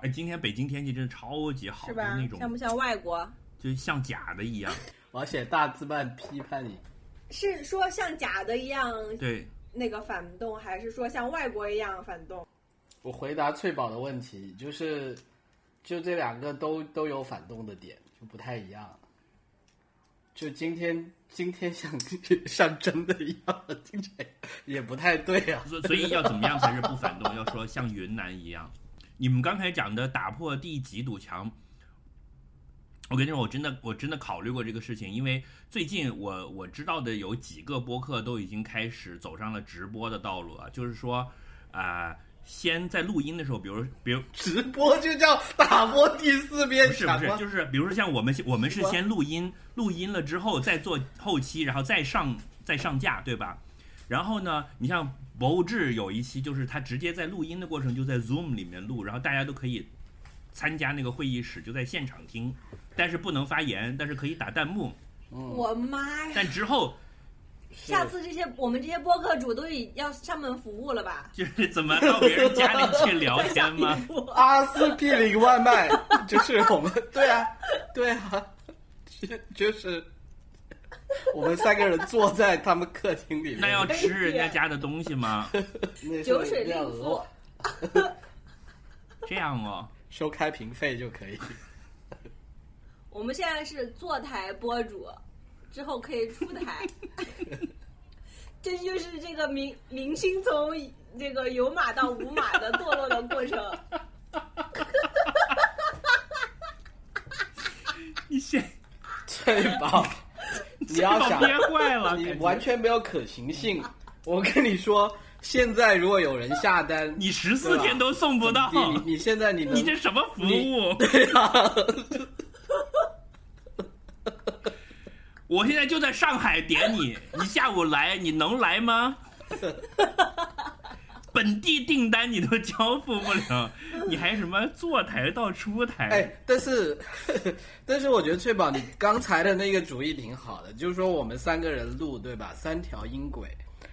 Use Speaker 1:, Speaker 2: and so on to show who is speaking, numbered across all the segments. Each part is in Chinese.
Speaker 1: 哎，今天北京天气真的超级好，
Speaker 2: 是
Speaker 1: 就
Speaker 2: 吧
Speaker 1: 那？种
Speaker 2: 像不像外国？
Speaker 1: 就像假的一样。
Speaker 3: 而且大字漫批判你，
Speaker 2: 是说像假的一样
Speaker 1: 对，
Speaker 2: 那个反动，还是说像外国一样反动？
Speaker 3: 我回答翠宝的问题，就是就这两个都都有反动的点，就不太一样。就今天今天像像真的一样，听起来也不太对啊。
Speaker 1: 所所以要怎么样才是不反动？要说像云南一样，你们刚才讲的打破第几堵墙，我跟你说，我真的我真的考虑过这个事情，因为最近我我知道的有几个播客都已经开始走上了直播的道路了，就是说，啊、先在录音的时候，比如比如
Speaker 3: 直播就叫打破第四面
Speaker 1: 不是不
Speaker 3: 墙
Speaker 1: 是，
Speaker 3: 吗？
Speaker 1: 就是比如说像我们我们是先录音，录音了之后再做后期，然后再上再上架，对吧？然后呢，你像博物志有一期，就是他直接在录音的过程就在 Zoom 里面录，然后大家都可以参加那个会议室，就在现场听，但是不能发言，但是可以打弹幕。
Speaker 3: 嗯，
Speaker 2: 我妈呀！
Speaker 1: 但之后
Speaker 2: 下次这些我们这些播客主都已要上门服务了吧？
Speaker 1: 就是 怎么到别人家里去聊天 吗？
Speaker 3: 阿司匹林外卖 就是我们对啊对啊，就就是我们三个人坐在他们客厅里面，
Speaker 1: 那要吃人家家的东西吗？
Speaker 3: 那是
Speaker 2: 酒水
Speaker 3: 要
Speaker 2: 令
Speaker 3: 额
Speaker 2: 夫
Speaker 3: 外，
Speaker 1: 这样哦，
Speaker 3: 收开瓶费就可以。
Speaker 2: 我们现在是坐台播主，之后可以出 台。这就是这个明明星从这个有马到无马的堕落的过程。
Speaker 1: 你先
Speaker 3: 翠 宝，你要
Speaker 1: 把
Speaker 3: 想
Speaker 1: 我憋坏了，
Speaker 3: 你
Speaker 1: 感觉
Speaker 3: 完全没有可行性。我跟你说，现在如果有人下单，
Speaker 1: 你十四天都送不到。
Speaker 3: 你你你现在你能
Speaker 1: 你这什么服 务？
Speaker 3: 对啊，
Speaker 1: 我现在就在上海点你，你下午来，你能来吗？本地订单你都交付不了，你还什么坐台到出台？
Speaker 3: 哎， 但是 但是我觉得翠宝，你刚才的那个主意挺好的，就是说我们三个人录对吧？三条音轨，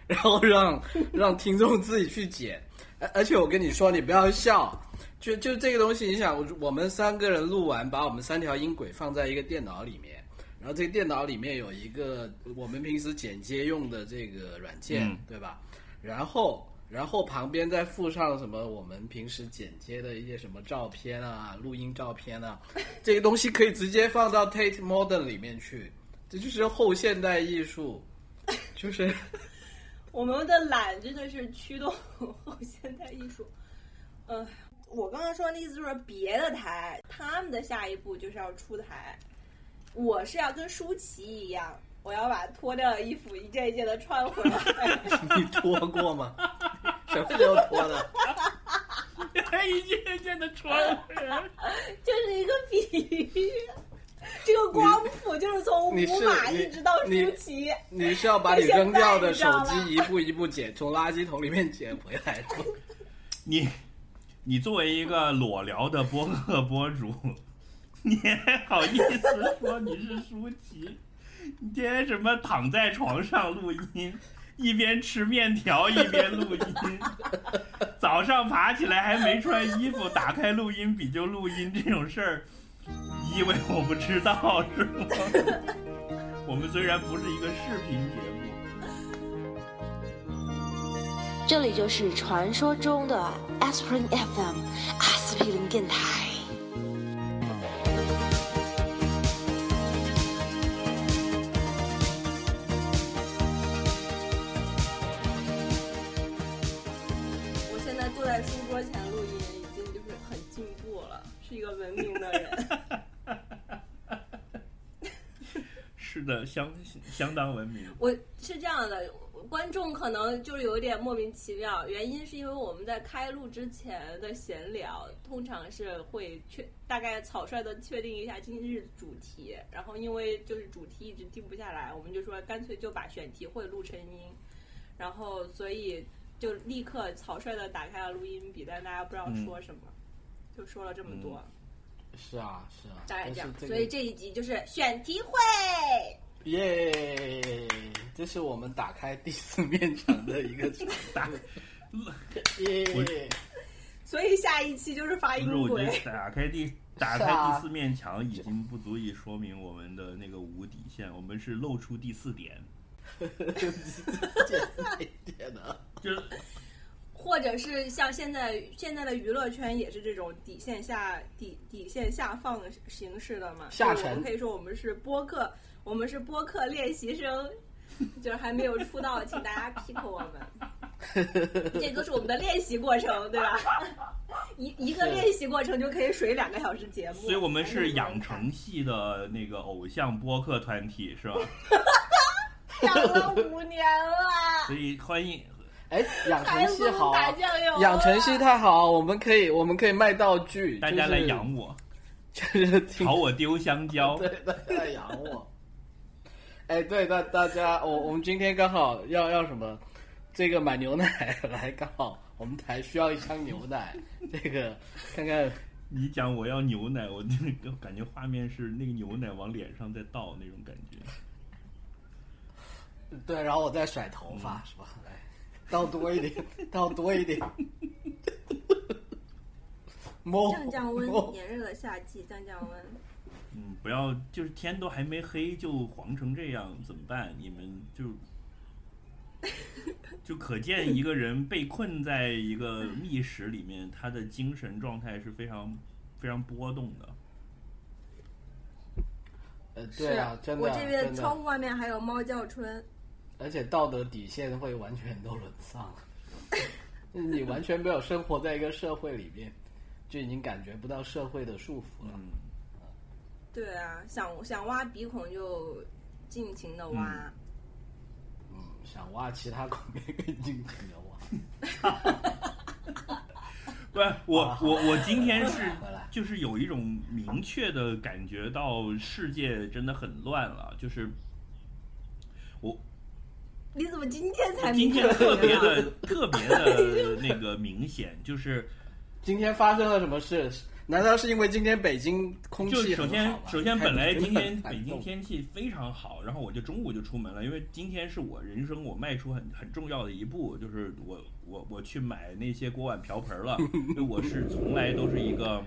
Speaker 3: 然后让让听众自己去剪。而而且我跟你说，你不要笑，就就这个东西，你想，我我们三个人录完，把我们三条音轨放在一个电脑里面。然后这个电脑里面有一个我们平时剪接用的这个软件，
Speaker 1: 嗯
Speaker 3: 对吧？然后，然后旁边再附上什么我们平时剪接的一些什么照片啊、录音照片啊，这些东西可以直接放到 Tate Modern 里面去，这就是后现代艺术，就是
Speaker 2: 我们的懒真的是驱动 后现代艺术。嗯、我刚刚说的意思就是别的台，他们的下一步就是要出台，我是要跟舒淇一样，我要把脱掉的衣服一件一件的穿回来。
Speaker 3: 你脱过吗？什么时候脱的？
Speaker 1: 还一件一件的穿回来。
Speaker 2: 就是一个比喻。这个光谱就是从
Speaker 3: 你你
Speaker 2: 五
Speaker 3: 是
Speaker 2: 马
Speaker 3: 你
Speaker 2: 一直到
Speaker 3: 你
Speaker 2: 舒淇，
Speaker 3: 你是要把你扔掉的手 机一步一步捡，从垃圾桶里面捡回来吗？
Speaker 1: 你，你作为一个裸聊的播客博主，你还好意思说你是舒淇？你天天什么躺在床上录音，一边吃面条一边录音，早上爬起来还没穿衣服，打开录音笔就录音这种事儿，你以为我不知道是吗？ 我们虽然不是一个视频节目。
Speaker 4: 这里就是传说中的 Aspirin FM 阿司匹林电台。
Speaker 2: 我现在坐在书桌前录音，已经就是很进步了，是一个文明的人。
Speaker 1: 是的，相相当文明。
Speaker 2: 我是这样的，观众可能就是有点莫名其妙，原因是因为我们在开录之前的闲聊，通常是会确大概草率的确定一下今日主题，然后因为就是主题一直定不下来，我们就说干脆就把选题会录成音，然后所以就立刻草率的打开了录音笔，但大家不知道说什么，就说了这么多，
Speaker 3: 是啊，是啊，
Speaker 2: 大概这样
Speaker 3: 但。是
Speaker 2: 所以这一集就是选题会。
Speaker 3: 耶这是我们打开第四面墙的一个
Speaker 1: 打
Speaker 3: 耶
Speaker 1: 我
Speaker 2: 所以下一期就是发
Speaker 1: 不是，
Speaker 2: 音
Speaker 1: 我觉
Speaker 2: 轨
Speaker 1: 得。打开 第打
Speaker 3: 哎是啊
Speaker 1: 开第四面墙已经不足以说明我们的那个无底线，我们是露出第四点，
Speaker 3: 一点啊的。
Speaker 1: 就是
Speaker 3: 哎
Speaker 2: 或者是像现在现在的娱乐圈也是这种底线下底底线下放形式的嘛？
Speaker 3: 下
Speaker 2: 就是我
Speaker 3: 沉
Speaker 2: 们可以说我们是播客，我们是播客练习生，就是还没有出道，请大家 pick 我们。 这都是我们的练习过程，对吧？一一个
Speaker 3: 是
Speaker 2: 练习过程就可以水两个小时节目，
Speaker 1: 所以我
Speaker 3: 哎
Speaker 1: 们是养成系的那个偶像播客团体， 是吧？
Speaker 2: 养了五年了，
Speaker 1: 所以欢迎，
Speaker 3: 哎，养
Speaker 2: 还
Speaker 3: 成
Speaker 2: 不
Speaker 3: 系
Speaker 2: 如
Speaker 3: 好，
Speaker 2: 打酱油啊。
Speaker 3: 养成哦系太好，我们可以我们可以卖道具，
Speaker 1: 大家来
Speaker 3: 就是
Speaker 1: 养我，
Speaker 3: 就是挺
Speaker 1: 朝我丢香蕉。
Speaker 3: 对，大家来养我。哎，对，大大家，我我们今天刚好要要什么？这个买牛奶 来，刚好我们台需要一箱牛奶。这个看看，
Speaker 1: 你讲我要牛奶，我 那个感觉画面是那个牛奶往脸上在倒那种感觉。
Speaker 3: 对，然后我再甩头发、是吧？来，倒多一点，倒 多一点。摸
Speaker 2: 降降温，
Speaker 3: 摸
Speaker 2: 炎热的夏季降降温。
Speaker 1: 嗯，不要，就是天都还没黑就黄成这样，怎么办？你们就就可见一个人被困在一个密室里面，他的精神状态是非常非常波动的。
Speaker 3: 呃，对啊，
Speaker 2: 是
Speaker 3: 真的，
Speaker 2: 我这边
Speaker 3: 真的
Speaker 2: 窗户外面还有猫叫春，
Speaker 3: 而且道德底线会完全都沦 丧，你完全没有生活在一个社会里面，就已经感觉不到社会的束缚了。
Speaker 1: 嗯，
Speaker 2: 对啊，想想挖鼻孔就尽情的挖，
Speaker 3: 嗯，想挖其他广面更尽情 的挖。
Speaker 1: 不，啊我
Speaker 3: 好了
Speaker 1: 我我今天是
Speaker 2: 嗯
Speaker 3: 回来
Speaker 1: 就是有一种明确的感觉到世界真的很乱了，就是我
Speaker 2: 你怎么今天才
Speaker 1: 今
Speaker 2: 明
Speaker 1: 天
Speaker 2: 白？
Speaker 1: 特别的特别的那个明显，就是。
Speaker 3: 今天发生了什么事？难道是因为今天北京空
Speaker 1: 就
Speaker 3: 气
Speaker 1: 首
Speaker 3: 很
Speaker 1: 先
Speaker 3: 好吗
Speaker 1: 首先本来今天
Speaker 3: 感
Speaker 1: 北京
Speaker 3: 动
Speaker 1: 天气非常好，然后我就中午就出门了，因为今天是我人生我迈出很很重要的一步，就是我我我去买那些锅碗瓢盆了，因为我是从来都是一 个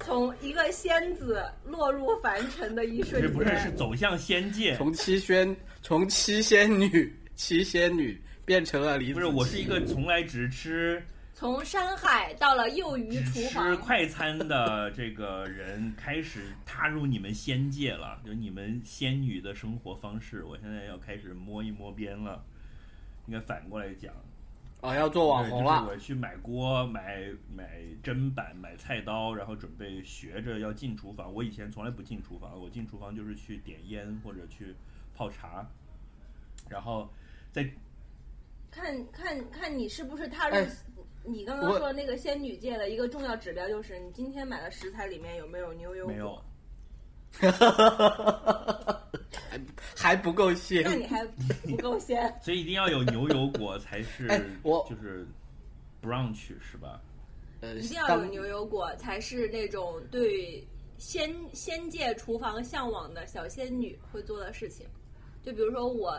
Speaker 2: 从一个仙子落入凡尘的一
Speaker 1: 不
Speaker 2: 瞬
Speaker 1: 是
Speaker 2: 间，
Speaker 1: 不是是走向仙界，
Speaker 3: 从七仙从七仙女七仙女变成了李
Speaker 1: 不
Speaker 3: 子柒，
Speaker 1: 是我是一个从来只吃
Speaker 2: 从山海到了幼鱼
Speaker 1: 只
Speaker 2: 厨
Speaker 1: 吃
Speaker 2: 房，
Speaker 1: 快餐的这个人开始踏入你们仙界了，就是你们仙女的生活方式，我现在要开始摸一摸边了，应该反过来讲。
Speaker 3: 哦要做网
Speaker 1: 对，就
Speaker 3: 红
Speaker 1: 是
Speaker 3: 了，
Speaker 1: 我去买锅、买买砧板、买菜刀，然后准备学着要进厨房。我以前从来不进厨房，我进厨房就是去点烟或者去泡茶，然后在
Speaker 2: 看看看你是不是踏入
Speaker 3: 哎。
Speaker 2: 你刚刚说的那个仙女界的一个重要指标就是，你今天买的食材里面有没有牛油果？
Speaker 1: 没有，
Speaker 3: 还 还不够仙。
Speaker 2: 那你还不够仙。
Speaker 1: 所以一定要有牛油果才是，
Speaker 3: 哎 我
Speaker 1: 就是 brunch 是吧？
Speaker 3: 呃
Speaker 2: 一定要有
Speaker 3: 当
Speaker 2: 牛油果，才是那种对仙仙界厨房向往的小仙女会做的事情。就比如说我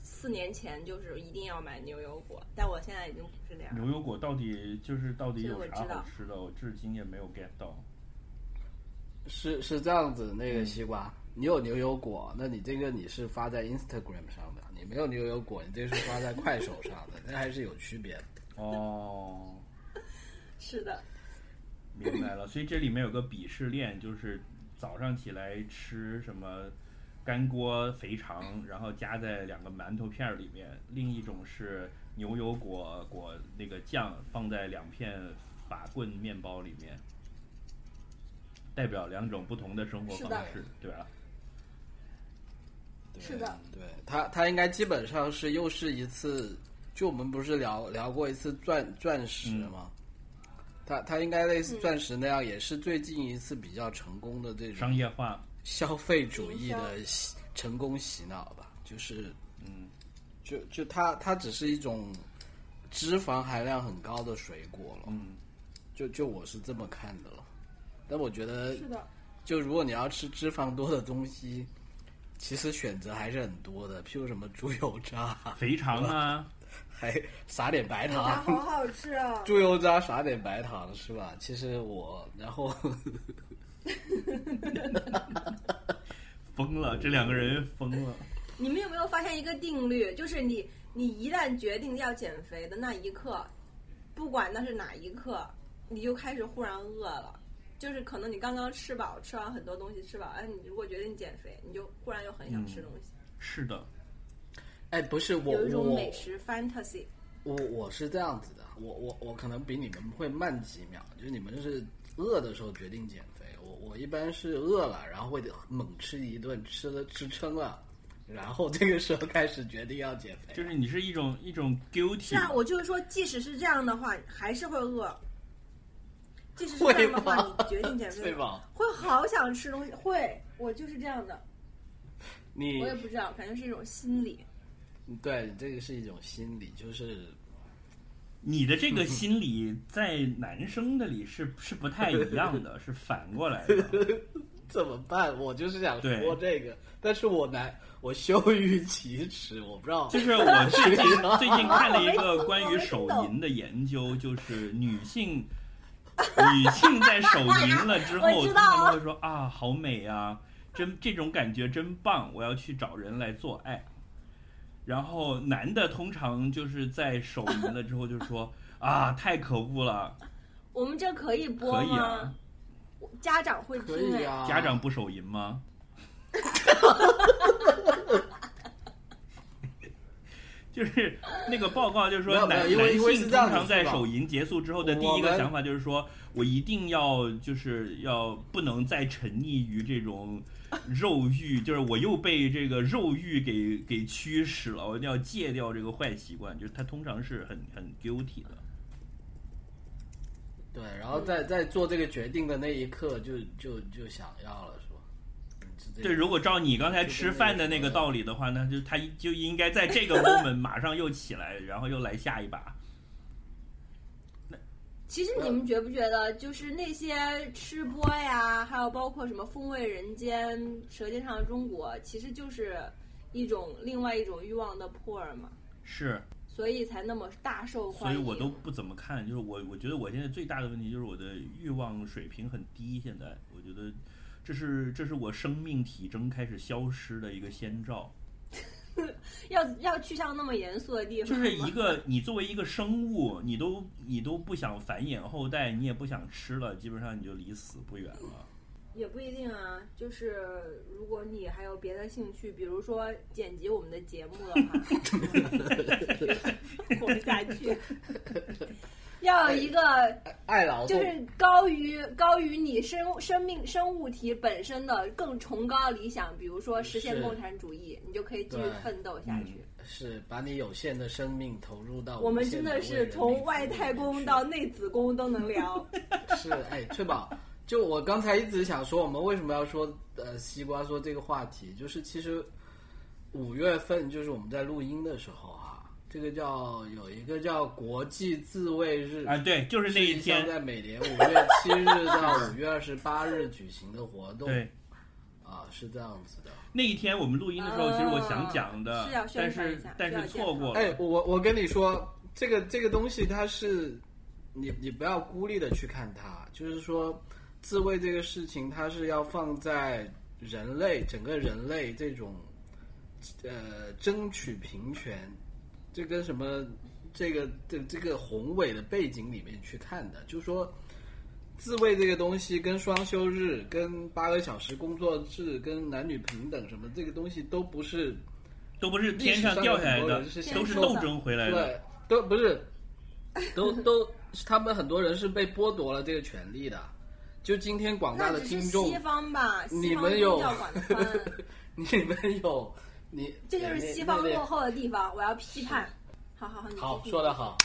Speaker 2: 四年前就是一定要买牛油果，但我现在已经不是那样了。
Speaker 1: 牛油果到底就是到底
Speaker 2: 这个
Speaker 1: 有
Speaker 2: 我
Speaker 1: 啥
Speaker 2: 知道
Speaker 1: 好吃的？我至今也没有 get 到。
Speaker 3: 是是这样子，那个西瓜，你有牛油果，那你这个你是发在 Instagram 上的，你没有牛油果，你这个是发在快手上的，那还是有区别的。
Speaker 1: 哦。
Speaker 2: 是的，
Speaker 1: 明白了，所以这里面有个鄙视链，就是早上起来吃什么干锅肥肠，然后夹在两个馒头片儿里面；另一种是牛油果果那个酱放在两片法棍面包里面，代表两种不同的生活
Speaker 2: 是的
Speaker 1: 方式，对啊吧？
Speaker 3: 对
Speaker 2: 是的，
Speaker 3: 对它它应该基本上是又是一次，就我们不是聊聊过一次钻钻石吗？它它应该类
Speaker 2: 嗯
Speaker 3: 似钻石那样，也是最近一次比较成功的这
Speaker 1: 商
Speaker 3: 种
Speaker 1: 业化，
Speaker 3: 消费主义的洗成功洗脑吧，就是
Speaker 1: 嗯，
Speaker 3: 就就它它只是一种脂肪含量很高的水果了，
Speaker 1: 嗯，
Speaker 3: 就就我是这么看的了。但我觉得，
Speaker 2: 的，
Speaker 3: 就如果你要吃脂肪多的东西，其实选择还是很多的，譬如什么猪油渣、
Speaker 1: 肥肠啊，
Speaker 3: 还撒点白
Speaker 5: 它
Speaker 3: 糖，
Speaker 5: 好好吃啊！
Speaker 3: 猪油渣撒点白糖是吧？其实我，然后
Speaker 1: 疯了，这两个人疯了。
Speaker 2: 你们有没有发现一个定律？就是你你一旦决定要减肥的那一刻，不管那是哪一刻，你就开始忽然饿了。就是可能你刚刚吃饱，吃完很多东西，吃饱，哎，你如果决定减肥，你就忽然又很想吃东西，
Speaker 1: 是的，
Speaker 3: 哎，不是我
Speaker 2: 有一种
Speaker 3: 我
Speaker 2: 美食 fantasy。
Speaker 3: 我我是这样子的，我我我可能比你们会慢几秒，就是你们是饿的时候决定减肥，我我一般是饿了，然后会猛吃一顿，吃了吃撑了，然后这个时候开始决定要减肥。
Speaker 1: 就是你是一种一种 guilty，
Speaker 2: 是啊，我就是说，即使是这样的话，还是会饿。即使是这样的话，
Speaker 3: 会吗
Speaker 2: 你决定减肥，
Speaker 3: 对吧？
Speaker 2: 会好想吃东西，会，我就是这样的，
Speaker 3: 你
Speaker 2: 我也不知道，感觉是一种心理。
Speaker 3: 对这个是一种心理，就是
Speaker 1: 你的这个心理在男生那里是是不太一样的，是反过来的。
Speaker 3: 怎么办？我就是想
Speaker 1: 对
Speaker 3: 说这个，但是我难，我羞于启齿，我不知道。
Speaker 1: 就是我最近最近看了一个关于手淫的研究，就是女性女性在手淫了之后，
Speaker 2: 我知道
Speaker 1: 她们会说啊，好美啊，真这种感觉真棒，我要去找人来做爱。然后男的通常就是在手淫了之后就说啊，太可恶了，
Speaker 2: 我们这可以播
Speaker 1: 可以
Speaker 2: 吗？
Speaker 1: 啊，
Speaker 2: 家长会听、
Speaker 3: 可
Speaker 2: 哎，
Speaker 3: 以啊，
Speaker 1: 家长不手淫吗？ 就是那个报告，就是
Speaker 3: 没
Speaker 1: 说
Speaker 3: 有没有
Speaker 1: 男
Speaker 3: 因
Speaker 1: 男
Speaker 3: 为因为是
Speaker 1: 性通
Speaker 3: 这样子
Speaker 1: 常在
Speaker 3: 是吧
Speaker 1: 手淫结束之后的第一
Speaker 3: 我
Speaker 1: 个
Speaker 3: 们
Speaker 1: 想法就是说，我一定要就是要不能再沉溺于这种肉欲， 就是我又被这个肉欲给给驱使了，我一定要戒掉这个坏习惯。就是他通常是很很 guilty 的，
Speaker 3: 对，然后在在做这个决定的那一刻就，就就想要了，是吧？嗯是这个
Speaker 1: 对，如果照你刚才吃饭的那个道理的话，那就他就应该在这个 moment 马上又起来，然后又来下一把。
Speaker 2: 其实你们觉不觉得，就是那些吃播呀，还有包括什么《风味人间》《舌尖上的中国》，其实就是一种另外一种欲望的 pour 嘛，
Speaker 1: 是，
Speaker 2: 所以才那么大受
Speaker 1: 所
Speaker 2: 欢
Speaker 1: 以
Speaker 2: 迎。
Speaker 1: 我都不啊怎么看。就是我，我觉得我现在最大的问题就是我的欲望水平很低。现在我觉得这是这是我生命体征开始消失的一个先兆。
Speaker 2: 要要去向那么严肃的地方
Speaker 1: 就
Speaker 2: 吗，
Speaker 1: 是一个你作为一个生物，你都你都不想繁衍后代，你也不想吃了，基本上你就离死不远了。
Speaker 2: 也不一定啊。就是如果你还有别的兴趣，比如说剪辑我们的节目的 话，活下 去，要有一个。
Speaker 3: 爱劳动，
Speaker 2: 就是高于高于你生生命生物体本身的更崇高的理想，比如说实现
Speaker 3: 是
Speaker 2: 共产主义，你就可以继续
Speaker 3: 对嗯
Speaker 2: 奋斗下去。
Speaker 3: 是把你有限的生命投入到
Speaker 2: 我们
Speaker 3: 无限
Speaker 2: 真的
Speaker 3: 为人
Speaker 2: 是
Speaker 3: 民
Speaker 2: 从
Speaker 3: 服务
Speaker 2: 外
Speaker 3: 里
Speaker 2: 太
Speaker 3: 面
Speaker 2: 空
Speaker 3: 去
Speaker 2: 到内子宫都能聊，
Speaker 3: 是哎，翠宝，就我刚才一直想说，我们为什么要说呃西瓜说这个话题，就是其实五月份就是我们在录音的时候啊，这个叫有一个叫国际自卫日
Speaker 1: 啊，对，就是那一
Speaker 3: 是
Speaker 1: 天，
Speaker 3: 在每年五月七日到五月二十八日举行的活 动，
Speaker 1: 对。
Speaker 3: 啊，是这样子的。
Speaker 1: 那一天我们录音的时候，
Speaker 2: 哦
Speaker 1: 其实我想讲的
Speaker 2: 啊是要，宣
Speaker 1: 但
Speaker 2: 传一
Speaker 1: 是
Speaker 2: 下
Speaker 1: 但
Speaker 2: 是要
Speaker 1: 是错过
Speaker 3: 哎
Speaker 1: 了。，
Speaker 3: 我我跟你说，这个这个东西它是，你你不要孤立的去看它，就是说，自卫这个事情，它是要放在人类整个人类这种，呃，争取平权，这跟什么这个这这个宏伟的背景里面去看的，就是说。自卫这个东西跟双休日、跟八个小时工作制、跟男女平等什么，这个东西都不是
Speaker 1: 都不是天上掉下来的，
Speaker 3: 历史上
Speaker 1: 都
Speaker 3: 有
Speaker 1: 是
Speaker 3: 很多人是
Speaker 1: 斗争回来的。
Speaker 3: 对，都不是，都 都是他们很多人是被剥夺了这个权利的。就今天广大
Speaker 2: 那
Speaker 3: 的
Speaker 2: 只是
Speaker 3: 听众
Speaker 2: 西，方吧，西
Speaker 3: 你
Speaker 2: 方
Speaker 3: 们
Speaker 2: 宗
Speaker 3: 有
Speaker 2: 教 管得宽，
Speaker 3: 你们有你，
Speaker 2: 这就是
Speaker 3: 哎
Speaker 2: 西方
Speaker 3: 那那
Speaker 2: 落后的地方，我要批判。好好好，你
Speaker 3: 好
Speaker 2: 继续
Speaker 3: 说的好，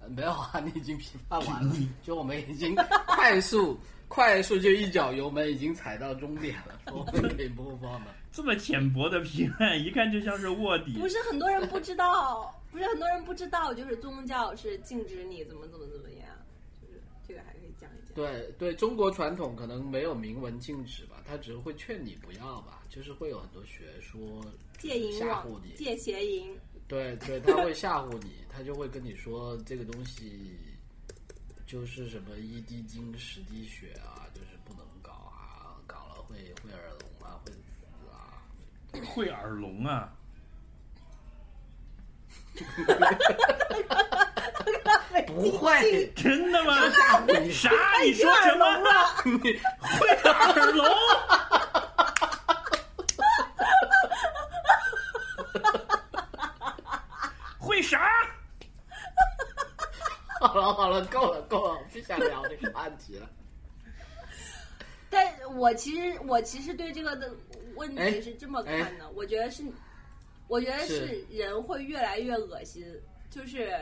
Speaker 3: 呃没有啊，你已经批判完了，就我们已经快速 快速就一脚油门已经踩到终点了， 说我们可以播放了。
Speaker 1: 这么浅薄的批判， 一看就像是卧底
Speaker 2: 不。是很多人不知道，不是很多人不知道，就是宗教是禁止你怎么怎么怎么样，就是这个还可以讲一讲。
Speaker 3: 对对，中国传统可能没有明文禁止吧，他只是会劝你不要吧，就是会有很多学说
Speaker 2: 戒淫
Speaker 3: 吓
Speaker 2: 网
Speaker 3: 唬你，
Speaker 2: 戒邪淫，
Speaker 3: 对对，他会吓唬你，他就会跟你说这个东西就是什么一滴精十滴血啊，就是不能搞啊，搞了会会耳聋啊，会死啊。
Speaker 1: 会耳聋啊！
Speaker 2: 哎
Speaker 3: 不会，
Speaker 1: 真 的吗？
Speaker 3: 吓唬你
Speaker 1: 啥？你说什么？会耳聋？会啥？
Speaker 3: 好了好了，够了够了，不想聊这个话 题了。
Speaker 2: 哎但我其实我其实对这个的问
Speaker 3: 哎
Speaker 2: 题是这么看的，我觉得是，我觉得
Speaker 3: 是
Speaker 2: 是人会越来越恶心，就是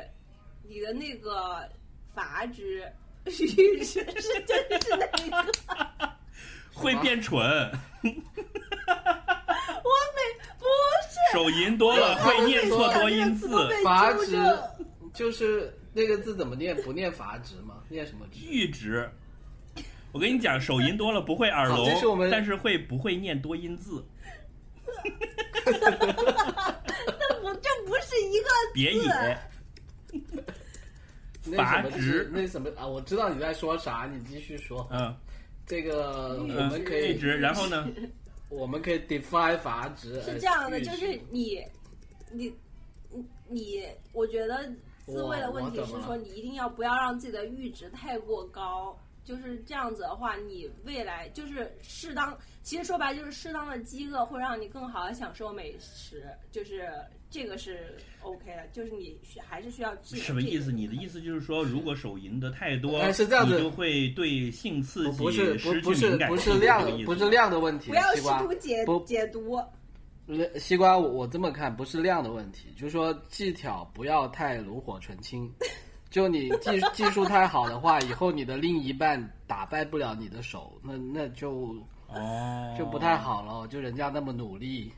Speaker 2: 你的那个阀值 阈值是就是那个，
Speaker 1: 会变蠢？
Speaker 2: 我每不是
Speaker 1: 手淫多了会念错多音字，
Speaker 3: 阀
Speaker 2: 被纠
Speaker 3: 值
Speaker 2: 正。
Speaker 3: 就是那个字怎么念？不念阀值吗？念什么值？
Speaker 1: 阈值。我跟你讲，手淫多了不会耳
Speaker 3: 好这是我
Speaker 1: 聋
Speaker 3: 们，
Speaker 1: 但是会不会念多音字？
Speaker 2: 这不这不是一个
Speaker 1: 别野，
Speaker 3: 那什么
Speaker 1: 阀值
Speaker 3: 值？那什么啊？我知道你在说啥，你继续说。
Speaker 1: 嗯
Speaker 3: 这个我
Speaker 1: 嗯，
Speaker 3: 们可
Speaker 1: 阈
Speaker 3: 以，
Speaker 1: 值。然后 呢？
Speaker 3: 我们可以 define 阀值。
Speaker 2: 是这样的，
Speaker 3: 呃
Speaker 2: 就是你，你，你，你，我觉得自慰的
Speaker 3: 我
Speaker 2: 问题
Speaker 3: 我怎
Speaker 2: 是
Speaker 3: 么
Speaker 2: 说，
Speaker 3: 了
Speaker 2: 你一定要不要让自己的阈值太过高。就是这样子的话，你未来就是适当，其实说白了就是适当的饥饿会让你更好的享受美食，就是这个是 OK 的，就是你需还是需要制
Speaker 1: 什么意思？你的意
Speaker 2: 思？
Speaker 1: 思就是说，如果手淫得太多，
Speaker 3: 哎是这样子
Speaker 1: 你就会对性刺
Speaker 3: 不
Speaker 1: 激
Speaker 3: 不是不
Speaker 1: 失
Speaker 3: 不
Speaker 1: 去
Speaker 3: 是
Speaker 1: 敏感
Speaker 3: 不
Speaker 1: 性，哦
Speaker 3: 是
Speaker 1: 这
Speaker 3: 量
Speaker 1: 个意思
Speaker 3: 不是量的问题，
Speaker 2: 不要
Speaker 3: 西
Speaker 2: 试
Speaker 3: 瓜
Speaker 2: 图解
Speaker 3: 不
Speaker 2: 解读，
Speaker 3: 呃西瓜，我我这么看不是量的问题，就是说技巧不要太炉火纯青。就你技技术太好的话，以后你的另一半打败不了你的手，那那就
Speaker 1: 哦，
Speaker 3: 就不太。好了。就人家那么努力，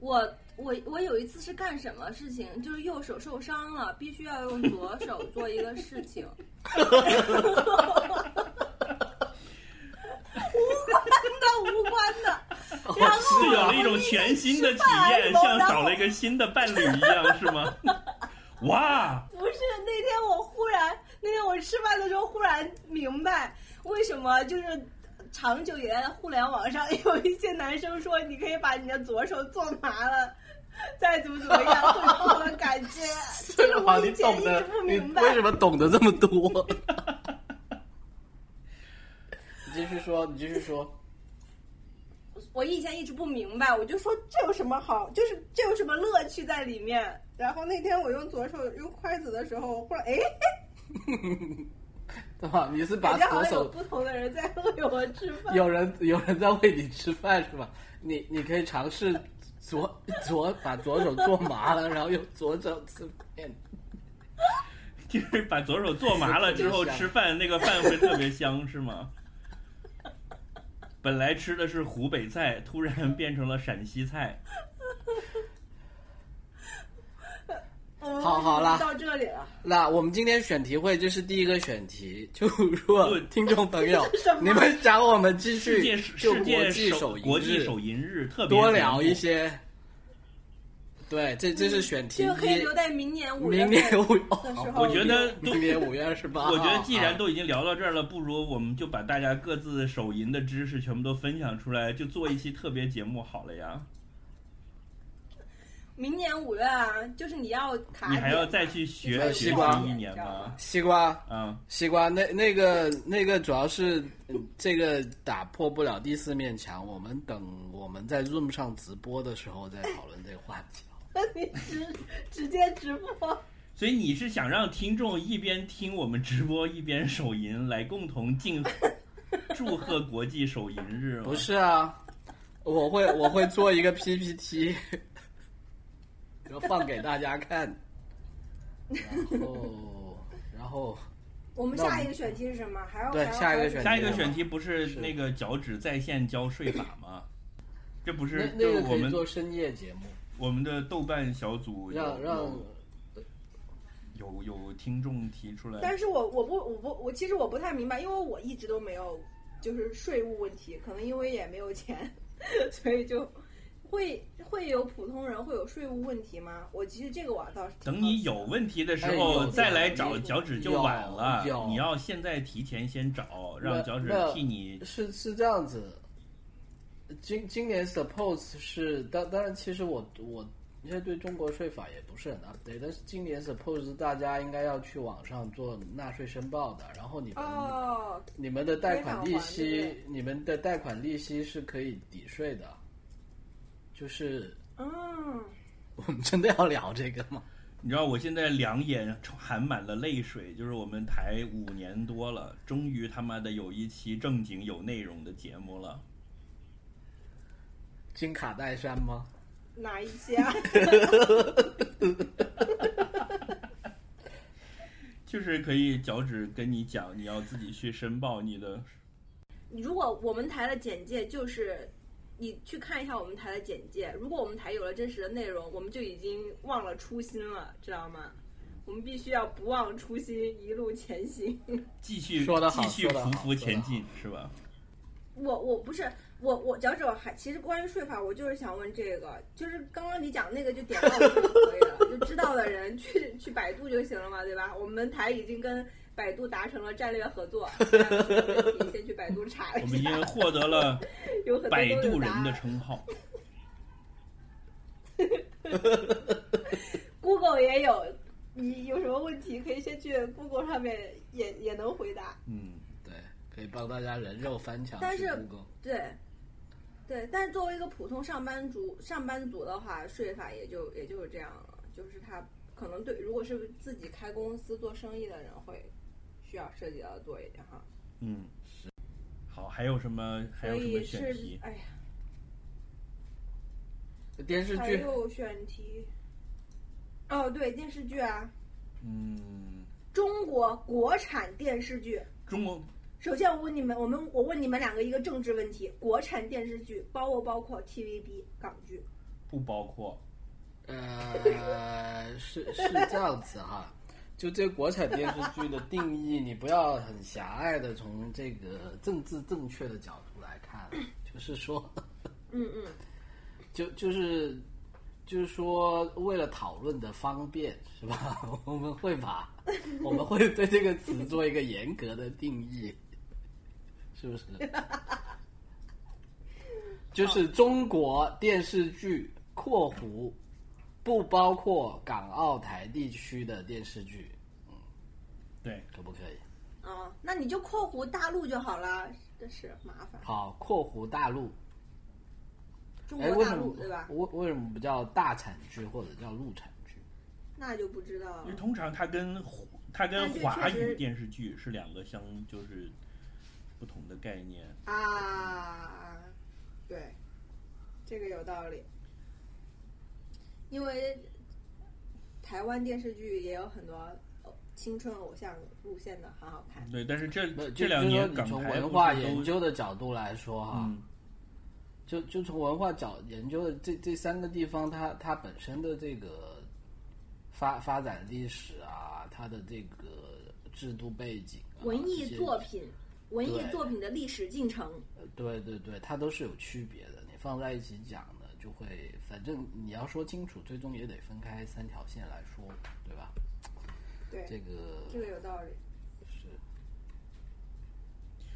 Speaker 2: 我我我有一次是干什么事情，就是右手受伤了，必须要用左手做一个事情。无关的，无关 的。然后
Speaker 1: 是有了一种全新的体验，
Speaker 2: 我
Speaker 1: 像找了一个新的伴侣一样，是吗？哇，
Speaker 2: 不是那天我忽然，那天我吃饭的时候忽然明白，为什么就是长久以来的互联网上有一些男生说你可以把你的左手做麻了， 再怎么怎么样会有不同的感觉。 这个
Speaker 3: 哇，
Speaker 2: 我
Speaker 3: 你
Speaker 2: 以前
Speaker 3: 懂
Speaker 2: 一
Speaker 3: 得
Speaker 2: 直不
Speaker 3: 你
Speaker 2: 明白。
Speaker 3: 为什么懂得这么多？ 你继续说，你继续说。
Speaker 2: 我以前一直不明白，我就说这有什么好，就是这有什么乐趣在里面。然后那天我用左手用筷子的时候，忽然哎，
Speaker 3: 对吧？你是把
Speaker 2: 感觉好
Speaker 3: 左
Speaker 2: 像有
Speaker 3: 手
Speaker 2: 不同的人在喂我吃饭。
Speaker 3: 有人 有人在喂你吃饭是吧？你你可以尝试左左把左手做麻了，然后用左手吃面。
Speaker 1: 就是把左手做麻了之 后
Speaker 3: 特别香
Speaker 1: 吃饭，那个饭会特别香，是吗？本来吃的是湖北菜，突然变成了陕西菜。
Speaker 2: 我
Speaker 3: 好好啦
Speaker 2: 到这里了。
Speaker 3: 那我们今天选题会，这是第一个选题。就如果
Speaker 1: 论
Speaker 3: 听众朋友
Speaker 2: 什么
Speaker 3: 你们想我们继
Speaker 1: 世
Speaker 3: 续
Speaker 1: 界世
Speaker 3: 就国
Speaker 1: 界
Speaker 3: 际
Speaker 1: 手
Speaker 3: 手
Speaker 1: 国际
Speaker 3: 日
Speaker 1: 手淫日特别
Speaker 3: 多聊
Speaker 1: 节目
Speaker 3: 一些，对，这这是选题
Speaker 2: 嗯这个可以留
Speaker 3: 一。
Speaker 2: 在明年五月
Speaker 3: 明
Speaker 2: 份
Speaker 3: 年五，
Speaker 2: 的时
Speaker 3: 哦
Speaker 2: 候。
Speaker 1: 我觉得
Speaker 3: 明年五月二十八号。
Speaker 1: 我觉得既然
Speaker 3: 啊
Speaker 1: 都已经聊到这儿了，不如我们就把大家各自手淫的知识全部都分享出来，就做一期特别节目好了呀。
Speaker 2: 明年五月啊，就是你要卡
Speaker 1: 你
Speaker 2: 点，
Speaker 1: 还要再去学
Speaker 3: 对
Speaker 1: 学
Speaker 3: 西瓜
Speaker 1: 习一年吗？
Speaker 3: 西瓜
Speaker 1: 嗯，
Speaker 3: 西瓜，那那个那个主要是嗯这个打破不了第四面墙，我们等我们在 Zoom 上直播的时候再讨论这个话题。
Speaker 2: 你直 直接直播。
Speaker 1: 所以你是想让听众一边听我们直播一边手淫，来共同敬祝贺国际手淫日吗？
Speaker 3: 不，是啊，我会我会做一个 PPT，然后放给大家看，然后然后
Speaker 2: 我们
Speaker 3: 那我们
Speaker 2: 下一个选题是什么？还要
Speaker 3: 对
Speaker 2: 还要
Speaker 3: 下一个选题
Speaker 1: 下一个选题不是那个脚趾在线交税法吗？这不
Speaker 3: 那
Speaker 1: 是
Speaker 3: 那
Speaker 1: 就是
Speaker 3: 个
Speaker 1: 我
Speaker 3: 可以
Speaker 1: 们
Speaker 3: 做深夜节目，
Speaker 1: 我们的豆瓣小组有
Speaker 3: 让让
Speaker 1: 有有有听众提出来，
Speaker 5: 但是我我不我不我其实我不太明白，因为我一直都 没有就是税务问题，可能因为也没有钱，所以就
Speaker 2: 会会有普通人会有税务问题吗？我其实这个我倒是挺
Speaker 1: 等
Speaker 2: 好
Speaker 1: 你
Speaker 2: 奇的
Speaker 1: 有问题的时
Speaker 3: 哎有
Speaker 1: 候
Speaker 3: 的
Speaker 1: 再来
Speaker 3: 有
Speaker 1: 找脚趾就晚了
Speaker 3: 有有。
Speaker 1: 你要现在提前先找，让脚趾
Speaker 3: 那
Speaker 1: 替你。
Speaker 3: 是是这样子，今今年 suppose 是当当然，其实我我现在对中国税法也不是很 update，但是今年 suppose 大家应该要去网上做纳税申报的，然后你们、
Speaker 2: 哦，
Speaker 3: 你们的贷款
Speaker 2: 非
Speaker 3: 利
Speaker 2: 常
Speaker 3: 息
Speaker 2: 环，
Speaker 3: 你们的贷款利息是可以抵税的，就是
Speaker 2: 嗯，
Speaker 3: 我们真的要聊这个吗？
Speaker 1: 你知道我现在两眼含满了泪水，就是我们台五年多了，终于他妈的有一期正经有内容的节目了。
Speaker 3: 金卡戴珊吗？
Speaker 2: 哪一些啊？
Speaker 1: 就是可以脚趾跟你讲，你要自己去申报你的。
Speaker 2: 你如果我们台的简介就是，你去看一下我们台的简介。如果我们台有了真实的内容，我们就已经忘了初心了，知道吗？我们必须要不忘初心，一路前行。
Speaker 1: 继续
Speaker 3: 说得好
Speaker 1: 继续
Speaker 3: 说得好
Speaker 1: 匍匐前
Speaker 3: 说
Speaker 1: 进是吧？
Speaker 2: 我我不是我我脚趾我还其实关于税法，我就是想问这个，就是刚刚你讲那个就点到我就可以了，就知道的人去 去百度就行了嘛，对吧？我们台已经跟百度达成了战略合作，大家有问题先去百度查
Speaker 1: 我
Speaker 2: 一
Speaker 1: 们已
Speaker 2: 下，
Speaker 1: 经获得 了
Speaker 2: 有很多
Speaker 1: 百
Speaker 2: 都
Speaker 1: 度
Speaker 2: 有答
Speaker 1: 人的
Speaker 2: 案。
Speaker 1: 称号。
Speaker 2: Google 也有，你有什么问题可以先去 Google 上面也也能回答。
Speaker 1: 嗯，
Speaker 3: 对，可以帮大家人肉翻墙
Speaker 2: 但
Speaker 3: 去
Speaker 2: 是
Speaker 3: Google。
Speaker 2: 对，对，但是作为一个普通上班族，上班族的话，税法也就也就是这样了，就是他可能对，如果是自己开公司做生意的人会需要涉及到多一点哈，
Speaker 1: 嗯，好，还有什么？还
Speaker 2: 所
Speaker 1: 有什么
Speaker 2: 以
Speaker 1: 选
Speaker 2: 是
Speaker 1: 题？
Speaker 2: 哎呀，
Speaker 3: 电视
Speaker 2: 还
Speaker 3: 剧
Speaker 2: 有选题，哦对，电视剧啊，
Speaker 1: 嗯，
Speaker 2: 中国国产电视剧。
Speaker 1: 中国
Speaker 2: 首先，我问你们，我们我问你们两个一个政治问题：国产电视剧包不包括 TVB 港剧？
Speaker 1: 不包括。
Speaker 3: 呃，是是这样子哈，就这国产电视剧的定义，你不要很狭隘的从这个政治正确的角度来看，就是说，
Speaker 2: 嗯嗯，
Speaker 3: 就就是就是说，为了讨论的方便，是吧？我们会把 我们会对这个词做一个严格的定义，是不是？ 就是中国电视剧（括弧不包括港澳台地区的电视剧
Speaker 1: 对，），
Speaker 3: 可不可以？
Speaker 2: 啊、那你就括弧大陆就好了，真是麻烦。
Speaker 3: 好，（括弧大陆
Speaker 2: 中）
Speaker 3: 哎，
Speaker 2: 国
Speaker 3: 为
Speaker 2: 大
Speaker 3: 什
Speaker 2: 陆
Speaker 3: 么
Speaker 2: 对吧？
Speaker 3: 为为什么不叫大产剧或者叫陆产剧？
Speaker 2: 那就不知道
Speaker 1: 因为
Speaker 3: 嗯
Speaker 2: 了。
Speaker 1: 通常它跟华它跟
Speaker 2: 啊但是
Speaker 1: 华
Speaker 2: 确
Speaker 1: 语
Speaker 2: 实
Speaker 1: 电视剧是两个相就是不同的概念。
Speaker 2: 啊，对，这个有道理。因为台湾电视剧也有很多呃青春偶像路线的，很好
Speaker 3: 啊
Speaker 2: 看。
Speaker 1: 对，但是这
Speaker 3: 那
Speaker 1: 这
Speaker 3: 就
Speaker 1: 两
Speaker 3: 就说
Speaker 1: 年
Speaker 3: 你
Speaker 1: 港
Speaker 3: 从
Speaker 1: 台
Speaker 3: 文
Speaker 1: 不
Speaker 3: 化
Speaker 1: 是
Speaker 3: 研
Speaker 1: 都
Speaker 3: 究啊的角度来说哈，
Speaker 1: 嗯
Speaker 3: 就就从文化角研究的这这三个地方，它它本身的这个发发展历史啊，它的这个制度背景啊、
Speaker 2: 文艺
Speaker 3: 这些
Speaker 2: 作，品，文艺
Speaker 3: 对
Speaker 2: 作品的历史进程。
Speaker 3: 呃对对对，它都是有区别的。你放在一起讲呢，就会反正你要说清楚，最终也得分开三条线来说，对吧？
Speaker 2: 对，
Speaker 3: 这个
Speaker 2: 这个有道理。
Speaker 3: 是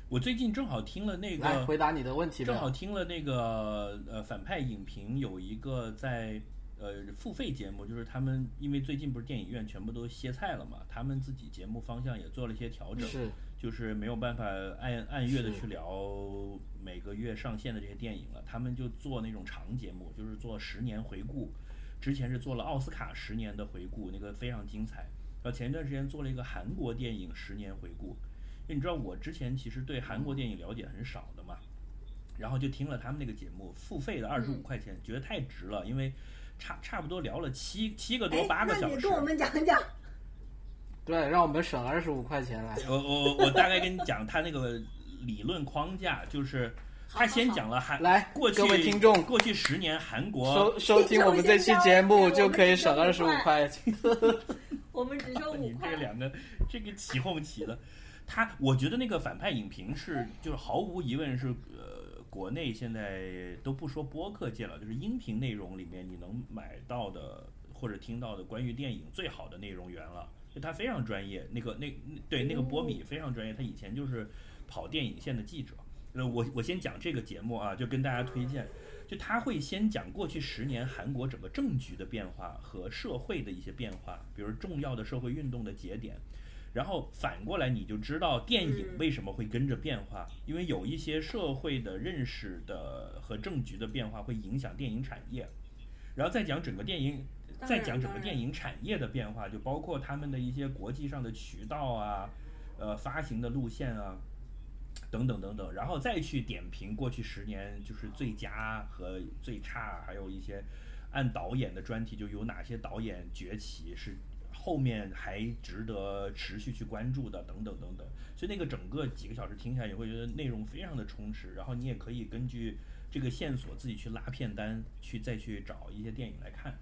Speaker 1: 我最近正好听了那
Speaker 3: 来
Speaker 1: 个
Speaker 3: 回答你的问题
Speaker 1: 正
Speaker 3: 吧。
Speaker 1: 好听了那个呃反派影评有一个在呃付费节目，就是他们因为最近不是电影院全部都歇菜了嘛，他们自己节目方向也做了一些调整，
Speaker 3: 是
Speaker 1: 就是没有办法按按月的
Speaker 3: 是
Speaker 1: 去聊每个月上线的这些电影了，他们就做那种长节目，就是做十年回顾，之前是做了奥斯卡十年的回顾，那个非常精彩。然后前一段时间做了一个韩国电影十年回顾，因为你知道我之前其实对韩国电影了解很少的嘛，然后就听了他们那个节目，付费的二
Speaker 2: 嗯
Speaker 1: 十五块钱，觉得太值了，因为差差不多聊了七七个多
Speaker 2: 哎，
Speaker 1: 八个
Speaker 2: 那
Speaker 1: 小
Speaker 2: 你
Speaker 1: 时
Speaker 2: 跟。我们讲 讲，
Speaker 3: 对，让我们省二十五块钱来。
Speaker 1: 我我我大概跟你讲，他那个理论框架就是，他先讲了韩
Speaker 3: 来
Speaker 1: 哎过去
Speaker 3: 各位听众
Speaker 1: 过去十年韩国
Speaker 3: 收收听我们这期节目就可以省
Speaker 2: 我们
Speaker 3: 二
Speaker 2: 是
Speaker 3: 十
Speaker 2: 这
Speaker 3: 五
Speaker 2: 么
Speaker 3: 块钱。
Speaker 2: 我们只收五
Speaker 1: 你
Speaker 2: 块
Speaker 1: 这。两个这个起哄起的，他我觉得那个反派影评是就是毫无疑问是呃国内现在都不说播客界了，就是音频内容里面你能买到的或者听到的关于电影最好的内容源了。就他非常专业，那个那那对那个波米非常专业，他以前就是跑电影线的记者。那呃我我先讲这个节目啊，就跟大家推荐，就他会先讲过去十年韩国整个政局的变化和社会的一些变化，比如重要的社会运动的节点。然后反过来，你就知道电影为什么会跟着变化，因为有一些社会的认识的和政局的变化会影响电影产业。然后再讲整个电影，
Speaker 5: 当
Speaker 1: 再
Speaker 5: 然
Speaker 1: 讲整个
Speaker 5: 当然
Speaker 1: 电影产业的变化，就包括他们的一些国际上的渠道啊，呃，发行的路线啊，等等等等，然后再去点评过去十年就是最佳和最差，还有一些按导演的专题，就有哪些导演崛起是后面还值得持续去关注的，等等等等。所以那个整个几个小时听下来，你会觉得内容非常的充实，然后你也可以根据这个线索自己去拉片单，去再去找一些电影来看。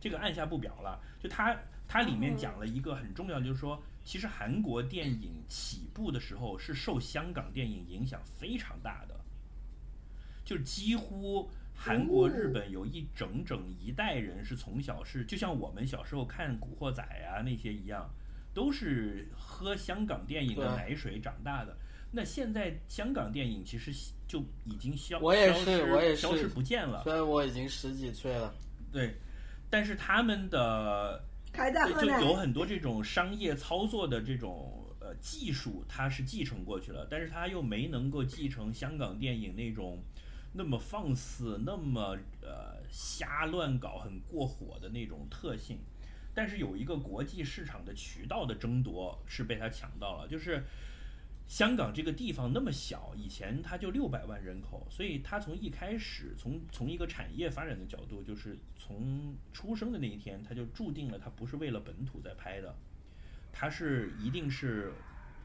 Speaker 1: 这个按下不表了，就它它里面讲了一个很重要的，就是说，其实韩国电影起步的时候是受香港电影影响非常大的，就是几乎韩国、日本有一整整一代人是从小是，就像我们小时候看《古惑仔》啊那些一样，都是喝香港电影的
Speaker 3: 对啊
Speaker 1: 奶水长大的。那现在香港电影其实就已经消，
Speaker 3: 我也
Speaker 1: 消
Speaker 3: 是
Speaker 1: 失
Speaker 3: 我也
Speaker 1: 消
Speaker 3: 是
Speaker 1: 失不见了。
Speaker 3: 虽然我已经十几岁了，
Speaker 1: 对，但是他们的
Speaker 5: 还在喝
Speaker 1: 对，
Speaker 5: 奶
Speaker 1: 就有很多这种商业操作的这种呃技术，它是继承过去了，但是它又没能够继承香港电影那种那么放肆、那么呃瞎乱搞、很过火的那种特性。但是有一个国际市场的渠道的争夺是被它抢到了，就是香港这个地方那么小，以前它就六百万人口，所以它从一开始，从从一个产业发展的角度，就是从出生的那一天，它就注定了它不是为了本土在拍的，它是一定是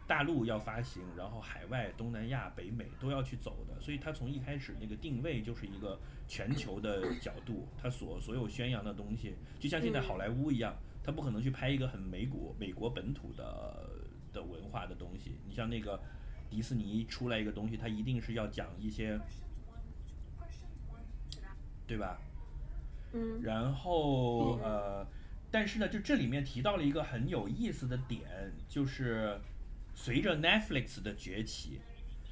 Speaker 1: 大陆要发行，然后海外、东南亚、北美都要去走的，所以它从一开始那个定位就是一个全球的角度，它所所有宣扬的东西，就像现在好莱坞一样，它不可能去拍一个很美国美国本土的的文化的东西。你像那个迪士尼出来一个东西，它一定是要讲一些，对吧？
Speaker 5: 嗯，
Speaker 1: 然后呃，但是呢，就这里面提到了一个很有意思的点，就是随着 Netflix 的崛起，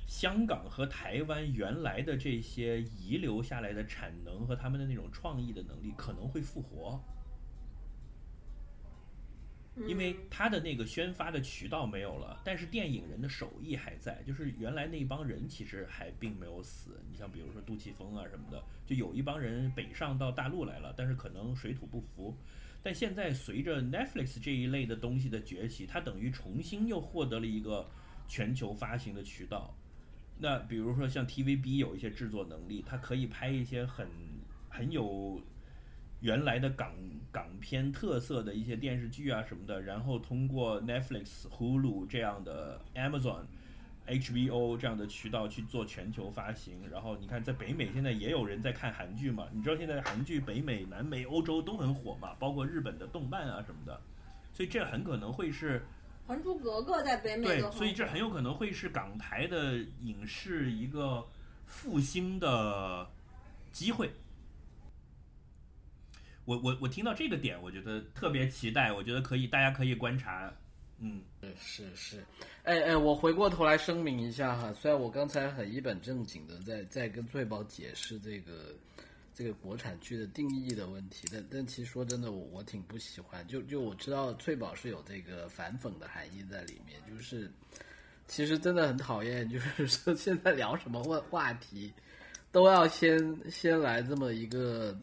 Speaker 1: 香港和台湾原来的这些遗留下来的产能和他们的那种创意的能力可能会复活。
Speaker 5: 嗯
Speaker 2: 嗯
Speaker 1: 因为他的那个宣发的渠道没有了，但是电影人的手艺还在，就是原来那帮人其实还并没有死。你像比如说杜琪峰啊什么的，就有一帮人北上到大陆来了，但是可能水土不服。但现在随着 Netflix 这一类的东西的崛起，它等于重新又获得了一个全球发行的渠道。那比如说像 TVB 有一些制作能力，它可以拍一些很很有原来的港港片特色的一些电视剧啊什么的，然后通过 Netflix、Hulu 这样的 Amazon、HBO 这样的渠道去做全球发行。然后你看，在北美现在也有人在看韩剧嘛？你知道现在韩剧北美、南美、欧洲都很火嘛，包括日本的动漫啊什么的。所以这很可能会是
Speaker 5: 《还珠格格》在北美
Speaker 1: 对
Speaker 5: 都，很
Speaker 1: 所
Speaker 2: 嗯
Speaker 1: 以这很有可能会是港台的影视一个复兴的机会。我我我听到这个点，我觉得特别期待，我觉得可以，大家可以观察，嗯，
Speaker 3: 是是，哎哎，我回过头来声明一下哈，虽然我刚才很一本正经的在在跟翠宝解释这个这个国产剧的定义的问题，但但其实说真的，我我挺不喜欢，就就我知道翠宝是有这个反讽的含义在里面，就是其实真的很讨厌， 就是说现在聊什么问话题，都要先先来这么一个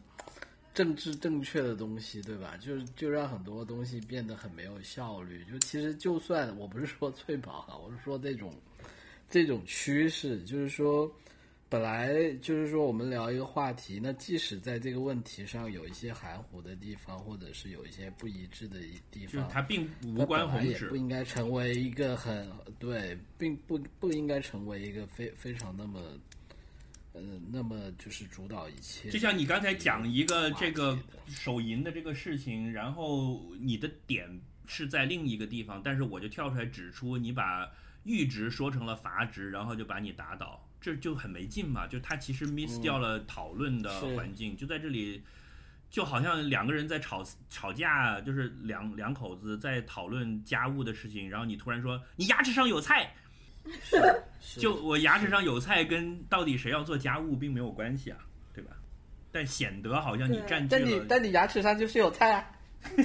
Speaker 3: 政治正确的东西，对吧？就就让很多东西变得很没有效率。就其实就算我不是说翠宝哈，我是说这种这种趋势，就是说本来就是说我们聊一个话题，那即使在这个问题上有一些含糊的地方，或者是有一些不一致的地
Speaker 1: 就是
Speaker 3: 方，
Speaker 1: 它并无
Speaker 3: 它
Speaker 1: 关
Speaker 3: 本来
Speaker 1: 宏
Speaker 3: 也
Speaker 1: 旨
Speaker 3: 不，应该成为一个很对，并不不应该成为一个非非常那么，呃，那么就是主导一切。
Speaker 1: 就像你刚才讲一个这个
Speaker 3: 话题的
Speaker 1: 手淫的这个事情，然后你的点是在另一个地方，但是我就跳出来指出，你把阈值说成了阀值，然后就把你打倒，这就很没劲嘛。就他其实 miss
Speaker 3: 嗯
Speaker 1: 掉了讨论的
Speaker 3: 是
Speaker 1: 环境，就在这里，就好像两个人在吵吵架，就是两两口子在讨论家务的事情，然后你突然说你牙齿上有菜，
Speaker 3: 是
Speaker 1: 就我牙齿上有菜跟到底谁要做家务并没有关系啊，对吧？但显得好像你
Speaker 2: 对
Speaker 1: 占据
Speaker 3: 但你
Speaker 1: 了，
Speaker 3: 但你牙齿上就是有菜啊，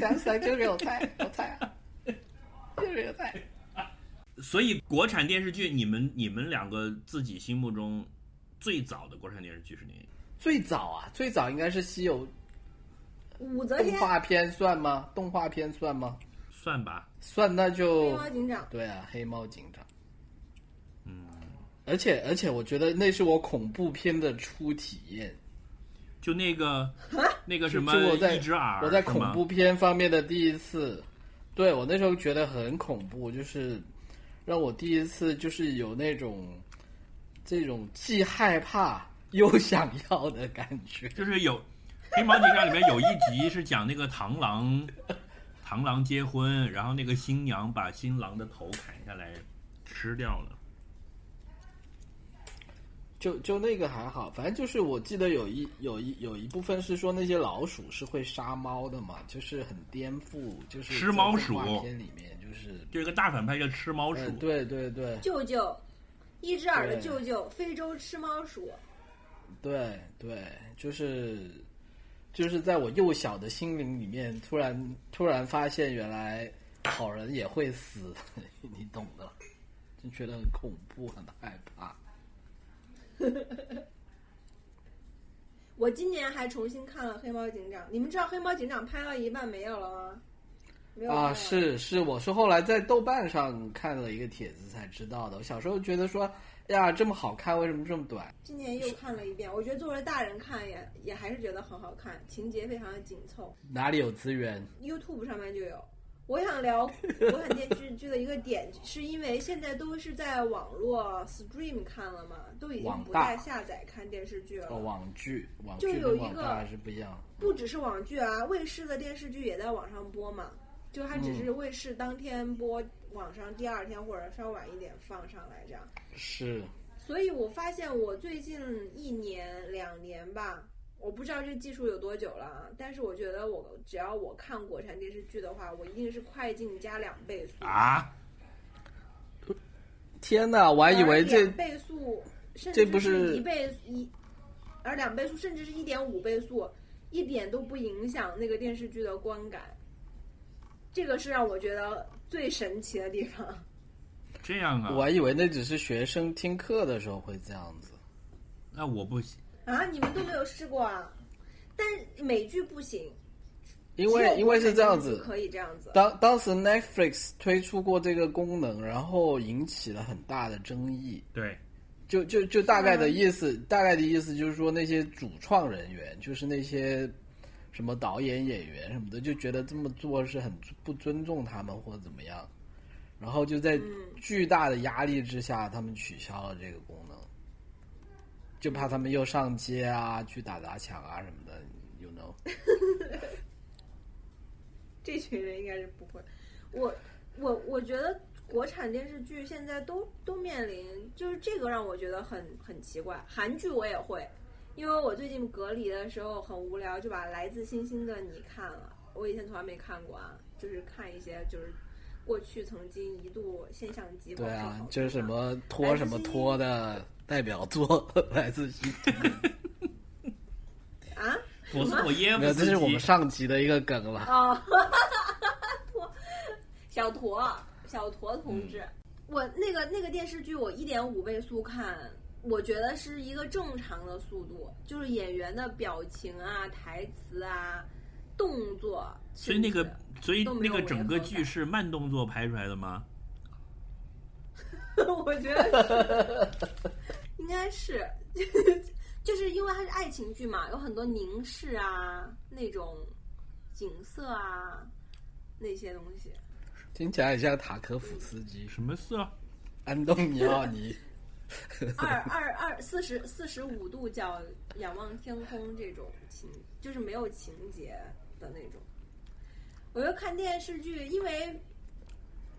Speaker 3: 牙齿上就是有菜，有菜啊，就是有菜。
Speaker 1: 所以国产电视剧，你们你们两个自己心目中最早的国产电视剧是哪一个？
Speaker 3: 最早啊，最早应该是《西游》
Speaker 2: 武则
Speaker 3: 动
Speaker 2: 天、
Speaker 3: 画片算吗？动画片算吗？
Speaker 1: 算吧，
Speaker 3: 算，那
Speaker 2: 黑
Speaker 3: 就
Speaker 2: 猫警长，
Speaker 3: 对啊，黑猫警长。
Speaker 1: 嗯，
Speaker 3: 而且而且，我觉得那是我恐怖片的初体验。
Speaker 1: 就那个那个什么
Speaker 3: 啊就我在
Speaker 1: 一只耳，
Speaker 3: 我在
Speaker 1: 是吗
Speaker 3: 恐怖片方面的第一次，对我那时候觉得很恐怖，就是让我第一次就是有那种这种既害怕 又想要的感觉。
Speaker 1: 就是有《黑猫警长》里面有一集是讲那个螳 螂，螳螂结婚，然后那个新娘把新郎的头砍下来吃掉了。
Speaker 3: 就就那个还好，反正就是我记得有一有一有一部分是说那些老鼠是会杀猫的嘛，就是很颠覆，就是
Speaker 1: 吃猫鼠
Speaker 3: 在动画片里面就是，
Speaker 1: 就一个大反派叫吃猫鼠，
Speaker 3: 呃，对对对
Speaker 2: 舅舅，一只耳的
Speaker 3: 对
Speaker 2: 舅舅，非洲吃猫鼠，
Speaker 3: 对对，就是就是在我幼小的心灵里面，突然突然发现原来好人也会死， 你懂的，就觉得很恐怖，很害怕。
Speaker 2: 我今年还重新看了《黑猫警长》，你们知道《黑猫警长》拍到一半没有了吗？没有看
Speaker 3: 啊，
Speaker 2: 了
Speaker 3: 是是，我是后来在豆瓣上看了一个帖子才知道的。我小时候觉得说，哎呀，这么好看，为什么这么短？
Speaker 2: 今年又看了一遍，我觉得作为大人看也也还是觉得很好看，情节非常的紧凑
Speaker 3: 哪里有资源？
Speaker 2: ，YouTube 上面就有。我想聊国产电视剧的一个点，是因为现在都是在网络 stream 看了嘛，都已经
Speaker 3: 网
Speaker 2: 不
Speaker 3: 大
Speaker 2: 再下载看电视剧了。
Speaker 3: 哦，网剧，网
Speaker 2: 就
Speaker 3: 剧
Speaker 2: 有
Speaker 3: 跟
Speaker 2: 一
Speaker 3: 网
Speaker 2: 个
Speaker 3: 大还是不一样。
Speaker 2: 不只是网剧啊，卫视的电视剧也在网上播嘛，就它只是
Speaker 3: 嗯
Speaker 2: 卫视当天播，网上第二天或者稍晚一点放上来这样。
Speaker 3: 是，
Speaker 2: 所以我发现我最近一年两年吧，我不知道这技术有多久了，啊，但是我觉得我只要我看国产电视剧的话，我一定是快进加两倍速，
Speaker 1: 啊，
Speaker 3: 天哪，我还以为这
Speaker 2: 呃两倍速，甚
Speaker 3: 这不
Speaker 2: 至
Speaker 3: 是
Speaker 2: 一倍一，而两倍速甚至是一点五倍速，一点都不影响那个电视剧的观感。这个是让我觉得最神奇的地方。
Speaker 1: 这样
Speaker 3: 我
Speaker 1: 啊，
Speaker 3: 还以为那只是学生听课的时候会这样子。
Speaker 1: 那我不行，
Speaker 2: 啊，你们都没有试过啊？但是美剧不行，
Speaker 3: 因
Speaker 2: 只有
Speaker 3: 为因为
Speaker 2: 国
Speaker 3: 是
Speaker 2: 产
Speaker 3: 这样
Speaker 2: 电视剧
Speaker 3: 子，
Speaker 2: 可以这样子。
Speaker 3: 当当时 Netflix 推出过这个功能，然后引起了很大的争议。
Speaker 1: 对，
Speaker 3: 就就就大概的意
Speaker 2: 啊
Speaker 3: 思，大概的意思就是说，那些主创人员，就是那些什么导演、演员什么的，就觉得这么做是很不尊重他们或者怎么样，然后就
Speaker 2: 嗯
Speaker 3: 在巨大的压力之下，他们取消了这个功能，就怕他们又上街啊，去打砸抢啊什么的，you know？
Speaker 2: 这群人应该是不会。我我我觉得国产电视剧现在都都面临，就是这个让我觉得很很奇怪。韩剧我也会，因为我最近隔离的时候很无聊，就把《来自星星的你》看了。我以前从来没看过啊，就是看一些就是过去曾经一度现象级
Speaker 3: 对
Speaker 2: 爆款好
Speaker 3: 啊
Speaker 2: 看的，
Speaker 3: 就是什么托什么托的代表作 来自西
Speaker 2: 啊
Speaker 1: 陀思妥耶
Speaker 3: 没
Speaker 1: 夫
Speaker 3: 有，
Speaker 1: 斯
Speaker 3: 这是我
Speaker 1: 基，
Speaker 3: 们上集的一个梗了。
Speaker 2: 哦，驼小驼小驼同志，
Speaker 1: 嗯
Speaker 2: 我那个那个电视剧我一点五倍速看，我觉得是一个正常的速度，就是演员的表情啊、台词啊、动作，
Speaker 1: 所以那
Speaker 2: 甚
Speaker 1: 个
Speaker 2: 至
Speaker 1: 所以
Speaker 2: 都没
Speaker 1: 那
Speaker 2: 有
Speaker 1: 个整个
Speaker 2: 违和
Speaker 1: 剧
Speaker 2: 感
Speaker 1: 是慢动作拍出来的吗？
Speaker 2: 我觉得是 应该是，就是因为它是爱情剧嘛，有很多凝视啊、那种景色啊那些东西。
Speaker 3: 听起来很像塔科夫斯基。
Speaker 1: 什么色？
Speaker 3: 安东尼奥尼，
Speaker 2: 二二二四十四十五度角仰望天空这种情，就是没有情节的那种。我觉得看电视剧，因为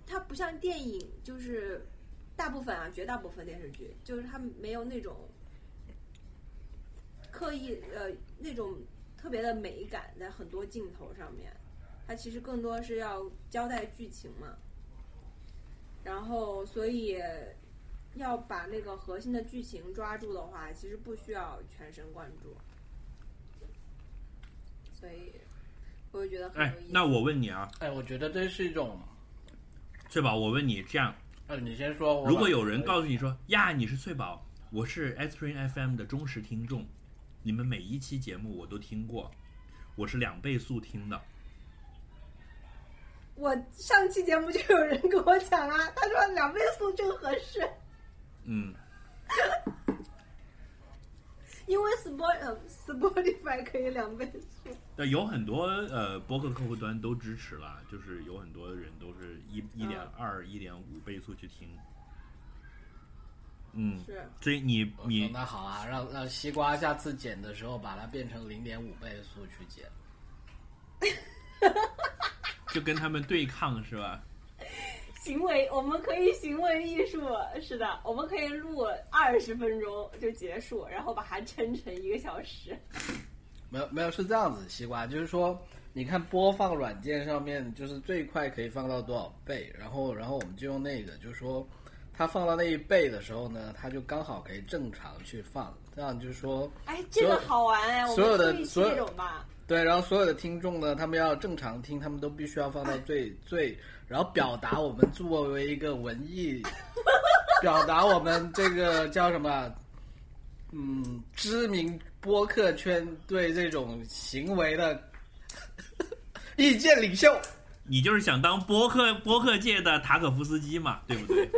Speaker 2: 它不像电影，就是大部分啊，绝大部分电视剧就是他们没有那种刻意呃那种特别的美感在很多镜头上面，它其实更多是要交代剧情嘛。然后，所以要把那个核心的剧情抓住的话，其实不需要全神贯注。所以，我就觉得很
Speaker 1: 哎
Speaker 2: 有意，思。
Speaker 1: 那我问你啊，
Speaker 3: 哎，我觉得这是一种，
Speaker 1: 翠宝，我问你，这样，
Speaker 3: 呃，你先说。我
Speaker 1: 如果有
Speaker 3: 把
Speaker 1: 人告诉你说呀，你是翠宝，我是 X Spring FM 的忠实听众，你们每一期节目我都听过，我是两倍速听的，
Speaker 2: 我上期节目就有人跟我讲啊，他说两倍速正合适，
Speaker 1: 嗯，
Speaker 2: 因为 Spot 呃 Spotify 可以两倍速。
Speaker 1: 对，有很多呃播客客户端都支持了，就是有很多人都是一一
Speaker 2: 嗯
Speaker 1: 点二、一点五倍速去听，嗯，
Speaker 2: 是，
Speaker 1: 所以你
Speaker 3: 我
Speaker 1: 你
Speaker 3: 说那好啊，让让西瓜下次剪的时候把它变成零点五倍速去剪。
Speaker 1: 就跟他们对抗是吧？
Speaker 6: 行为，我们可以行为艺术，是的，我们可以录二十分钟就结束，然后把它撑成一个小时。
Speaker 3: 没有没有是这样子，西瓜就是说，你看播放软件上面就是最快可以放到多少倍，然后然后我们就用那个，就是说，它放到那一倍的时候呢，它就刚好可以正常去放，这样就是说，
Speaker 6: 哎，这个好玩哎，我
Speaker 3: 所
Speaker 6: 们
Speaker 3: 有的
Speaker 6: 出一期
Speaker 3: 所有
Speaker 6: 这种吧。
Speaker 3: 对，然后所有的听众呢，他们要正常听，他们都必须要放到最最，然后表达我们作为一个文艺， 表达我们这个叫什么，嗯，知名播客圈对这种行为的意见领袖。
Speaker 1: 你就是想当播客播客界的塔可夫斯基嘛，对 不对？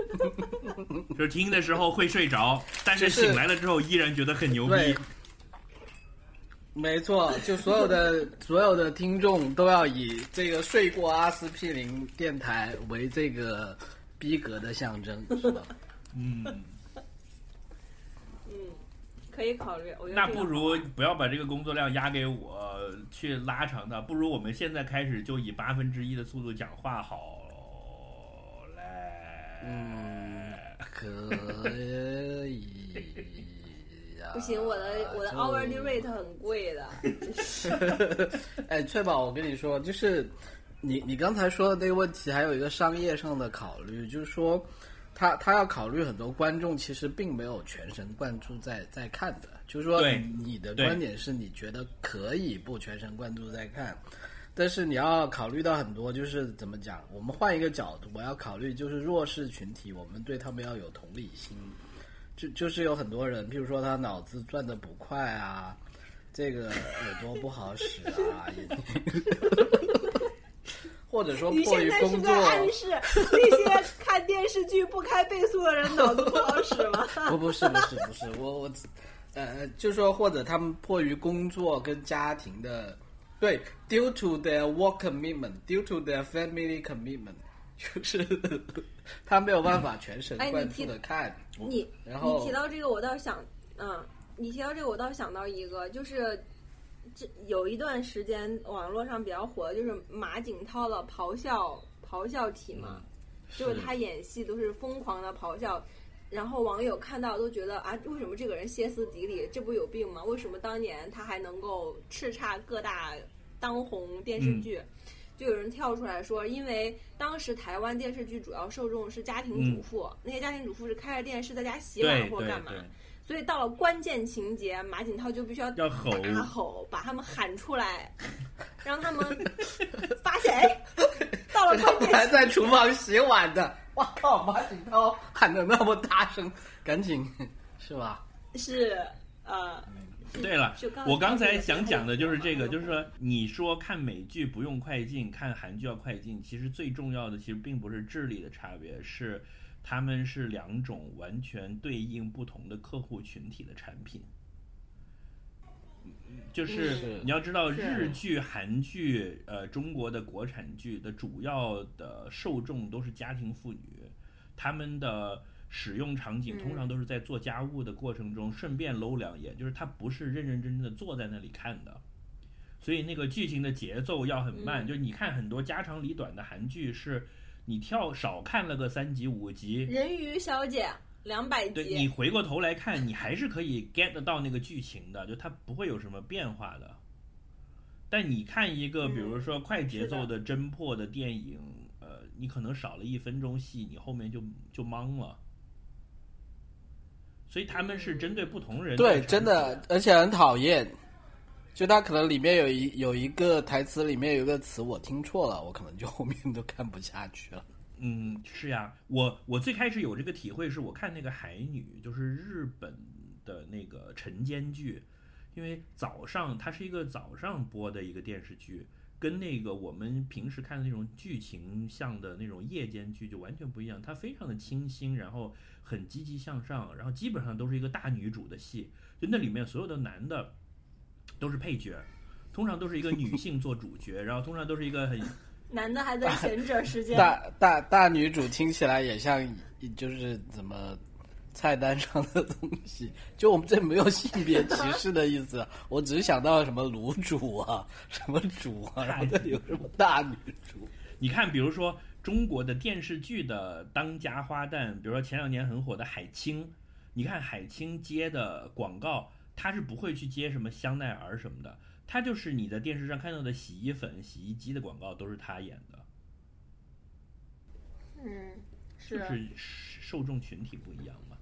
Speaker 1: 就是听的时候会睡着，但是
Speaker 3: 就是
Speaker 1: 醒来了之后依然觉得很牛逼。
Speaker 3: 对，没错，就所有的所有的听众都要以这个睡过阿司匹林电台为这个逼格的象征，是吧？
Speaker 1: 嗯，
Speaker 6: 嗯，可以考虑。我觉得
Speaker 1: 那
Speaker 6: 这个
Speaker 1: 不如不要把这个工作量压给我去拉长的，不如我们现在开始就以八分之一的速度讲话好嘞。
Speaker 3: 嗯，可以呀、
Speaker 6: 不行，我
Speaker 3: 啊
Speaker 6: 的我的 hourly rate 很贵的。
Speaker 3: 哎，翠宝，我跟你说，就是你你刚才说的那个问题，还有一个商业上的考虑，就是说他他要考虑很多观众其实并没有全神贯注在在看的，就是说
Speaker 1: 对
Speaker 3: 你的
Speaker 1: 对
Speaker 3: 观点是你觉得可以不全神贯注在看。但是你要考虑到很多，就是怎么讲？我们换一个角度，我要考虑就是弱势群体，我们对他们要有同理心。就就是有很多人，譬如说他脑子转的不快啊，这个耳朵不好使啊，眼或者说
Speaker 6: 你
Speaker 3: 迫
Speaker 6: 现
Speaker 3: 于
Speaker 6: 在是
Speaker 3: 工
Speaker 6: 在暗
Speaker 3: 作，
Speaker 6: 示那些看电视剧不开倍速的人脑子不好使吗？
Speaker 3: 不不是不是不是，我我呃，就说或者他们迫于工作跟家庭的，对，due to their work commitment，due to their family commitment，就是 他没有办法全神
Speaker 2: 哎你
Speaker 3: 贯注
Speaker 2: 提
Speaker 3: 的看，
Speaker 2: 你
Speaker 3: 嗯然后
Speaker 2: 你提到这个，我倒想，嗯，你提到这个，我倒想到一个，就是这有一段时间网络上比较火的就是马景涛的咆哮咆哮体
Speaker 3: 嗯
Speaker 2: 嘛，就是他演戏都是疯狂的咆哮。然后网友看到都觉得啊，为什么这个人歇斯底里？这不有病吗？为什么当年他还能够叱咤各大当红电
Speaker 1: 嗯
Speaker 2: 视剧？就有人跳出来说，因为当时台湾电视剧主要受众是家庭主妇，那些家庭主妇是开着电视在家洗碗
Speaker 1: 嗯对
Speaker 2: 或
Speaker 1: 对
Speaker 2: 干嘛，
Speaker 1: 对，
Speaker 2: 所以到了关键情节，马景涛就必须要
Speaker 1: 要吼
Speaker 2: 大吼，把他们喊 出来，让他们发现，哎， 到了关 键
Speaker 3: 还在厨房洗碗的，我靠！马景涛喊的那么大声，赶紧是吧？
Speaker 6: 是呃，
Speaker 1: 对了
Speaker 6: 就刚，才
Speaker 1: 我刚才想讲的就是这个，就是说，你说看美剧不用快进，看韩剧要快进，其实最重要的其实并不是智力的差别，是他们是两种完全对应不同的客户群体的产品。就是
Speaker 3: 是
Speaker 1: 你要知道，
Speaker 2: 是
Speaker 1: 日剧、韩剧，呃，中国的国产剧的主要的受众都是家庭妇女，他们的使用场景通常都是在做家务的过程中顺便搂两眼，就是他不是认认真真的坐在那里看的，所以那个剧情的节奏要很慢。就是你看很多家长里短的韩剧是。你跳少看了个三集五集，
Speaker 2: 人鱼小姐两百
Speaker 1: 对你
Speaker 2: 集，
Speaker 1: 回过头来看，你还是可以 get 得到那个剧情的，就它不会有什么变化的。但你看一个，
Speaker 5: 嗯
Speaker 1: 比如说快节奏
Speaker 5: 是
Speaker 1: 的侦破的电影，呃，你可能少了一分钟戏，你后面就就懵了。所以他们
Speaker 5: 嗯
Speaker 1: 是针对不同人
Speaker 3: 对，
Speaker 1: 来
Speaker 3: 真
Speaker 1: 产
Speaker 3: 的
Speaker 1: 品，
Speaker 3: 而且很讨厌。就他可能里面有一有一个台词，里面有一个词我听错了，我可能就后面都看不下去了。
Speaker 1: 嗯，是呀，我我最开始有这个体会，是我看那个海女，就是日本的那个晨间剧，因为早上它是一个早上播的一个电视剧，跟那个我们平时看的那种剧情向的那种夜间剧就完全不一样，它非常的清新，然后很积极向上，然后基本上都是一个大女主的戏，就那里面所有的男的都是配角。通常都是一个女性做主角，然后通常都是一个很
Speaker 2: 男的还在贤者时间，
Speaker 3: 大大大女主听起来也像就是怎么菜单上的东西，就我们这没有性别歧视的意思，我只是想到什么卤煮啊，什么煮啊，然后这里有什么大女主，
Speaker 1: 你看，比如说中国的电视剧的当家花旦，比如说前两年很火的海清，你看海清接的广告，她是不会去接什么香奈儿什么的，她就是你在电视上看到的洗衣粉、洗衣机的广告都是她演的，
Speaker 5: 嗯，
Speaker 1: 就是是受众群体不一样嘛。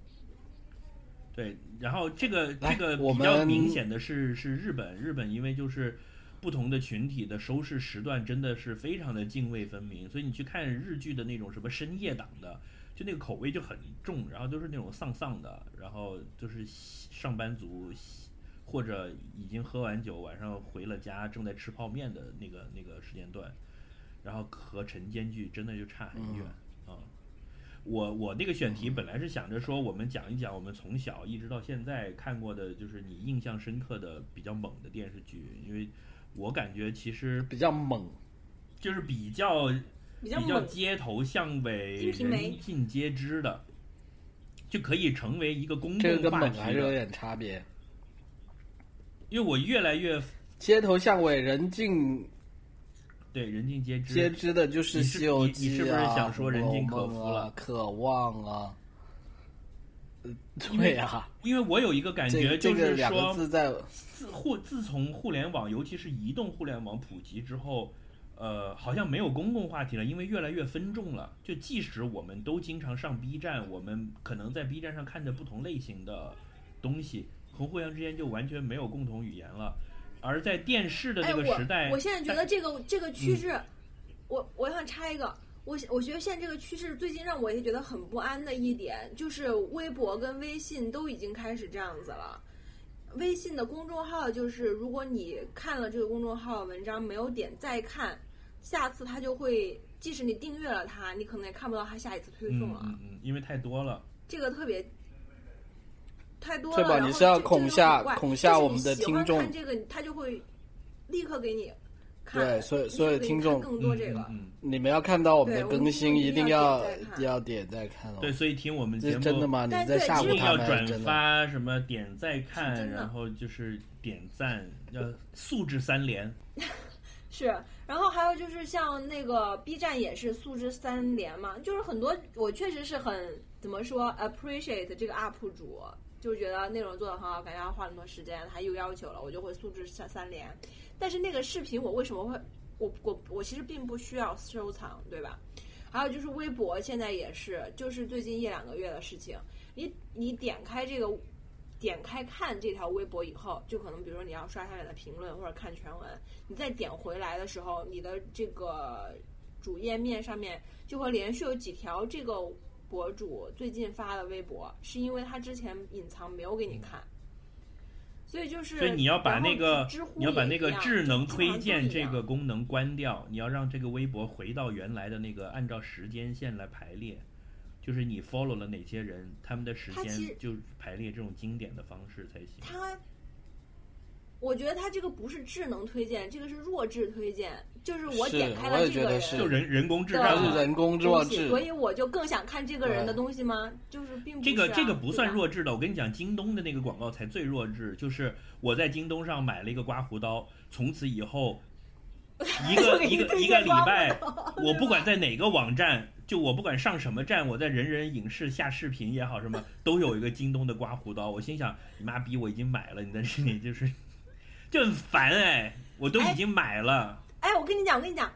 Speaker 1: 对，然后这个
Speaker 3: 来
Speaker 1: 这个
Speaker 3: 哎我
Speaker 1: 比
Speaker 3: 们
Speaker 1: 较明显的是是日本，日本因为就是不同的群体的收视时段真的是非常的泾渭分明，所以你去看日剧的那种什么深夜档的，就那个口味就很重，然后都是那种丧丧的，然后就是上班族或者已经喝完酒晚上回了家正在吃泡面的那个那个时间段，然后和晨间剧真的就差很
Speaker 3: 嗯
Speaker 1: 远啊、我我那个选题本来是想着说，我们讲一讲我们从小一直到现在看过的，就是你印象深刻的比较猛的电视剧，因为我感觉其实
Speaker 3: 比较猛。
Speaker 1: 就是比较
Speaker 2: 比较
Speaker 1: 比较
Speaker 2: 猛。
Speaker 1: 街头巷尾、
Speaker 2: 金瓶梅
Speaker 1: 人尽皆知的，就可以成为一个公
Speaker 3: 这个
Speaker 1: 众
Speaker 3: 跟
Speaker 1: 话
Speaker 3: 猛还
Speaker 1: 题
Speaker 3: 是有
Speaker 1: 的。
Speaker 3: 点差别。
Speaker 1: 因为我越来越
Speaker 3: 街头巷尾人尽
Speaker 1: 对人尽皆知，
Speaker 3: 皆知的就是《
Speaker 1: 你是
Speaker 3: 西游记》
Speaker 1: 你
Speaker 3: 啊，
Speaker 1: 你是不是想说人尽可
Speaker 3: 红楼
Speaker 1: 夫
Speaker 3: 梦啊
Speaker 1: 了
Speaker 3: 渴望啊，呃对啊，
Speaker 1: 因为我有一个感
Speaker 3: 这
Speaker 1: 觉，
Speaker 3: 这
Speaker 1: 就
Speaker 3: 个
Speaker 1: 是
Speaker 3: 两个
Speaker 1: 说，
Speaker 3: 字在
Speaker 1: 自互自从互联网，尤其是移动互联网普及之后，呃，好像没有公共话题了，因为越来越分众了。就即使我们都经常上 B 站，我们可能在 B 站上看着不同类型的东西，和互相之间就完全没有共同语言了。而在电视的
Speaker 2: 哎，
Speaker 1: 这个时代，嗯
Speaker 2: 我我现在觉得这个这个趋势，我我想插一个，我我觉得现在这个趋势最近让我也觉得很不安的一点，就是微博跟微信都已经开始这样子了。微信的公众号就是，如果你看了这个公众号文章没有点再看，下次它就会，即使你订阅了它，你可能也看不到它下一次推送
Speaker 1: 嗯
Speaker 2: 了。
Speaker 1: 嗯嗯，因为太多了。
Speaker 2: 这个特别太多了。
Speaker 3: 翠宝
Speaker 2: 然后
Speaker 3: 你是要
Speaker 2: 这这个
Speaker 3: 恐
Speaker 2: 又很
Speaker 3: 吓
Speaker 2: 怪
Speaker 3: 恐吓
Speaker 2: 就是
Speaker 3: 我们的
Speaker 2: 你喜
Speaker 3: 听
Speaker 2: 欢
Speaker 3: 众
Speaker 2: 看这个他就会立刻给你看，
Speaker 3: 对所以
Speaker 2: 立刻
Speaker 3: 所
Speaker 2: 给
Speaker 3: 以
Speaker 2: 你
Speaker 3: 听众
Speaker 2: 看更多这个。
Speaker 1: 嗯嗯
Speaker 3: 你们要看到我们的
Speaker 5: 对我
Speaker 3: 更
Speaker 5: 们
Speaker 3: 新，
Speaker 5: 一
Speaker 3: 一
Speaker 5: 定
Speaker 3: 定
Speaker 5: 要
Speaker 3: 要
Speaker 5: 点再看
Speaker 3: 要点再看哦。
Speaker 1: 嗯对，所以听我们
Speaker 3: 这
Speaker 1: 节
Speaker 3: 是
Speaker 1: 目
Speaker 3: 真的吗？你
Speaker 2: 但
Speaker 3: 在
Speaker 2: 对
Speaker 3: 吓
Speaker 1: 一
Speaker 2: 其实
Speaker 3: 唬
Speaker 1: 定
Speaker 3: 他
Speaker 1: 要
Speaker 3: 们？
Speaker 1: 转
Speaker 3: 真的。
Speaker 1: 发，什么点赞
Speaker 2: 是
Speaker 1: 看，
Speaker 2: 真的
Speaker 1: 然后就是点赞，要素质三连。
Speaker 2: 是，然后还有就是像那个 B 站也是素质三连嘛，就是很多我确实是很怎么说 appreciate 这个 UP 主，就是觉得内容做的很好，感觉他花了很多时间，他又要求了，我就会素质三三连。但是那个视频我为什么会我我我其实并不需要收藏，对吧？还有就是微博现在也是，就是最近一两个月的事情，你你点开这个。点开看这条微博以后，就可能比如说你要刷下面的评论或者看全文，你再点回来的时候，你的这个主页面上面就会连续有几条这个博主最近发的微博，是因为他之前隐藏没有给你看，所以就是，
Speaker 1: 嗯所以你要把
Speaker 2: 然后
Speaker 1: 那个
Speaker 2: 知乎
Speaker 1: 你要把
Speaker 2: 也
Speaker 1: 那个
Speaker 2: 一样
Speaker 1: 智能推荐
Speaker 2: 基本
Speaker 1: 这
Speaker 2: 上
Speaker 1: 个
Speaker 2: 都一样
Speaker 1: 功能关掉，你要让这个微博回到原来的那个按照时间线来排列，就是你 follow 了哪些人，他们的时
Speaker 2: 它其
Speaker 1: 间
Speaker 2: 实
Speaker 1: 就排列这种经典的方式才行。
Speaker 2: 它，我觉得它这个不是智能推荐，这个是弱智推荐，就是我
Speaker 3: 是
Speaker 2: 点开
Speaker 3: 我
Speaker 2: 了
Speaker 3: 也
Speaker 2: 这
Speaker 3: 觉
Speaker 2: 个
Speaker 3: 得
Speaker 2: 人
Speaker 3: 是
Speaker 1: 就人人工智
Speaker 2: 对
Speaker 1: 障
Speaker 3: 它是
Speaker 1: 嘛，
Speaker 3: 人工弱
Speaker 2: 东西，
Speaker 3: 智，
Speaker 2: 所以我就更想看这个人的
Speaker 3: 对
Speaker 2: 东西吗？就是并不
Speaker 1: 这个
Speaker 2: 是啊
Speaker 1: 这个不算
Speaker 2: 对吧
Speaker 1: 弱智的，我跟你讲，京东的那个广告才最弱智，就是我在京东上买了一个刮胡刀，从此 以后。一
Speaker 2: 就
Speaker 1: 个
Speaker 2: 给你
Speaker 1: 一个
Speaker 2: 推
Speaker 1: 一
Speaker 2: 荐
Speaker 1: 个礼
Speaker 2: 刮胡
Speaker 1: 拜，我不管在哪个网站，就我不管上什么站，我在人人影视下视频也好，什么都有一个京东的刮胡刀。我心想，你妈逼，我已经买了，你在这里就是就很烦哎，我都已经买了，
Speaker 2: 哎，我跟你讲，我跟你讲，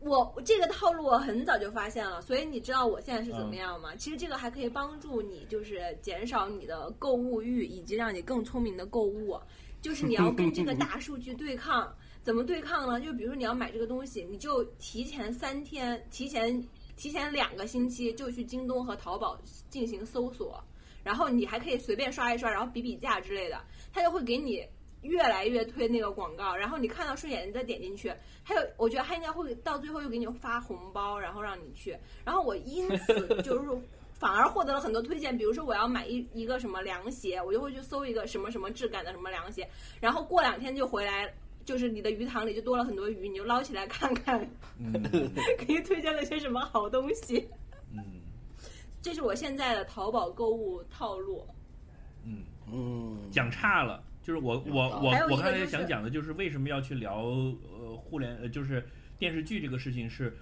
Speaker 2: 我我这个套路我很早就发现了，所以你知道我现在是怎么样吗？其实这个还可以帮助你，就是减少你的购物欲，以及让你更聪明的购物。就是你要跟这个大数据对抗，怎么对抗呢？就比如说你要买这个东西，你就提前三天，提前提前两个星期就去京东和淘宝进行搜索，然后你还可以随便刷一刷，然后比比价之类的，它就会给你越来越推那个广告，然后你看到顺眼，你再点进去。还有，我觉得他应该会到最后又给你发红包，然后让你去。然后我因此就是反而获得了很多推荐，比如说我要买一一个什么凉鞋，我就会去搜一个什么什么质感的什么凉鞋，然后过两天就回来。就是你的鱼塘里就多了很多鱼，你就捞起来看看，
Speaker 1: 嗯
Speaker 2: 给你推荐了些什么好东西。
Speaker 1: 嗯
Speaker 2: 这是我现在的淘宝购物套路。
Speaker 1: 嗯，
Speaker 3: 嗯，
Speaker 1: 讲岔了。就是我我我
Speaker 2: 还有一个
Speaker 1: 我刚才
Speaker 2: 就是
Speaker 1: 想讲的就是为什么要去聊呃互联呃就是电视剧这个事情是。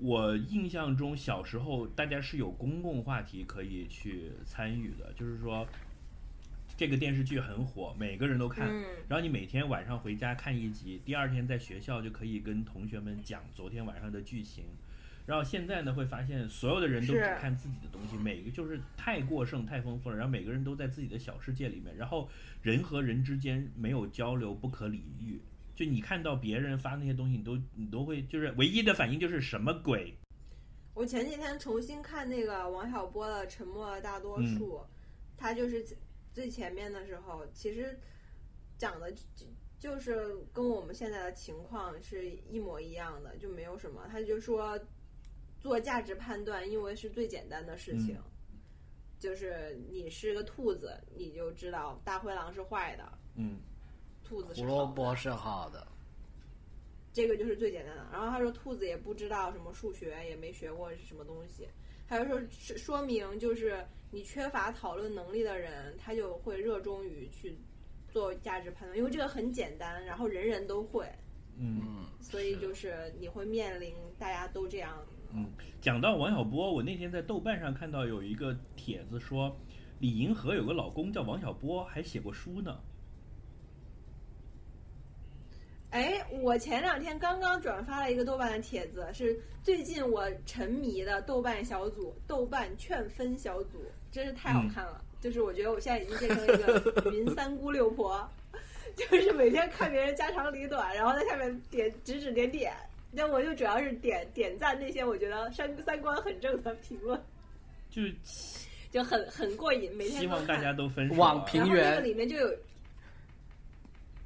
Speaker 1: 我印象中，小时候大家是有公共话题可以去参与的，就是说，这个电视剧很火，每个人都看，
Speaker 2: 嗯
Speaker 1: 然后你每天晚上回家看一集，第二天在学校就可以跟同学们讲昨天晚上的剧情。然后现在呢，会发现所有的人都只
Speaker 5: 是
Speaker 1: 看自己的东西，每个就是太过剩、太丰富了，然后每个人都在自己的小世界里面，然后人和人之间没有交流，不可理喻。就你看到别人发那些东西，你都你都会就是唯一的反应就是什么鬼？
Speaker 5: 我前几天重新看那个王小波的《沉默的大
Speaker 3: 嗯
Speaker 5: 多数》，他就是最前面的时候，其实讲的就就是跟我们现在的情况是一模一样的，就没有什么。他就说做价值判断，因为是最简单的事情，
Speaker 3: 嗯
Speaker 5: 就是你是个兔子，你就知道大灰狼是坏的，
Speaker 1: 嗯
Speaker 5: 兔子
Speaker 3: 胡
Speaker 5: 是好
Speaker 3: 萝
Speaker 5: 的。
Speaker 3: 卜是好的，
Speaker 5: 这个就是最简单的。然后他说兔子也不知道什么数学，也没学过什么东西。还有说是说明就是你缺乏讨论能力的人，他就会热衷于去做价值判断，因为这个很简单，然后人人都会，
Speaker 1: 嗯
Speaker 3: 嗯，
Speaker 5: 所以就是是你会面临大家都这样。
Speaker 1: 嗯。讲到王小波，我那天在豆瓣上看到有一个帖子说，李银河有个老公叫王小波，还写过书呢。
Speaker 5: 哎，我前两天刚刚转发了一个豆瓣的帖子，是最近我沉迷的豆瓣小组“豆瓣劝分小组”，真是太
Speaker 1: 嗯
Speaker 5: 好看了。就是我觉得我现在已经变成一个云三姑六婆， 就是每天看别人家长里短，然后在下面点指指点点。那我就主要是点点赞那些我觉得三三观很正的评论，
Speaker 1: 就是
Speaker 2: 就很很过瘾，每天
Speaker 1: 希
Speaker 2: 都
Speaker 1: 望大
Speaker 2: 看
Speaker 1: 家都分手、啊。
Speaker 3: 网评
Speaker 5: 然后那个
Speaker 3: 原
Speaker 5: 里面就有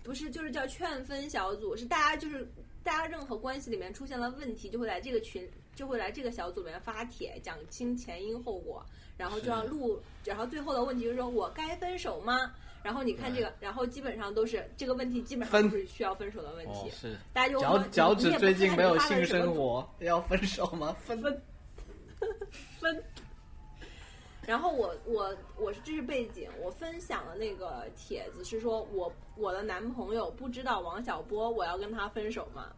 Speaker 2: 不是，就是叫劝分小组，是大家就是大家任何关系里面出现了问题，就会来这个群，就会来这个小组里面发帖，讲清前因后果，然后就让录，然后最后的问题就是说我该分手吗？然后你看这个，然后基本上都是这个问题，基本上
Speaker 3: 嗯分
Speaker 2: 都是需要分手的问题
Speaker 1: 哦。
Speaker 3: 是
Speaker 2: 大家就会
Speaker 3: 脚
Speaker 2: 说你
Speaker 3: 脚趾
Speaker 2: 你也不
Speaker 3: 最
Speaker 2: 看
Speaker 3: 近
Speaker 2: 你
Speaker 3: 没有
Speaker 2: 发的
Speaker 3: 性
Speaker 2: 什么
Speaker 3: 生活，要分手吗？分
Speaker 2: 分分。然后我我我是这是背景，我分享的那个帖子是说我我的男朋友不知道王小波，我要跟他分手嘛。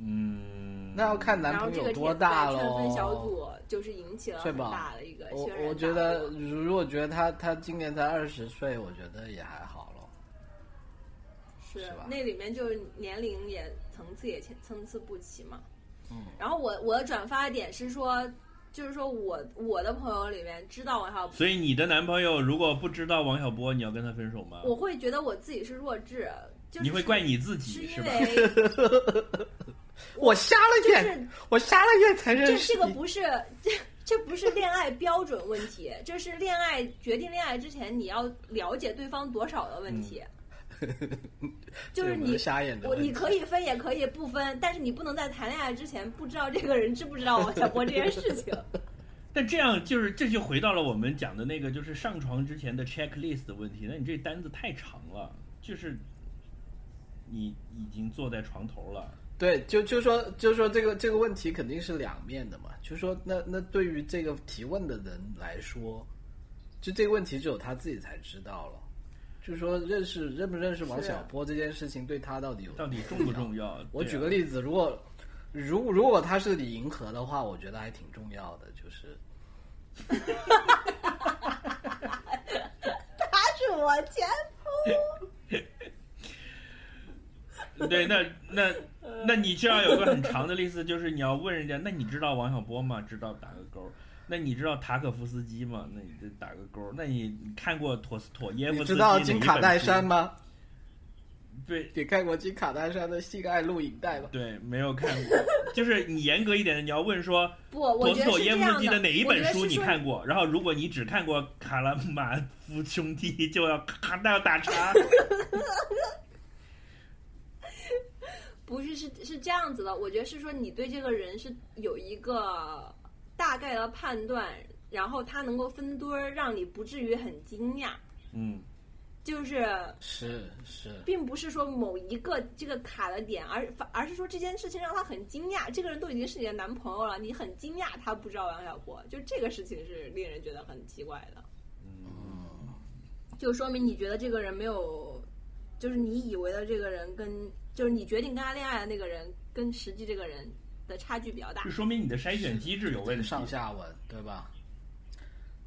Speaker 1: 嗯，
Speaker 3: 那要看男
Speaker 2: 然后
Speaker 3: 朋
Speaker 2: 这个
Speaker 3: 友
Speaker 2: 帖
Speaker 3: 多
Speaker 2: 子
Speaker 3: 大
Speaker 2: 在劝
Speaker 3: 喽。
Speaker 2: 分小组就是引起了
Speaker 3: 翠
Speaker 2: 很
Speaker 3: 宝
Speaker 2: 大的一个
Speaker 3: 我
Speaker 2: 轩然
Speaker 3: 我
Speaker 2: 大
Speaker 3: 觉得，
Speaker 2: 波
Speaker 3: 如如果觉得他他今年才二十岁，我觉得也还好咯。
Speaker 2: 是
Speaker 3: 是吧
Speaker 2: 那里面就是年龄也层次也参差不齐嘛。
Speaker 3: 嗯，
Speaker 2: 然后我我的转发点是说，就是说我我的朋友里面知道王小波。
Speaker 1: 所以你的男朋友如果不知道王小波，你要跟他分手吗？
Speaker 2: 我会觉得我自己是弱智，就是
Speaker 1: 你会怪你自
Speaker 2: 是
Speaker 1: 己
Speaker 2: 因
Speaker 1: 吧？
Speaker 2: 为
Speaker 3: 我瞎了眼，
Speaker 2: 就是
Speaker 3: 我瞎了眼才认
Speaker 2: 这
Speaker 3: 识
Speaker 2: 这个
Speaker 3: 你。
Speaker 2: 不是这这不是恋爱标准问题，这是恋爱决定恋爱之前你要了解对方多少的问题。就是
Speaker 3: 这不
Speaker 2: 你
Speaker 3: 瞎眼的
Speaker 2: 我
Speaker 3: 问题，
Speaker 2: 你可以分也可以不分，但是你不能在谈恋爱之前不知道这个人知不知道王小波这件事情。
Speaker 1: 但这样就是这就回到了我们讲的那个，就是上床之前的 checklist 的问题。那你这单子太长了，就是你已经坐在床头了。
Speaker 3: 对，就就说就说这个这个问题肯定是两面的嘛。就说那那对于这个提问的人来说，就这个问题只有他自己才知道了。就说认识认不认识王
Speaker 5: 是
Speaker 2: 啊
Speaker 3: 小波这件事情，对他到底有
Speaker 1: 到底重不重要？
Speaker 3: 我
Speaker 1: 对啊
Speaker 3: 举个例子，如果如如果它是李银河的话，我觉得还挺重要的，就是
Speaker 5: 他是我前
Speaker 1: 对，那那那你这样有个很长的类似，就是你要问人家，那你知道王小波吗？知道，打个勾。那你知道塔可夫斯基吗？那你得打个勾。那你你看过陀思妥耶夫
Speaker 3: 你
Speaker 1: 斯基
Speaker 3: 知
Speaker 1: 哪
Speaker 3: 道
Speaker 1: 一
Speaker 3: 金
Speaker 1: 本
Speaker 3: 卡戴
Speaker 1: 书
Speaker 3: 珊？吗？
Speaker 1: 对
Speaker 3: 你看过金卡戴珊的性爱录影带吗？
Speaker 1: 对，没有看过。就是你严格一点的，你要问说
Speaker 2: 不，我
Speaker 1: 陀
Speaker 2: 觉
Speaker 1: 思
Speaker 2: 得
Speaker 1: 妥
Speaker 2: 是
Speaker 1: 耶
Speaker 2: 这
Speaker 1: 夫斯
Speaker 2: 样
Speaker 1: 基
Speaker 2: 的
Speaker 1: 哪一本书你？
Speaker 2: 我觉得是说
Speaker 1: 看过？然后如果你只看过《卡拉马夫兄弟》，就要咔那要 打叉。
Speaker 2: 不是是是这样子的，我觉得是说你对这个人是有一个大概的判断，然后他能够分堆儿，让你不至于很惊讶。
Speaker 1: 嗯，
Speaker 2: 就是
Speaker 3: 是是，
Speaker 2: 并不是说某一个这个卡的点，而反而是说这件事情让他很惊讶。这个人都已经是你的男朋友了，你很惊讶他不知道王小波，就这个事情是令人觉得很奇怪的。
Speaker 3: 嗯
Speaker 2: 就说明你觉得这个人没有，就是你以为的这个人跟就是你决定跟他恋爱的那个人跟实际这个人的差距比较大
Speaker 1: 就，说明你的筛选机制有问题。
Speaker 3: 上下文对吧？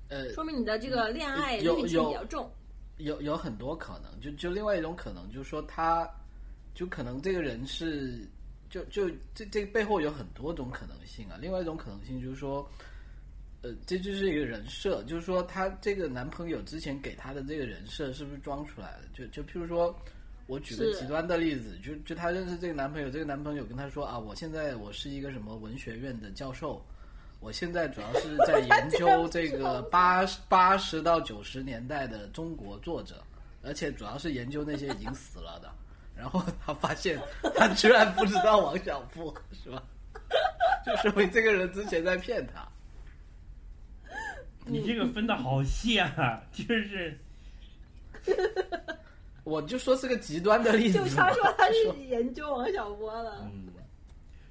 Speaker 3: 呃，
Speaker 2: 说明你的这个恋爱
Speaker 3: 有
Speaker 2: 滤镜
Speaker 3: 有
Speaker 2: 比较重。
Speaker 3: 有有很多可能，就就另外一种可能，就是说他，就可能这个人是，就就这这背后有很多种可能性啊。另外一种可能性就是说，呃，这就是一个人设，就是说她这个男朋友之前给她的这个人设是不是装出来的？就就譬如说，我举个
Speaker 2: 是
Speaker 3: 极端的例子，就就她认识这个男朋友，这个男朋友跟她说啊，我现在我是一个什么文学院的教授，我现在主要是在研究这个八八十到九十年代的中国作者，而且主要是研究那些已经死了的。然后她发现她居然不知道王小波， 是吧？就说明这个人之前在骗她。
Speaker 1: 你这个分的好细啊， 就是
Speaker 3: 我就说是个极端的例子
Speaker 2: 就
Speaker 3: 嘛。
Speaker 2: 他说他是研究王小波的，
Speaker 1: 嗯，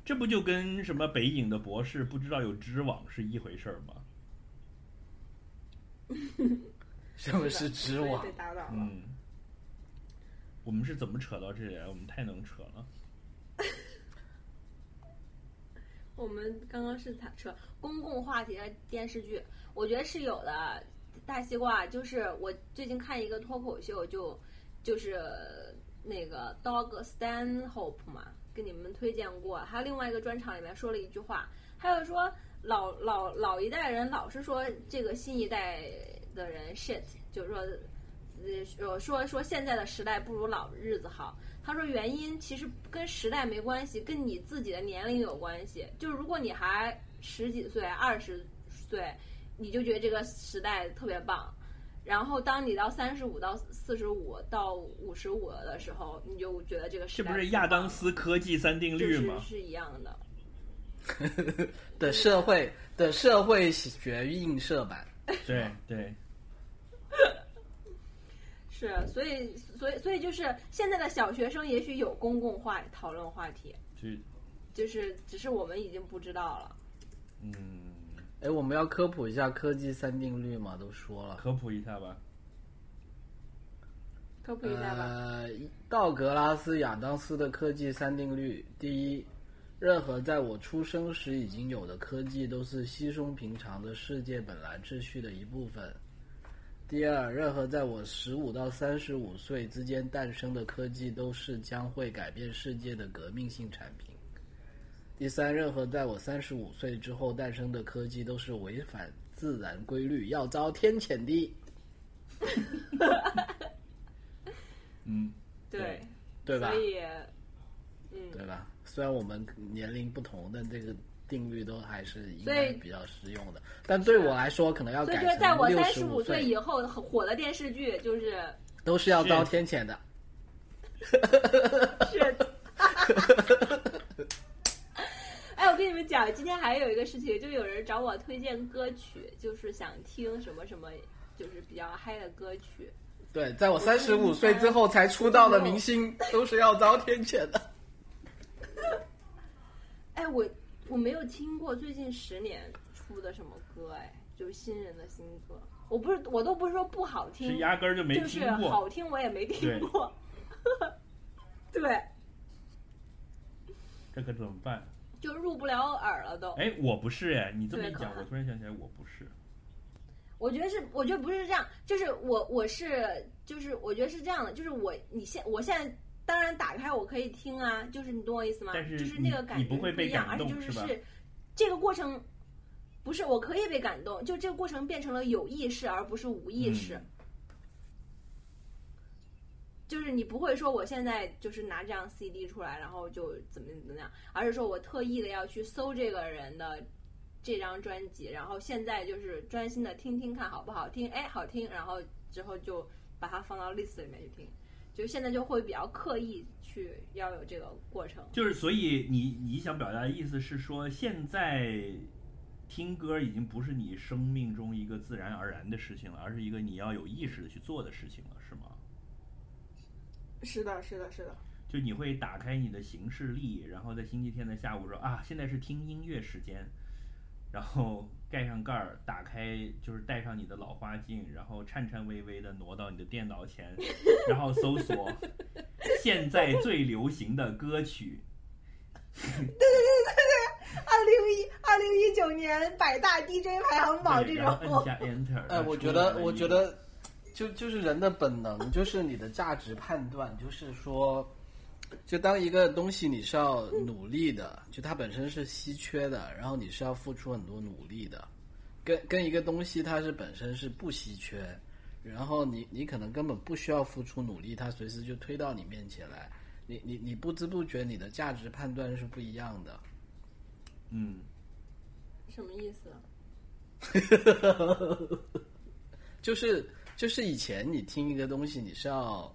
Speaker 1: 这不就跟什么北影的博士不知道有知网是一回事儿吗？
Speaker 3: 什么是织
Speaker 5: 夫
Speaker 3: 网
Speaker 5: 被？打倒了。
Speaker 1: 嗯，我们是怎么扯到这里啊来？我们太能扯了。
Speaker 2: 我们刚刚是谈扯公共话题的电视剧，我觉得是有的。大西瓜就是我最近看一个脱口秀就，就是那个 Dog Stanhope 嘛，给你们推荐过。还有另外一个专场里面说了一句话，还有说老老老一代人老是说这个新一代的人 shit，就是说呃说说现在的时代不如老日子好。他说原因其实跟时代没关系，跟你自己的年龄有关系。就是如果你还十几岁、二十岁，你就觉得这个时代特别棒。然后，当你到三十五到四十五到五十五的时候，你就觉得这个时
Speaker 1: 这
Speaker 2: 代
Speaker 1: 不是
Speaker 2: 太
Speaker 1: 亚
Speaker 2: 棒
Speaker 1: 当
Speaker 2: 了
Speaker 1: 斯科技三定律吗
Speaker 2: 就？是是一样的。
Speaker 3: 的社会的社会学映射版，
Speaker 1: 对对，
Speaker 2: 是，所以，所以，所以就是现在的小学生也许有公共话讨论话题，
Speaker 1: 就
Speaker 2: 就是只是我们已经不知道了。
Speaker 1: 嗯，
Speaker 3: 哎，我们要科普一下科技三定律嘛，都说了。
Speaker 1: 科普一下吧。
Speaker 2: 科普一下吧。
Speaker 3: 呃，道格拉斯·亚当斯的科技三定律：第一，任何在我出生时已经有的科技都是稀松平常的世界本来秩序的一部分；第二，任何在我十五到三十五岁之间诞生的科技都是将会改变世界的革命性产品；第三，任何在我三十五岁之后诞生的科技都是违反自然规律，要遭天谴的。
Speaker 1: 嗯，
Speaker 2: 对，
Speaker 3: 对吧？
Speaker 2: 所以，嗯，
Speaker 3: 对吧？虽然我们年龄不同，但这个定律都还是应
Speaker 2: 所
Speaker 3: 该
Speaker 2: 以
Speaker 3: 比较实用的。但对我来说，可能要
Speaker 2: 所以
Speaker 3: 改
Speaker 2: 就是在
Speaker 3: 成
Speaker 2: 我
Speaker 3: 六
Speaker 2: 三
Speaker 3: 十
Speaker 2: 十五岁
Speaker 3: 岁
Speaker 2: 以，后很火的电视剧就是
Speaker 3: 都是要遭天谴的。
Speaker 2: 是。哎，我跟你们讲，今天还有一个事情，就有人找我推荐歌曲，就是想听什么什么，就是比较嗨的歌曲。
Speaker 3: 对，在我三十五岁之后才出道的明星，都是要遭天谴的。
Speaker 2: 哎，我我没有听过最近十年出的什么歌，哎，就是新人的新歌。我不是，我都不是说不好听，
Speaker 1: 是压根儿就没
Speaker 2: 就
Speaker 1: 听
Speaker 2: 是好
Speaker 1: 过。
Speaker 2: 听我也没听 过。对，
Speaker 1: 这可怎么办？
Speaker 2: 就入不了耳了都。
Speaker 1: 哎，我不是哎，你这么
Speaker 2: 对
Speaker 1: 一
Speaker 2: 可
Speaker 1: 讲，
Speaker 2: 能
Speaker 1: 我突然想起来，我不是。
Speaker 2: 我觉得是，我觉得不是这样，就是我我是就是我觉得是这样的，就是我你现我现在当然打开我可以听啊，就是你懂我意思吗？
Speaker 1: 但是
Speaker 2: 就是
Speaker 1: 你
Speaker 2: 那个感
Speaker 1: 你
Speaker 2: 觉
Speaker 1: 不会
Speaker 2: 是
Speaker 1: 被
Speaker 2: 一样，
Speaker 1: 感
Speaker 2: 而且
Speaker 1: 动
Speaker 2: 就是
Speaker 1: 是吧
Speaker 2: 这个过程。不是，我可以被感动，就这个过程变成了有意识，而不是无意识。
Speaker 1: 嗯
Speaker 2: 就是你不会说我现在就是拿这张 CD 出来，然后就怎么怎么样，而是说我特意的要去搜这个人的这张专辑，然后现在就是专心的听听看好不好听，哎，好听，然后之后就把它放到 list 里面去听，就现在就会比较刻意去要有这个过程。
Speaker 1: 就是，所以你你想表达的意思是说，现在听歌已经不是你生命中一个自然而然的事情了，而是一个你要有意识的去做的事情了，是吗？
Speaker 5: 是的，是的，是的，
Speaker 1: 就你会打开你的行事历，然后在星期天的下午说啊，现在是听音乐时间，然后盖上盖儿，打开就是戴上你的老花镜，然后颤颤巍巍的挪到你的电脑前，然后搜索现在最流行的歌曲。
Speaker 5: 二零一二零一九年百大 DJ 排行榜
Speaker 1: 对
Speaker 5: 这
Speaker 1: 然后摁
Speaker 5: 种，
Speaker 1: 下 Enter。
Speaker 3: 哎，我觉
Speaker 1: 出
Speaker 3: 得，
Speaker 1: 来
Speaker 3: 我
Speaker 1: 一
Speaker 3: 觉得，就就是人的本能，就是你的价值判断，就是说，就当一个东西你是要努力的，就它本身是稀缺的，然后你是要付出很多努力的，跟跟一个东西它是本身是不稀缺，然后你你可能根本不需要付出努力，它随时就推到你面前来，你你你不知不觉你的价值判断是不一样的。
Speaker 1: 嗯，
Speaker 2: 什么意思？
Speaker 3: 就是就是以前你听一个东西，你是要，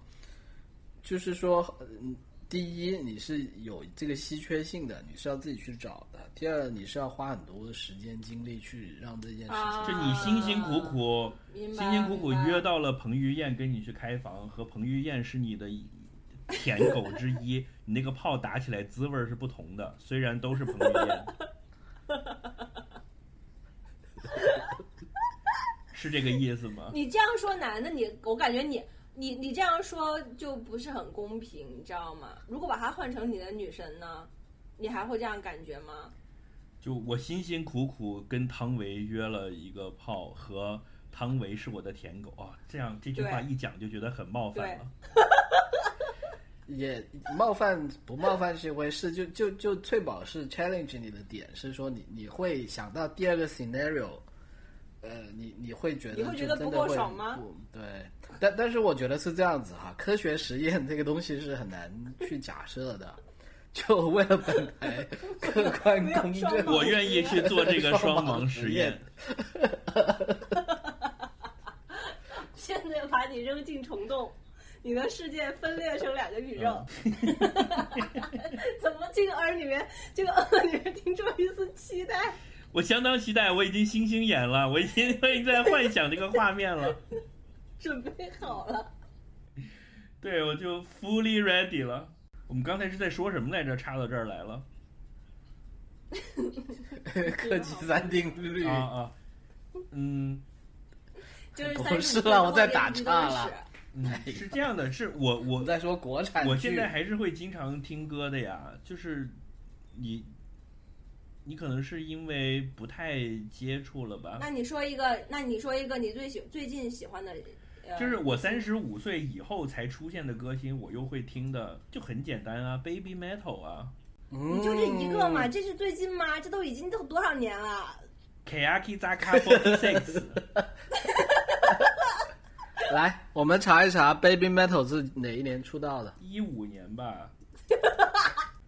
Speaker 3: 就是说，嗯，第一你是有这个稀缺性的，你是要自己去找的；第二你是要花很多的时间精力去让这件事情。
Speaker 2: 啊
Speaker 1: 就你辛辛苦苦、
Speaker 2: 明白
Speaker 1: 辛辛苦苦
Speaker 2: 明白
Speaker 1: 约到了彭于晏跟你去开房，和彭于晏是你的舔狗之 一，你那个炮打起来滋味儿是不同的，虽然都是彭于 晏，是这个意思吗？
Speaker 2: 你这样说男的，你我感觉你你你这样说就不是很公平，你知道吗？如果把它换成你的女神呢，你还会这样感觉吗？
Speaker 1: 就我辛辛苦苦跟汤唯约了一个炮，和汤唯是我的舔狗啊，这样这句话
Speaker 2: 对
Speaker 1: 一讲就觉得很冒犯了。
Speaker 3: 也冒犯不冒犯是一回事，就就就翠宝是 challenge 你的点是说你你会想到第二个 scenario，呃，你你会觉得
Speaker 2: 你会
Speaker 3: 就
Speaker 2: 觉得
Speaker 3: 真
Speaker 2: 不
Speaker 3: 的
Speaker 2: 够
Speaker 3: 会
Speaker 2: 爽吗
Speaker 3: 不？对，但但是我觉得是这样子哈，科学实验这个东西是很难去假设的， 就为了本台客观公
Speaker 2: 没有双
Speaker 3: 正，
Speaker 2: 盲
Speaker 1: 我愿意去做这个双盲实验。
Speaker 2: 现在把你扔进虫洞，你的世界分裂成两个宇宙。
Speaker 3: 嗯
Speaker 2: 怎么这个儿里面，这个儿里面听出了一丝期待？
Speaker 1: 我相当期待，我已经星星眼了，我已经 我已经在幻想这个画面了。
Speaker 2: 准备好 了，
Speaker 1: 对，我就 fully ready 了。我们刚才是在说什么来着？插到这儿来了
Speaker 3: 科技三定律
Speaker 1: 啊啊，嗯
Speaker 2: 就是
Speaker 3: 不
Speaker 2: 35
Speaker 3: 是
Speaker 2: 分
Speaker 3: 啦
Speaker 2: 钟
Speaker 3: 我在
Speaker 2: 的
Speaker 3: 打
Speaker 2: 一个
Speaker 3: 岔
Speaker 2: 历
Speaker 3: 了
Speaker 2: 史
Speaker 1: 嗯，是这样的，是我
Speaker 3: 我
Speaker 1: 我
Speaker 3: 在说国产剧，
Speaker 1: 我现在还是会经常听歌的呀，就是你你可能是因为不太接触了吧，
Speaker 2: 那你说一个，那你说一个你最喜最近喜欢的，呃、
Speaker 1: 就是我三十五岁以后才出现的歌星，我又会听的，就很简单啊，Baby Metal 啊
Speaker 3: 嗯
Speaker 2: 你就这一个
Speaker 1: 嗯
Speaker 2: 嘛，这是最近吗？这都已经都多少年了？
Speaker 1: ，Kaki Zaka Forty Six。
Speaker 3: 来，我们查一查 Baby Metal 是哪一年出道的。
Speaker 1: 一五年吧。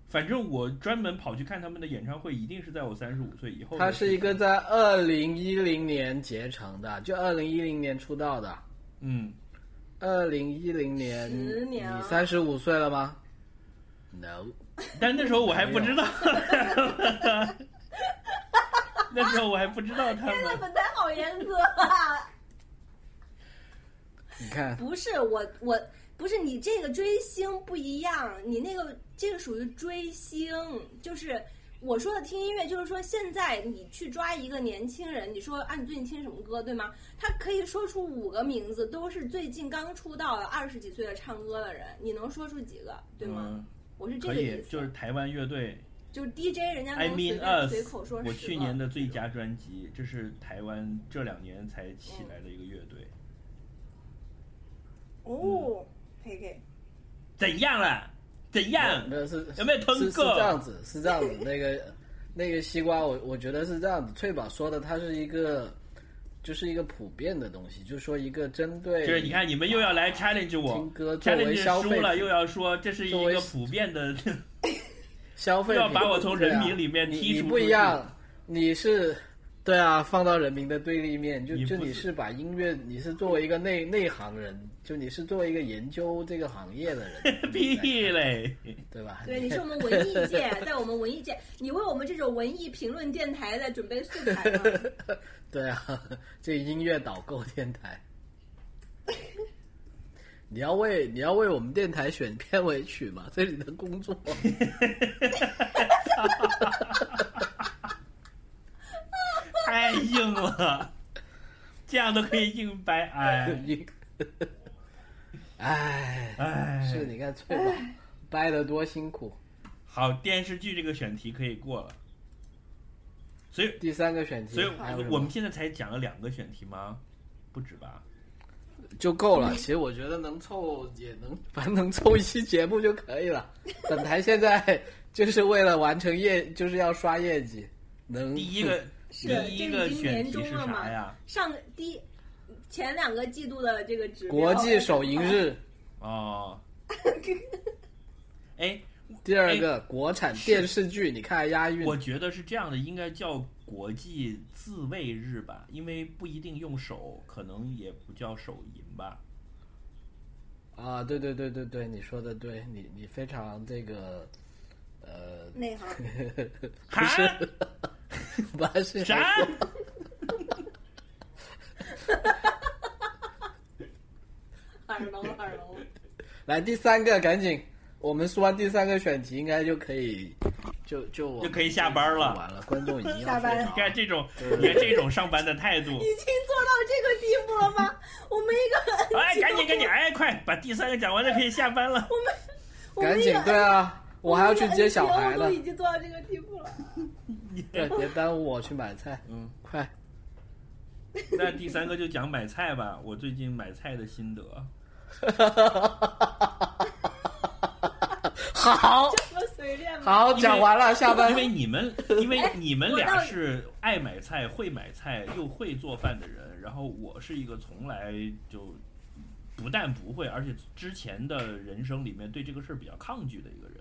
Speaker 1: 反正我专门跑去看他们的演唱会，一定是在我三十五岁以后的
Speaker 3: 他
Speaker 1: 事情。
Speaker 3: 是一个在二零一零年结成的，就二零一零年出道的。
Speaker 1: 嗯，
Speaker 3: 二零一零年，
Speaker 2: 十
Speaker 3: 你
Speaker 2: 年啊
Speaker 3: 三十五岁了吗？No，
Speaker 1: 但那时候我还不知道， 那时候我还不知道他
Speaker 2: 那
Speaker 1: 们。
Speaker 2: 本台好严格啊！
Speaker 3: 你看，
Speaker 2: 不是我，我不是你这个追星不一样，你那个这个属于追星，就是我说的听音乐，就是说现在你去抓一个年轻人，你说啊，你最近听什么歌，对吗？他可以说出五个名字，都是最近刚出道的二十几 岁的唱歌的人，你能说出几个，对吗？
Speaker 1: 嗯，
Speaker 2: 我是这
Speaker 1: 可
Speaker 2: 个意
Speaker 1: 以，
Speaker 2: 思。
Speaker 1: 就是台湾乐队
Speaker 5: 就是 DJ 人家
Speaker 1: I
Speaker 5: 能随
Speaker 1: mean
Speaker 5: 便
Speaker 1: us，
Speaker 5: 随口说十个。
Speaker 1: 我去年的最佳专辑，这是台湾这两年才起
Speaker 5: 嗯
Speaker 1: 来的一个乐队，
Speaker 5: 哦，K K，
Speaker 1: 怎样了？怎样？
Speaker 3: 没有是
Speaker 1: 有没有通
Speaker 3: 是是
Speaker 1: 过
Speaker 3: 这样子，是这样子。那个 那个西瓜，我我觉得是这样子。翠宝说的，它是一个，就是一个普遍的东西，就是说一个针对，
Speaker 1: 就是你看，你们又要来 challenge 我
Speaker 3: 听歌作为
Speaker 1: ，challenge
Speaker 3: 消
Speaker 1: 输
Speaker 3: 费
Speaker 1: 了
Speaker 3: 品
Speaker 1: 又要说这是一
Speaker 3: 作为
Speaker 1: 个普遍的，
Speaker 3: 消费
Speaker 1: 要
Speaker 3: 品
Speaker 1: 把我从
Speaker 3: 对啊
Speaker 1: 人民里面
Speaker 3: 你
Speaker 1: 剔除
Speaker 3: 你不
Speaker 1: 出
Speaker 3: 一
Speaker 1: 去
Speaker 3: 样，你是对啊，放到人民的对立面，就
Speaker 1: 你
Speaker 3: 就
Speaker 1: 不
Speaker 3: 你
Speaker 1: 是
Speaker 3: 是把音乐，你是作为一个内内行人，就你是作为一个研究这个行业的 人，
Speaker 1: 屁嘞！
Speaker 3: 对吧？
Speaker 2: 对， 你是我们文艺界，在我们文艺界，你为我们这种文艺评论电台在准备素材吗？
Speaker 3: 对啊，这音乐导购电台，你要为你要为我们电台选片尾曲嘛？这是你的 工作。
Speaker 1: 太硬了，这样都可以硬掰，哎
Speaker 3: 音，哎，
Speaker 1: 哎，
Speaker 3: 是你看翠宝掰得多辛苦。
Speaker 1: 好电视剧这个选题可以过了，所以
Speaker 3: 第三个选题，
Speaker 1: 所以
Speaker 3: 还有什么
Speaker 1: 我们现在才讲了两个选题吗？不止吧？
Speaker 3: 就够了。其实我觉得能凑 也能，反正能凑一期节目就可以了。本台现在就是为了完成业，就是要刷业绩，能
Speaker 1: 第一个
Speaker 2: 是
Speaker 1: 第一个
Speaker 2: 这已经
Speaker 1: 选
Speaker 2: 年
Speaker 1: 题
Speaker 2: 终
Speaker 1: 是啥
Speaker 2: 了嘛
Speaker 1: 呀？
Speaker 2: 上第一前两个季度的这个指标，
Speaker 3: 国际首映日，
Speaker 1: 哦，哎，
Speaker 3: 第二个国产电视剧，你看押韵
Speaker 1: 我觉得是这样的，应该叫国际自卫日吧，因为不一定用手，可能也不叫手淫吧。
Speaker 3: 啊？对对对对对，你说的对，你你非常这个。呃，
Speaker 5: 内行，
Speaker 1: 哈，
Speaker 3: 不是
Speaker 1: 啥？
Speaker 2: 耳聋耳聋，
Speaker 3: 来第三个，赶紧，我们说完第三个选题，应该就可以，就就我
Speaker 1: 就可以下班了
Speaker 3: 完了，观众已经要
Speaker 5: 下班
Speaker 3: 睡
Speaker 5: 了
Speaker 1: 你
Speaker 3: 着
Speaker 1: 看这种，你看这种上班的态 度。
Speaker 5: 已经做到这个地步了吗？我们一个
Speaker 1: 哎，赶紧 赶紧，哎，快把第三个讲完就可以下班了。
Speaker 5: 我们
Speaker 3: 赶
Speaker 5: 一
Speaker 3: 紧
Speaker 5: 个，
Speaker 3: 对啊，我还要去接小
Speaker 5: 我
Speaker 3: 孩呢
Speaker 5: 都，已经做到这个地步了。
Speaker 3: 对，别耽误我去买菜，
Speaker 1: 嗯，
Speaker 3: 快，
Speaker 1: 那第三个就讲买菜吧，我最近买菜的心得。
Speaker 3: 好，
Speaker 5: 这么随便吗？
Speaker 3: 好，
Speaker 1: 因为
Speaker 3: 讲完了，下班哎
Speaker 1: 因，为你们，因为你们
Speaker 2: 我
Speaker 1: 俩
Speaker 2: 到
Speaker 1: 是爱买菜、会买菜又会做饭的人，然后我是一个从来就不但不会，而且之前的人生里面对这个事儿比较抗拒的一个人。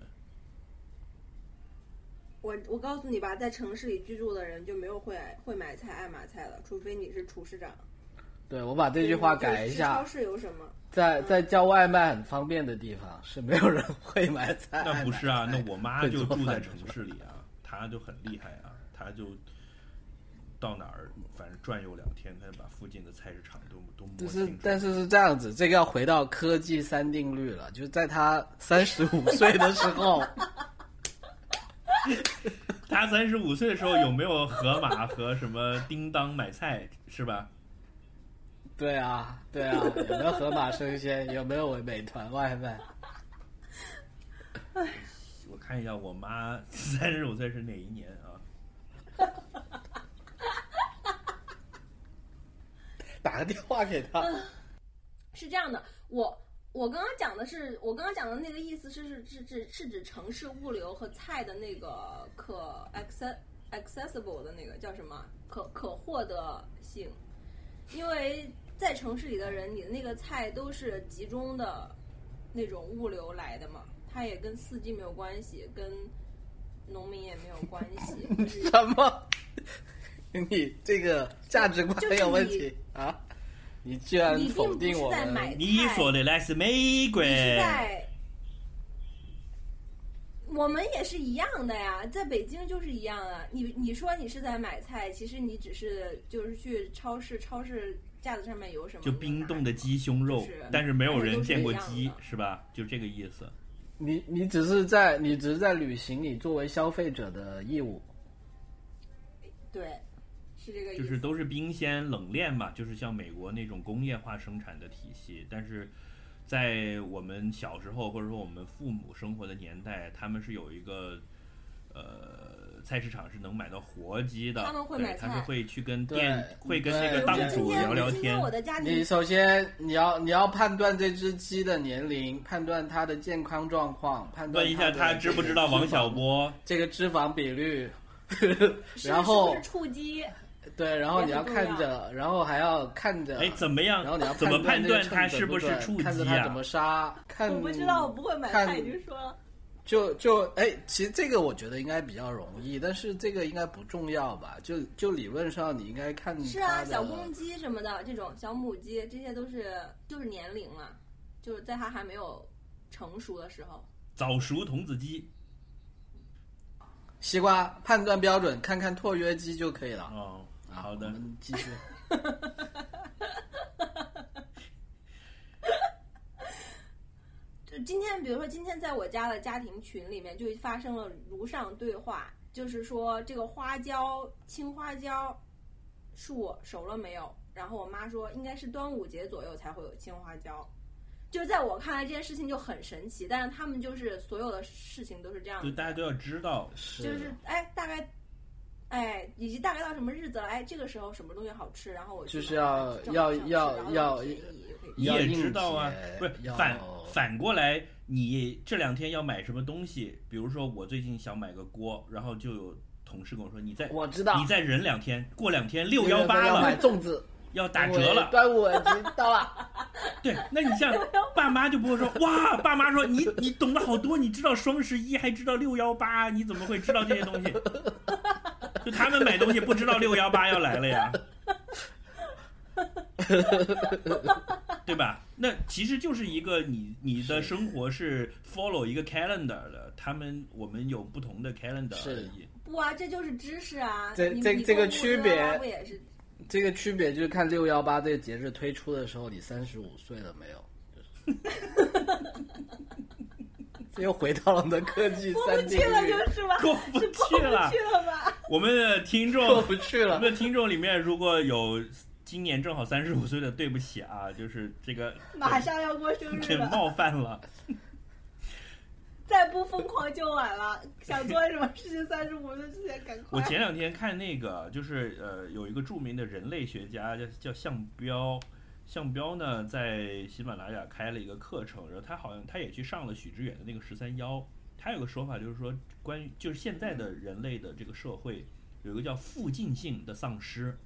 Speaker 5: 我我告诉你吧，在城市里居住的人就没有会会买菜、爱买菜的，除非你是厨师长。
Speaker 3: 对我把这句话改
Speaker 5: 就是
Speaker 3: 一
Speaker 5: 去超
Speaker 3: 下，
Speaker 5: 市有什么？
Speaker 3: 在在叫外卖很方便的地方是没有人会买菜，
Speaker 1: 那不是啊，
Speaker 3: 爱买
Speaker 1: 那
Speaker 3: 菜
Speaker 1: 我妈就住在城。
Speaker 3: 会做饭
Speaker 1: 市里啊，她就很厉害啊，她就到哪儿反正转悠两天，她就把附近的菜市场都都摸
Speaker 3: 就
Speaker 1: 清
Speaker 3: 是
Speaker 1: 楚。，
Speaker 3: 但是是这样子，这个要回到科技三定律了，就是在他三十五岁的时 候，
Speaker 1: 她三十五岁的时候有没有盒马和什么叮当买菜是吧？
Speaker 3: 对啊，对啊，有没有盒马生鲜，有没有美团外卖？
Speaker 1: 我看一下，我妈 三十五岁是哪一年啊？
Speaker 3: 打个电话给他。
Speaker 2: 是这样的，我我刚刚讲的是，我刚刚讲的那个意思是是是指是指城市物流和菜的那个可 access accessible 的那个叫什么可可获得性，因为在城市里的人，你的那个菜都是集中的那种物流来的嘛，它也跟四季没有关系，跟农民也没有关系，就是
Speaker 3: 什么？ 你这个价值观有问题啊！你居然
Speaker 2: 你
Speaker 3: 否
Speaker 2: 并不
Speaker 3: 定
Speaker 2: 是
Speaker 3: 我
Speaker 2: 在买
Speaker 3: 们？
Speaker 1: 你说的那是美国，
Speaker 2: 是在我们也是一样的呀，在北京就是一样啊。你你说你是在买菜，其实你只是就是去超市，超市架子上面有什么
Speaker 1: 就冰冻的鸡胸肉
Speaker 2: 就是，
Speaker 1: 但是没有人见过
Speaker 2: 都是一
Speaker 1: 鸡
Speaker 2: 样，的
Speaker 1: 是吧？就这个意思。
Speaker 3: 你你只是在你只是在履行你作为消费者的义务。
Speaker 2: 对，是这个意
Speaker 1: 就
Speaker 2: 思。
Speaker 1: 是都是冰鲜冷链嘛，就是像美国那种工业化生产的体系，但是在我们小时候或者说我们父母生活的年代，他们是有一个呃菜市场是能买到活鸡的，
Speaker 2: 他们会
Speaker 1: 对
Speaker 2: 买菜
Speaker 1: 他是会去跟
Speaker 3: 对
Speaker 1: 店会跟那
Speaker 3: 对
Speaker 1: 个
Speaker 2: 我
Speaker 1: 档
Speaker 2: 觉得今
Speaker 1: 主
Speaker 2: 天
Speaker 1: 聊聊
Speaker 2: 今天
Speaker 1: 天。
Speaker 2: 我的家
Speaker 3: 你
Speaker 2: 庭，
Speaker 3: 首先你要你要判断这只鸡的年龄，判断它的健康状况，判断
Speaker 1: 问一下
Speaker 3: 它
Speaker 1: 他
Speaker 3: 的
Speaker 1: 知不知道王小波？
Speaker 3: 这个脂肪比率，
Speaker 2: 是
Speaker 3: 然后
Speaker 2: 是不是触鸡？
Speaker 3: 对，然后你要
Speaker 2: 也很重
Speaker 3: 看着，然后还要看着，
Speaker 1: 哎，怎么样
Speaker 3: 然后你要？
Speaker 1: 怎么判
Speaker 3: 断
Speaker 1: 断
Speaker 3: 这个
Speaker 1: 他
Speaker 3: 秤
Speaker 1: 是
Speaker 3: 准不
Speaker 1: 是
Speaker 3: 准
Speaker 1: 触
Speaker 3: 看着
Speaker 1: 及
Speaker 3: 它
Speaker 1: 啊
Speaker 3: 怎么？杀，看
Speaker 2: 我不知道，我不会买菜，
Speaker 3: 看
Speaker 2: 你就说了。
Speaker 3: 就就哎，其实这个我觉得应该比较容易，但是这个应该不重要吧？就就理论上你应该看
Speaker 2: 是
Speaker 3: 它
Speaker 2: 啊，
Speaker 3: 的
Speaker 2: 小公鸡什么的，这种小母鸡，这些都是就是年龄嘛，就是在它还没有成熟的时候。
Speaker 1: 早熟童子鸡
Speaker 3: 西瓜判断标准，看看拓约肌就可以了。
Speaker 1: 哦，
Speaker 3: 啊
Speaker 1: 好
Speaker 3: 我
Speaker 1: 的，
Speaker 3: 们继 续。
Speaker 2: 就今天，比如说今天在我家的家庭群里面就发生了如上对话，就是说这个花椒青花椒树熟了没有？然后我妈说应该是端午节左右才会有青花椒。就是在我看来这件事情就很神奇，但是他们就是所有的事情都是这样
Speaker 1: 就
Speaker 2: 子的，
Speaker 1: 大家都要知道，
Speaker 3: 是
Speaker 2: 就是哎，大概，哎，以及大概到什么日子了，哎，这个时候什么东西好吃，然后我
Speaker 3: 就是
Speaker 2: 去买
Speaker 3: 要
Speaker 2: 正好
Speaker 3: 要
Speaker 2: 上市
Speaker 3: 要
Speaker 2: 然后
Speaker 3: 要
Speaker 2: 有便宜可以
Speaker 1: 你
Speaker 3: 要
Speaker 1: 也
Speaker 3: 应
Speaker 1: 知道啊
Speaker 3: 节，
Speaker 1: 不是
Speaker 3: 要
Speaker 1: 反反过来，你这两天要买什么东西？比如说我最近想买个锅，然后就有同事跟我说，你再
Speaker 3: 我知道
Speaker 1: 你再忍两天，过两天
Speaker 3: 六
Speaker 1: 六幺八
Speaker 3: 要买
Speaker 1: 了，
Speaker 3: 粽子，
Speaker 1: 要 打折了。
Speaker 3: 端午节到了。
Speaker 1: 对，那你像爸妈就不会说哇，爸妈说你你懂了好多，你知道双十一还知道六幺八，你怎么会知道这些东西？就他们买东西不知道六幺八要来了呀，对吧？那其实就是一个你你的
Speaker 3: 是
Speaker 1: 生活是 follow 一个 calendar 的，他们我们有不同的 calendar
Speaker 3: 是
Speaker 1: 而已。
Speaker 2: 不啊，这就是知识啊。
Speaker 3: 这
Speaker 2: 你
Speaker 3: 这
Speaker 2: 你
Speaker 3: 这个
Speaker 2: 购物
Speaker 3: 区
Speaker 2: 车啊
Speaker 3: 别
Speaker 2: 不也是？
Speaker 3: 这个区别就是看六幺八这个节日推出的时候，你三十五岁了没有？ 就是这又回到了我们的科技
Speaker 2: 过
Speaker 3: 三
Speaker 2: 不
Speaker 3: 定
Speaker 2: 去了
Speaker 3: 律，
Speaker 2: 就是吧？
Speaker 1: 过不
Speaker 2: 是
Speaker 1: 去了
Speaker 2: 去了 吧？
Speaker 1: 我们的听众
Speaker 3: 过不去
Speaker 1: 我
Speaker 3: 了。
Speaker 1: 们的听众里面如果有今年正好三十五岁的，对不起啊，就是这个
Speaker 2: 马上要过生日
Speaker 1: 给
Speaker 2: 了，
Speaker 1: 冒犯了。
Speaker 2: 再不疯狂就晚了。想做什么事情，三十五岁之前赶
Speaker 1: 我
Speaker 2: 快。
Speaker 1: 前两天看那个，就是呃，有一个著名的人类学家叫叫项彪，项彪呢在喜马拉雅开了一个课程，然后他好像他也去上了许知远的那个十三幺。他有个说法，就是说关于就是现在的人类的这个社会有一个叫附近性的丧失，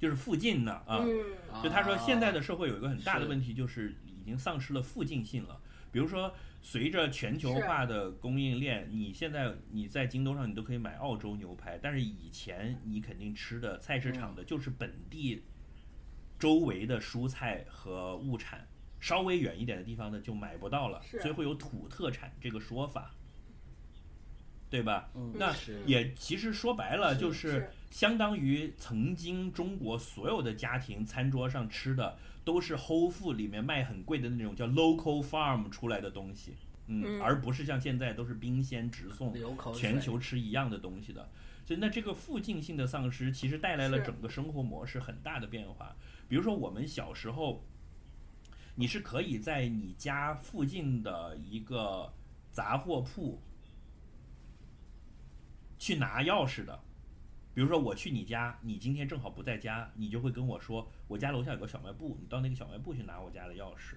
Speaker 1: 就是附近呢啊，
Speaker 2: 嗯，
Speaker 1: 就他说，现在
Speaker 3: 的
Speaker 1: 的社会有一个很大的
Speaker 3: 是
Speaker 1: 问题，就是已经丧失了附近性了。比如说，随着全球化的供应链，你现在你在京东上你都可以买澳洲牛排，但是以前你肯定吃的菜市场的就是本地周围的蔬菜和物产，稍微远一点的地方呢就买不到了，
Speaker 2: 是
Speaker 1: 所以会有土特产这个说法，对吧？
Speaker 3: 嗯
Speaker 1: 那
Speaker 3: 是
Speaker 1: 也其实说白了，就是是相当于曾经中国所有的家庭餐桌上吃的都是 Whole Food 里面卖很贵的那种叫 local farm 出来的东西，嗯，
Speaker 2: 嗯
Speaker 1: 而不是像现在都是冰鲜直送，
Speaker 3: 流口水
Speaker 1: 全球吃一样的东西的。所以那这个附近性的丧失，其实带来了
Speaker 2: 是
Speaker 1: 整个生活模式很大的变化。比如说我们小时候，你是可以在你家附近的一个杂货铺去拿钥匙的。比如说我去你家，你今天正好不在家，你就会跟我说，我家楼下有个小卖部，你到那个小卖部去拿我家的钥匙。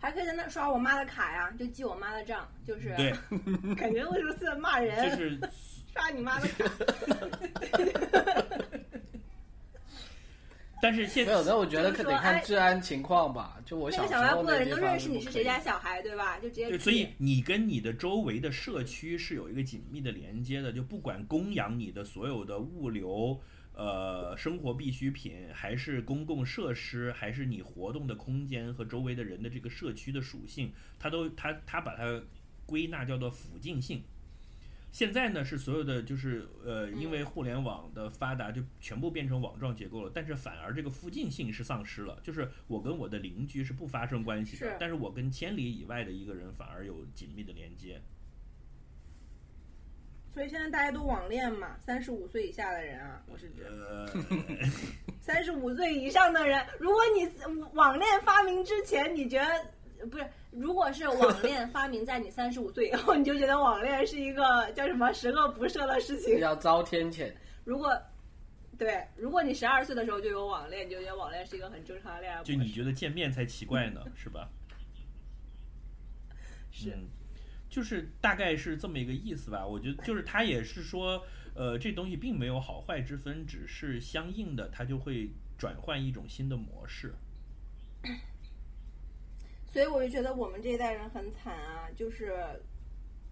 Speaker 2: 还可以在那刷我妈的卡呀，就记我妈的账，就是
Speaker 1: 对，
Speaker 2: 感觉为什么在骂人？
Speaker 1: 就是
Speaker 2: 刷你妈的卡，
Speaker 1: 但是现
Speaker 3: 没有，那我觉得
Speaker 2: 就是
Speaker 3: 可
Speaker 2: 说
Speaker 3: 得看
Speaker 2: 哎
Speaker 3: 治安情况吧。就我
Speaker 2: 那
Speaker 3: 小
Speaker 2: 个
Speaker 3: 时
Speaker 2: 小卖
Speaker 3: 候
Speaker 2: 部的
Speaker 3: 那
Speaker 2: 人
Speaker 3: 地
Speaker 2: 都
Speaker 3: 方
Speaker 2: 认
Speaker 3: 是
Speaker 2: 识你
Speaker 3: 不
Speaker 2: 是
Speaker 3: 可
Speaker 2: 谁家小孩，对吧？就直接
Speaker 1: 对，
Speaker 2: 记
Speaker 1: 所以你跟你的周围的社区是有一个紧密的连接的，就不管供养你的所有的物流、呃生活必需品，还是公共设施，还是你活动的空间和周围的人的这个社区的属性，它都它它把它归纳叫做附近性。现在呢，是所有的就是呃，因为互联网的发达，就全部变成网状结构了。但是反而这个附近性是丧失了，就是我跟我的邻居是不发生关系的
Speaker 2: 是，
Speaker 1: 但是我跟千里以外的一个人反而有紧密的连接。
Speaker 5: 所以现在大家都网恋嘛，三十五岁以下的人啊，我是指
Speaker 1: 呃，
Speaker 5: 三十五岁
Speaker 2: 岁以上的人，如果你网恋发明之前，你觉得
Speaker 7: 嗯
Speaker 2: 不是，如果是网恋发明在你三十五岁以后，你就觉得网恋是一个叫什么十恶不赦的事情。
Speaker 3: 叫遭天谴。
Speaker 2: 如果对，如果你十二岁的时候就有网恋，你就觉得网恋是一个很正常的恋爱模式。
Speaker 1: 就你觉得见面才奇怪呢，是吧？
Speaker 2: 是
Speaker 1: 嗯，就是大概是这么一个意思吧。我觉得就是他也是说，呃，这东西并没有好坏之分，只是相应的它就会转换一种新的模式。
Speaker 2: 所以我就觉得我们这一代人很惨啊，就是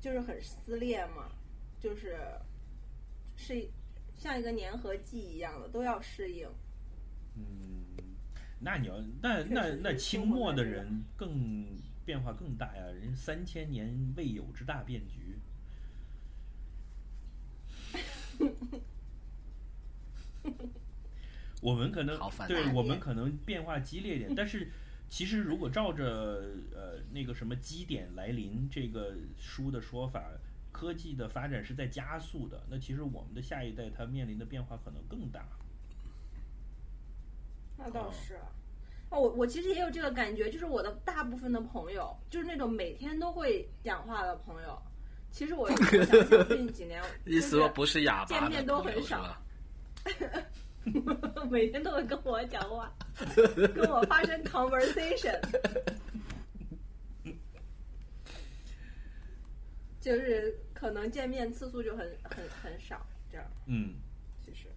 Speaker 2: 就是很撕裂嘛，就是是像一个粘合剂一样的，都要适应。
Speaker 1: 嗯，那你要那
Speaker 2: 确
Speaker 1: 那
Speaker 2: 实
Speaker 1: 那
Speaker 2: 是
Speaker 1: 清
Speaker 2: 中国
Speaker 1: 末
Speaker 2: 人
Speaker 1: 的
Speaker 2: 这样
Speaker 1: 人更变化更大呀，人三千年未有之大变局。我们可能
Speaker 3: 好烦
Speaker 1: 对
Speaker 3: 啊
Speaker 1: 我们可能变化激烈一点，但是其实如果照着呃那个什么基点来临这个书的说法，科技的发展是在加速的，那其实我们的下一代他面临的变化可能更大。
Speaker 2: 那倒是。哦，我我其实也有这个感觉，就是我的大部分的朋友，就是那种每天都会讲话的朋友，其实 我想想最近几年，
Speaker 3: 意思说
Speaker 2: 就是
Speaker 3: 不是哑巴的
Speaker 2: 见面都
Speaker 3: 朋友
Speaker 2: 很少
Speaker 3: 是吧
Speaker 2: 每天都会跟我讲话，跟我发生 conversation，就是可能见面次数就很很很少，这样
Speaker 1: 嗯，
Speaker 2: 其实。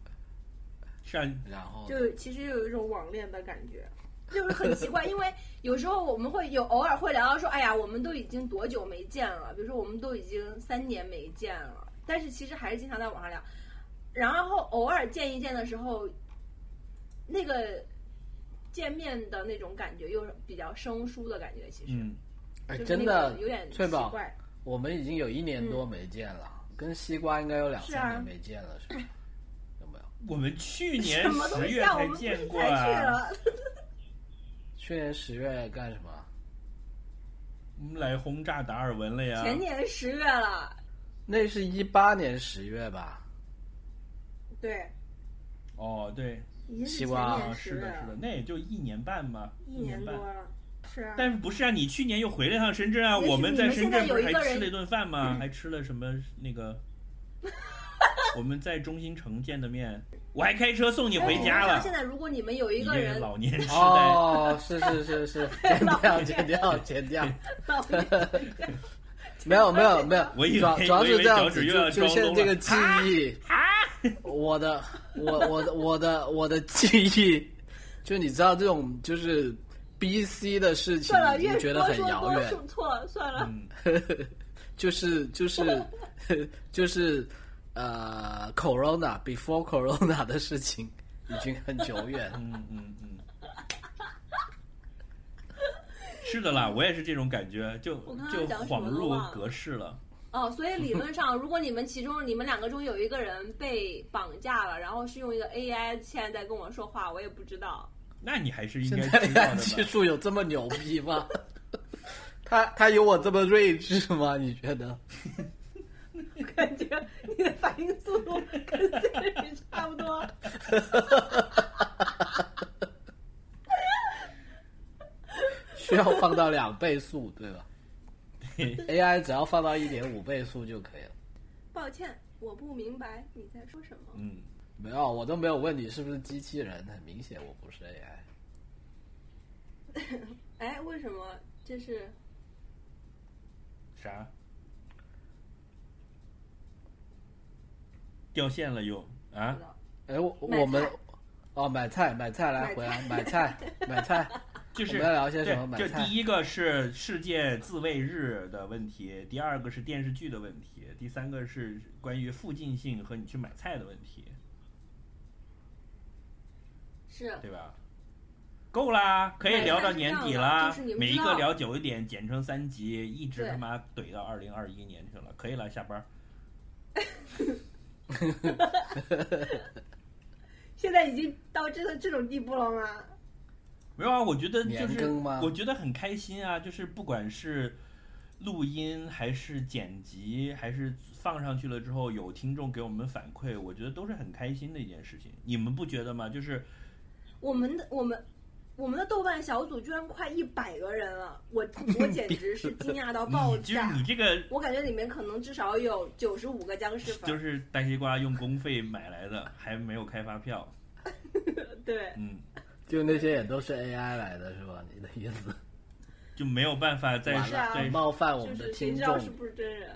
Speaker 1: 是啊，
Speaker 3: 然后呢
Speaker 2: 就其实有一种网恋的感觉，就是很奇 怪，因为有时候我们会有偶尔会聊到说，哎呀，我们都已经多久没见了？比如说我们都已经三年没见了，但是其实还是经常在网上聊，然后偶尔见一见的时候，那个见面的那种感觉又是比较生疏的感觉，其实、
Speaker 1: 嗯。
Speaker 3: 哎，
Speaker 2: 就是
Speaker 3: 真
Speaker 2: 那个
Speaker 3: 的
Speaker 2: 有点奇
Speaker 3: 翠宝，
Speaker 2: 怪。
Speaker 3: 我们已经有一年多没见了，跟西瓜应该有两
Speaker 2: 是啊
Speaker 3: 三年没见了，是吧？有没有？
Speaker 1: 我们去年
Speaker 2: 什么东
Speaker 1: 哎十
Speaker 2: 西
Speaker 1: 月
Speaker 2: 啊？我
Speaker 1: 才
Speaker 2: 们不
Speaker 1: 见
Speaker 2: 是
Speaker 1: 过
Speaker 2: 才去
Speaker 1: 啊，
Speaker 2: 了？
Speaker 3: 去年十月干什么？
Speaker 1: 我们来轰炸达尔文了呀。
Speaker 2: 前年十月了，
Speaker 3: 那是一八年十月吧？
Speaker 2: 对，
Speaker 1: 哦，对，
Speaker 2: 已经是
Speaker 3: 西
Speaker 2: 前
Speaker 3: 瓜
Speaker 2: 年
Speaker 1: 啊，
Speaker 2: 十
Speaker 1: 是
Speaker 2: 月
Speaker 1: 的，是
Speaker 2: 了
Speaker 1: 的，，那也就一年半嘛，
Speaker 2: 一
Speaker 1: 年
Speaker 2: 年多
Speaker 1: 半。
Speaker 2: 了，是啊。
Speaker 1: 但是不是啊？你去年又回了趟深圳啊？
Speaker 2: 也许
Speaker 1: 我们在深圳不是还
Speaker 2: 你们现在有一个人嗯
Speaker 1: 吃了一顿饭吗？还吃了什么那 个？我们在中心城见的面，我还开车送你回家
Speaker 2: 像
Speaker 1: 了。
Speaker 2: 现在，如果你哎们有一
Speaker 1: 你
Speaker 2: 个
Speaker 1: 这
Speaker 2: 人
Speaker 1: 老年痴呆，
Speaker 3: 哦，是是 是是，剪掉
Speaker 2: 老
Speaker 3: 剪掉剪掉，
Speaker 2: 老年痴呆
Speaker 3: 没有没有没有，
Speaker 1: 我以为
Speaker 3: 主要主要
Speaker 1: 我以
Speaker 3: 是
Speaker 1: 为
Speaker 3: 这样
Speaker 1: 脚
Speaker 3: 子，
Speaker 1: 趾又要
Speaker 3: 就就
Speaker 1: 装
Speaker 3: 现在
Speaker 1: 聋
Speaker 3: 这
Speaker 1: 了
Speaker 3: 个记忆，
Speaker 1: 嗯
Speaker 3: 我的我我的我的我的记忆，就你知道这种就是 B C 的事情
Speaker 2: 算了，，
Speaker 3: 已经
Speaker 2: 越
Speaker 3: 觉
Speaker 2: 说
Speaker 3: 得很
Speaker 2: 说
Speaker 3: 遥
Speaker 2: 多
Speaker 3: 远，
Speaker 2: 数错，算 了，
Speaker 1: 嗯，
Speaker 3: 就是就是就是呃，Corona before Corona 的事情已经很久远了。
Speaker 1: 嗯嗯嗯，是的啦，我也是这种感觉，就
Speaker 2: 我刚刚
Speaker 1: 就
Speaker 2: 讲什么
Speaker 1: 恍
Speaker 2: 了
Speaker 1: 入
Speaker 2: 忘了
Speaker 1: 隔世了。
Speaker 7: 哦，所以理论上，如果你们其中你们两个中有一个人被绑架了，然后是用一个 AI 现在在跟我说话，我也不知道。
Speaker 1: 那你还 是应
Speaker 3: 现
Speaker 1: 该
Speaker 3: 在
Speaker 1: 知道
Speaker 3: 技
Speaker 1: 的吧？
Speaker 3: 术有这么牛逼吗？ 他他有我这么睿智吗？你觉得？
Speaker 2: 感觉你的反应速度跟 Siri 差不多。
Speaker 3: 需要放到两倍速，对吧？AI 只要放到一点五倍速就可以了。
Speaker 2: 抱歉，我不明白你在说什么。
Speaker 1: 嗯，
Speaker 3: 没有，我都没有问你是不是机器人，很明显我不是 AI。
Speaker 2: 哎，为什么这是
Speaker 1: 啥？掉线了又啊？
Speaker 3: 哎，我
Speaker 2: 买菜
Speaker 3: 我们哦，买菜买菜来
Speaker 2: 买菜
Speaker 3: 回来买菜 买菜，
Speaker 1: 就是
Speaker 3: 我们要聊些
Speaker 1: 对，
Speaker 3: 什么？买
Speaker 1: 这
Speaker 3: 菜
Speaker 1: 第一个是世界自卫日的问题，第二个是电视剧的问题，第三个是关于附近性和你去买菜的问题，
Speaker 2: 是？
Speaker 1: 对吧？够啦，可以聊到年底啦，
Speaker 2: 买菜是这样的就是你们
Speaker 1: 每一
Speaker 2: 知
Speaker 1: 个
Speaker 2: 道
Speaker 1: 聊久一点，剪成三集，一直
Speaker 2: 对
Speaker 1: 他妈怼到二零二一年去了，可以了，下班。
Speaker 2: 现在已经到这个这种地步了吗？
Speaker 1: 没有啊，我觉得就
Speaker 3: 年
Speaker 1: 是
Speaker 3: 更吗
Speaker 1: 我觉得很开心啊，就是不管是录音还是剪辑，还是放上去了之后有听众给我们反馈，我觉得都是很开心的一件事情。你们不觉得吗？就是
Speaker 2: 我们的我们。我们的豆瓣小组居然快一百个人了，我 我简直是惊讶到爆
Speaker 1: 你就是
Speaker 2: 炸
Speaker 1: 你！这个
Speaker 2: 我感觉里面可能至少有九十五个僵尸粉，
Speaker 1: 就是单西瓜用公费买来的，还没有开发票。
Speaker 2: 对，
Speaker 1: 嗯，
Speaker 3: 就那些也都是 AI 来的是吧？你的意思？
Speaker 1: 就没有办法再
Speaker 3: 完
Speaker 2: 是啊
Speaker 1: 再
Speaker 3: 了，冒犯我
Speaker 2: 就
Speaker 3: 们的
Speaker 2: 是谁
Speaker 3: 听
Speaker 2: 知
Speaker 3: 众
Speaker 2: 道是，不是真人？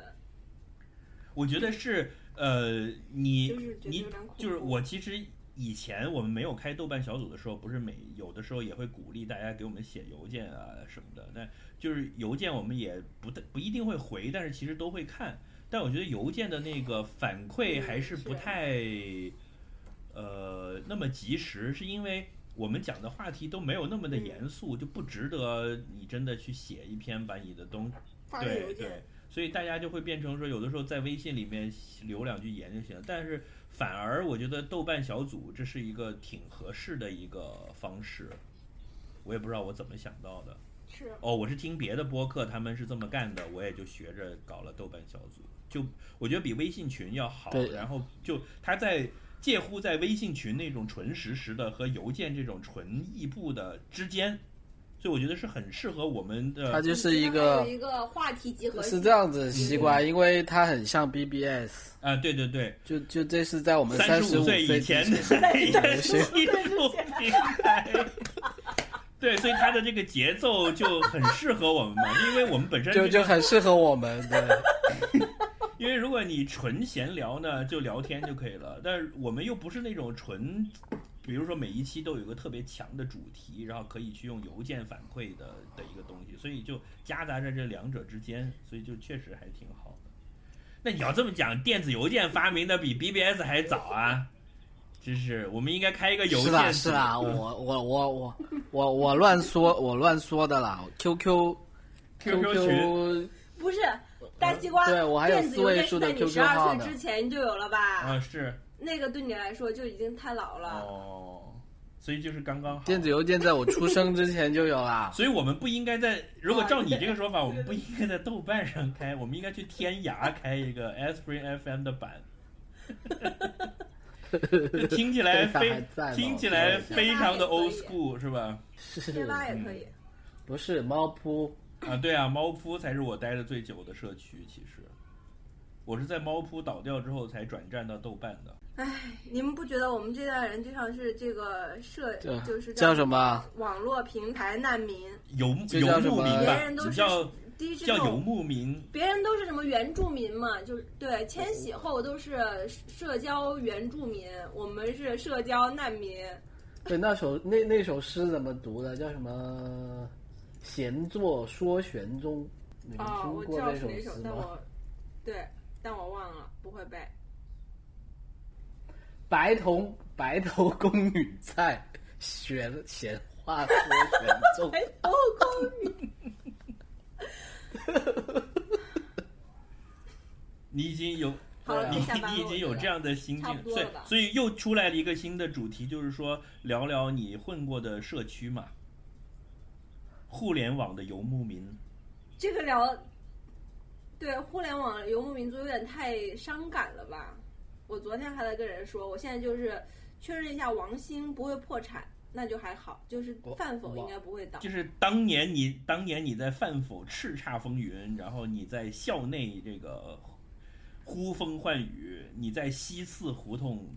Speaker 1: 我觉得是呃，你
Speaker 2: 就是觉得
Speaker 1: 你
Speaker 2: 有点恐怖
Speaker 1: 就是我其实。以前我们没有开豆瓣小组的时候，不是每有的时候也会鼓励大家给我们写邮件啊什么的，但就是邮件我们也不不一定会回，但是其实都会看。但我觉得邮件的那个反馈还是不
Speaker 2: 嗯是
Speaker 1: 太呃那么及时，是因为我们讲的话题都没有那么
Speaker 2: 嗯
Speaker 1: 的严肃，就不值得你真的去写一篇把你的东
Speaker 2: 发个邮
Speaker 1: 对
Speaker 2: 件
Speaker 1: 对，所以大家就会变成说，有的时候在微信里面留两句言就行了。但是反而我觉得豆瓣小组这是一个挺合适的一个方式，我也不知道我怎么想到的。
Speaker 2: 是
Speaker 1: 哦，我是听别的播客他们是这么干的，我也就学着搞了豆瓣小组，就我觉得比微信群要好
Speaker 3: 对。
Speaker 1: 然后就它在介乎在微信群那种纯实时的和邮件这种纯异步的之间，所以我觉得是很适合我们的。
Speaker 3: 它就是一
Speaker 2: 还
Speaker 3: 个
Speaker 2: 有一个话题集合
Speaker 3: 是
Speaker 2: 性
Speaker 3: 这样子西瓜，因为它很像 BBS，
Speaker 1: 啊，对对对，
Speaker 3: 就就这是在我们
Speaker 1: 三
Speaker 3: 十
Speaker 1: 五岁以前
Speaker 3: 前
Speaker 1: 的那个
Speaker 3: 是
Speaker 1: 技术平台。对，所以它的这个节奏就很适合我们嘛，因为我们本身
Speaker 3: 就就很适合我们 的。
Speaker 1: 因为如果你纯闲聊呢，就聊天就可以了。但是我们又不是那种纯，比如说每一期都有一个特别强的主题，然后可以去用邮件反馈的的一个东西，所以就夹杂在这两者之间，所以就确实还挺好的。那你要这么讲，电子邮件发明的比 BBS 还早啊！真是，我们应该开一个邮
Speaker 3: 是
Speaker 1: 件
Speaker 3: 啦
Speaker 1: 组
Speaker 3: 是啦，我我我我我我乱说，我乱说的啦。QQ
Speaker 1: QQ 群
Speaker 2: 不是大西瓜，
Speaker 3: 对我还有
Speaker 2: 电子
Speaker 3: 四
Speaker 2: 邮
Speaker 3: 位
Speaker 2: 件
Speaker 3: 数
Speaker 2: 在
Speaker 3: 的
Speaker 2: 你
Speaker 3: QQ
Speaker 2: 十二
Speaker 3: 号
Speaker 2: 岁
Speaker 3: 呢
Speaker 2: 之前就有了吧？
Speaker 1: 啊，是
Speaker 2: 那个对你来说就已经太老了。
Speaker 1: 哦，所以就是刚刚好。
Speaker 3: 电子邮件在我出生之前就有啦。
Speaker 1: 所以我们不应该在，如果
Speaker 2: 啊
Speaker 1: 照你
Speaker 2: 对
Speaker 1: 这 个说法，我们不应该在豆瓣上开，我们应该去天涯开一个 Aspirin FM 的 版。这听起来
Speaker 3: 这个还
Speaker 1: 非
Speaker 3: 在吗
Speaker 1: 听起来非常的
Speaker 2: 贴
Speaker 1: old
Speaker 2: 吧也可以
Speaker 1: school 是吧？
Speaker 3: 是
Speaker 2: 贴吧也可以，
Speaker 1: 嗯
Speaker 3: 不是猫扑？
Speaker 1: 啊，对啊，猫扑才是我待的最久的社区。其实，我是在猫扑倒掉之后才转战到豆瓣的。
Speaker 2: 你们不觉得我们这代人经常是这个社，
Speaker 3: 对
Speaker 2: 就是
Speaker 3: 呃叫
Speaker 2: 么
Speaker 3: 什么？
Speaker 2: 网络平台难民？
Speaker 1: 游
Speaker 3: 这
Speaker 1: 游
Speaker 3: 叫什
Speaker 1: 牧
Speaker 3: 么
Speaker 1: 民
Speaker 2: 别
Speaker 1: 吧
Speaker 2: 人，都
Speaker 1: 只
Speaker 2: 是
Speaker 1: 叫叫游
Speaker 2: digital，
Speaker 1: 牧民。
Speaker 2: 别人都是什么原住民嘛，就是对迁徙后都是社交原住民，我们是社交难民。
Speaker 3: 对，那首那那首诗怎么读的？叫什么？闲坐说玄宗。你们
Speaker 2: 哦，
Speaker 3: 听
Speaker 2: 我
Speaker 3: 过
Speaker 2: 知道
Speaker 3: 这
Speaker 2: 是
Speaker 3: 首
Speaker 2: 哪
Speaker 3: 诗
Speaker 2: 首，但
Speaker 3: 吗？
Speaker 2: 我对，但我忘了，不会背。
Speaker 3: 白头白头宫女在，闲闲话说玄 宗。
Speaker 2: 哎，哦，公女，
Speaker 1: 你已经有呃
Speaker 2: 好了，
Speaker 1: 你
Speaker 2: 可以下班了。
Speaker 1: 你已经有
Speaker 2: 我觉
Speaker 1: 这样
Speaker 2: 得
Speaker 1: 的心
Speaker 2: 差
Speaker 1: 境，
Speaker 2: 不多
Speaker 1: 所以
Speaker 2: 了吧
Speaker 1: 所以又出来了一个新的主题，就是说聊聊你混过的社区嘛，互联网的游牧民。
Speaker 2: 这个聊，对互联网游牧民族有点太伤感了吧？我昨天还在跟人说，我现在就是确认一下王兴不会破产，那就还好，就是饭否应该不会倒。
Speaker 1: 就是当年你当年你在饭否叱咤风云，然后你在校内这个呼风唤雨，你在西四胡同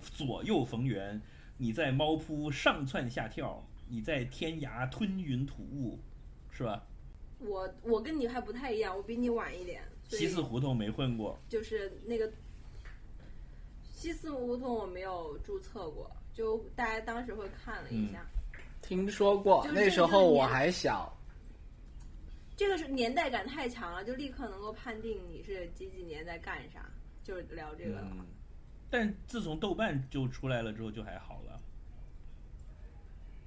Speaker 1: 左右逢源，你在猫扑上蹿下跳，你在天涯吞云吐雾，是吧？
Speaker 2: 我我跟你还不太一样，我比你晚一点，所
Speaker 1: 西
Speaker 2: 以
Speaker 1: 四胡同没混过，
Speaker 2: 就是那个西四胡同我没有注册过，就大家当时会看了一下。
Speaker 1: 嗯
Speaker 3: 听说过，
Speaker 2: 就是
Speaker 3: 那时候我还小，
Speaker 2: 这个是年代感太强了，就立刻能够判定你是几几年在干啥，就是聊这个的话。
Speaker 1: 嗯，但自从豆瓣就出来了之后，就还好了。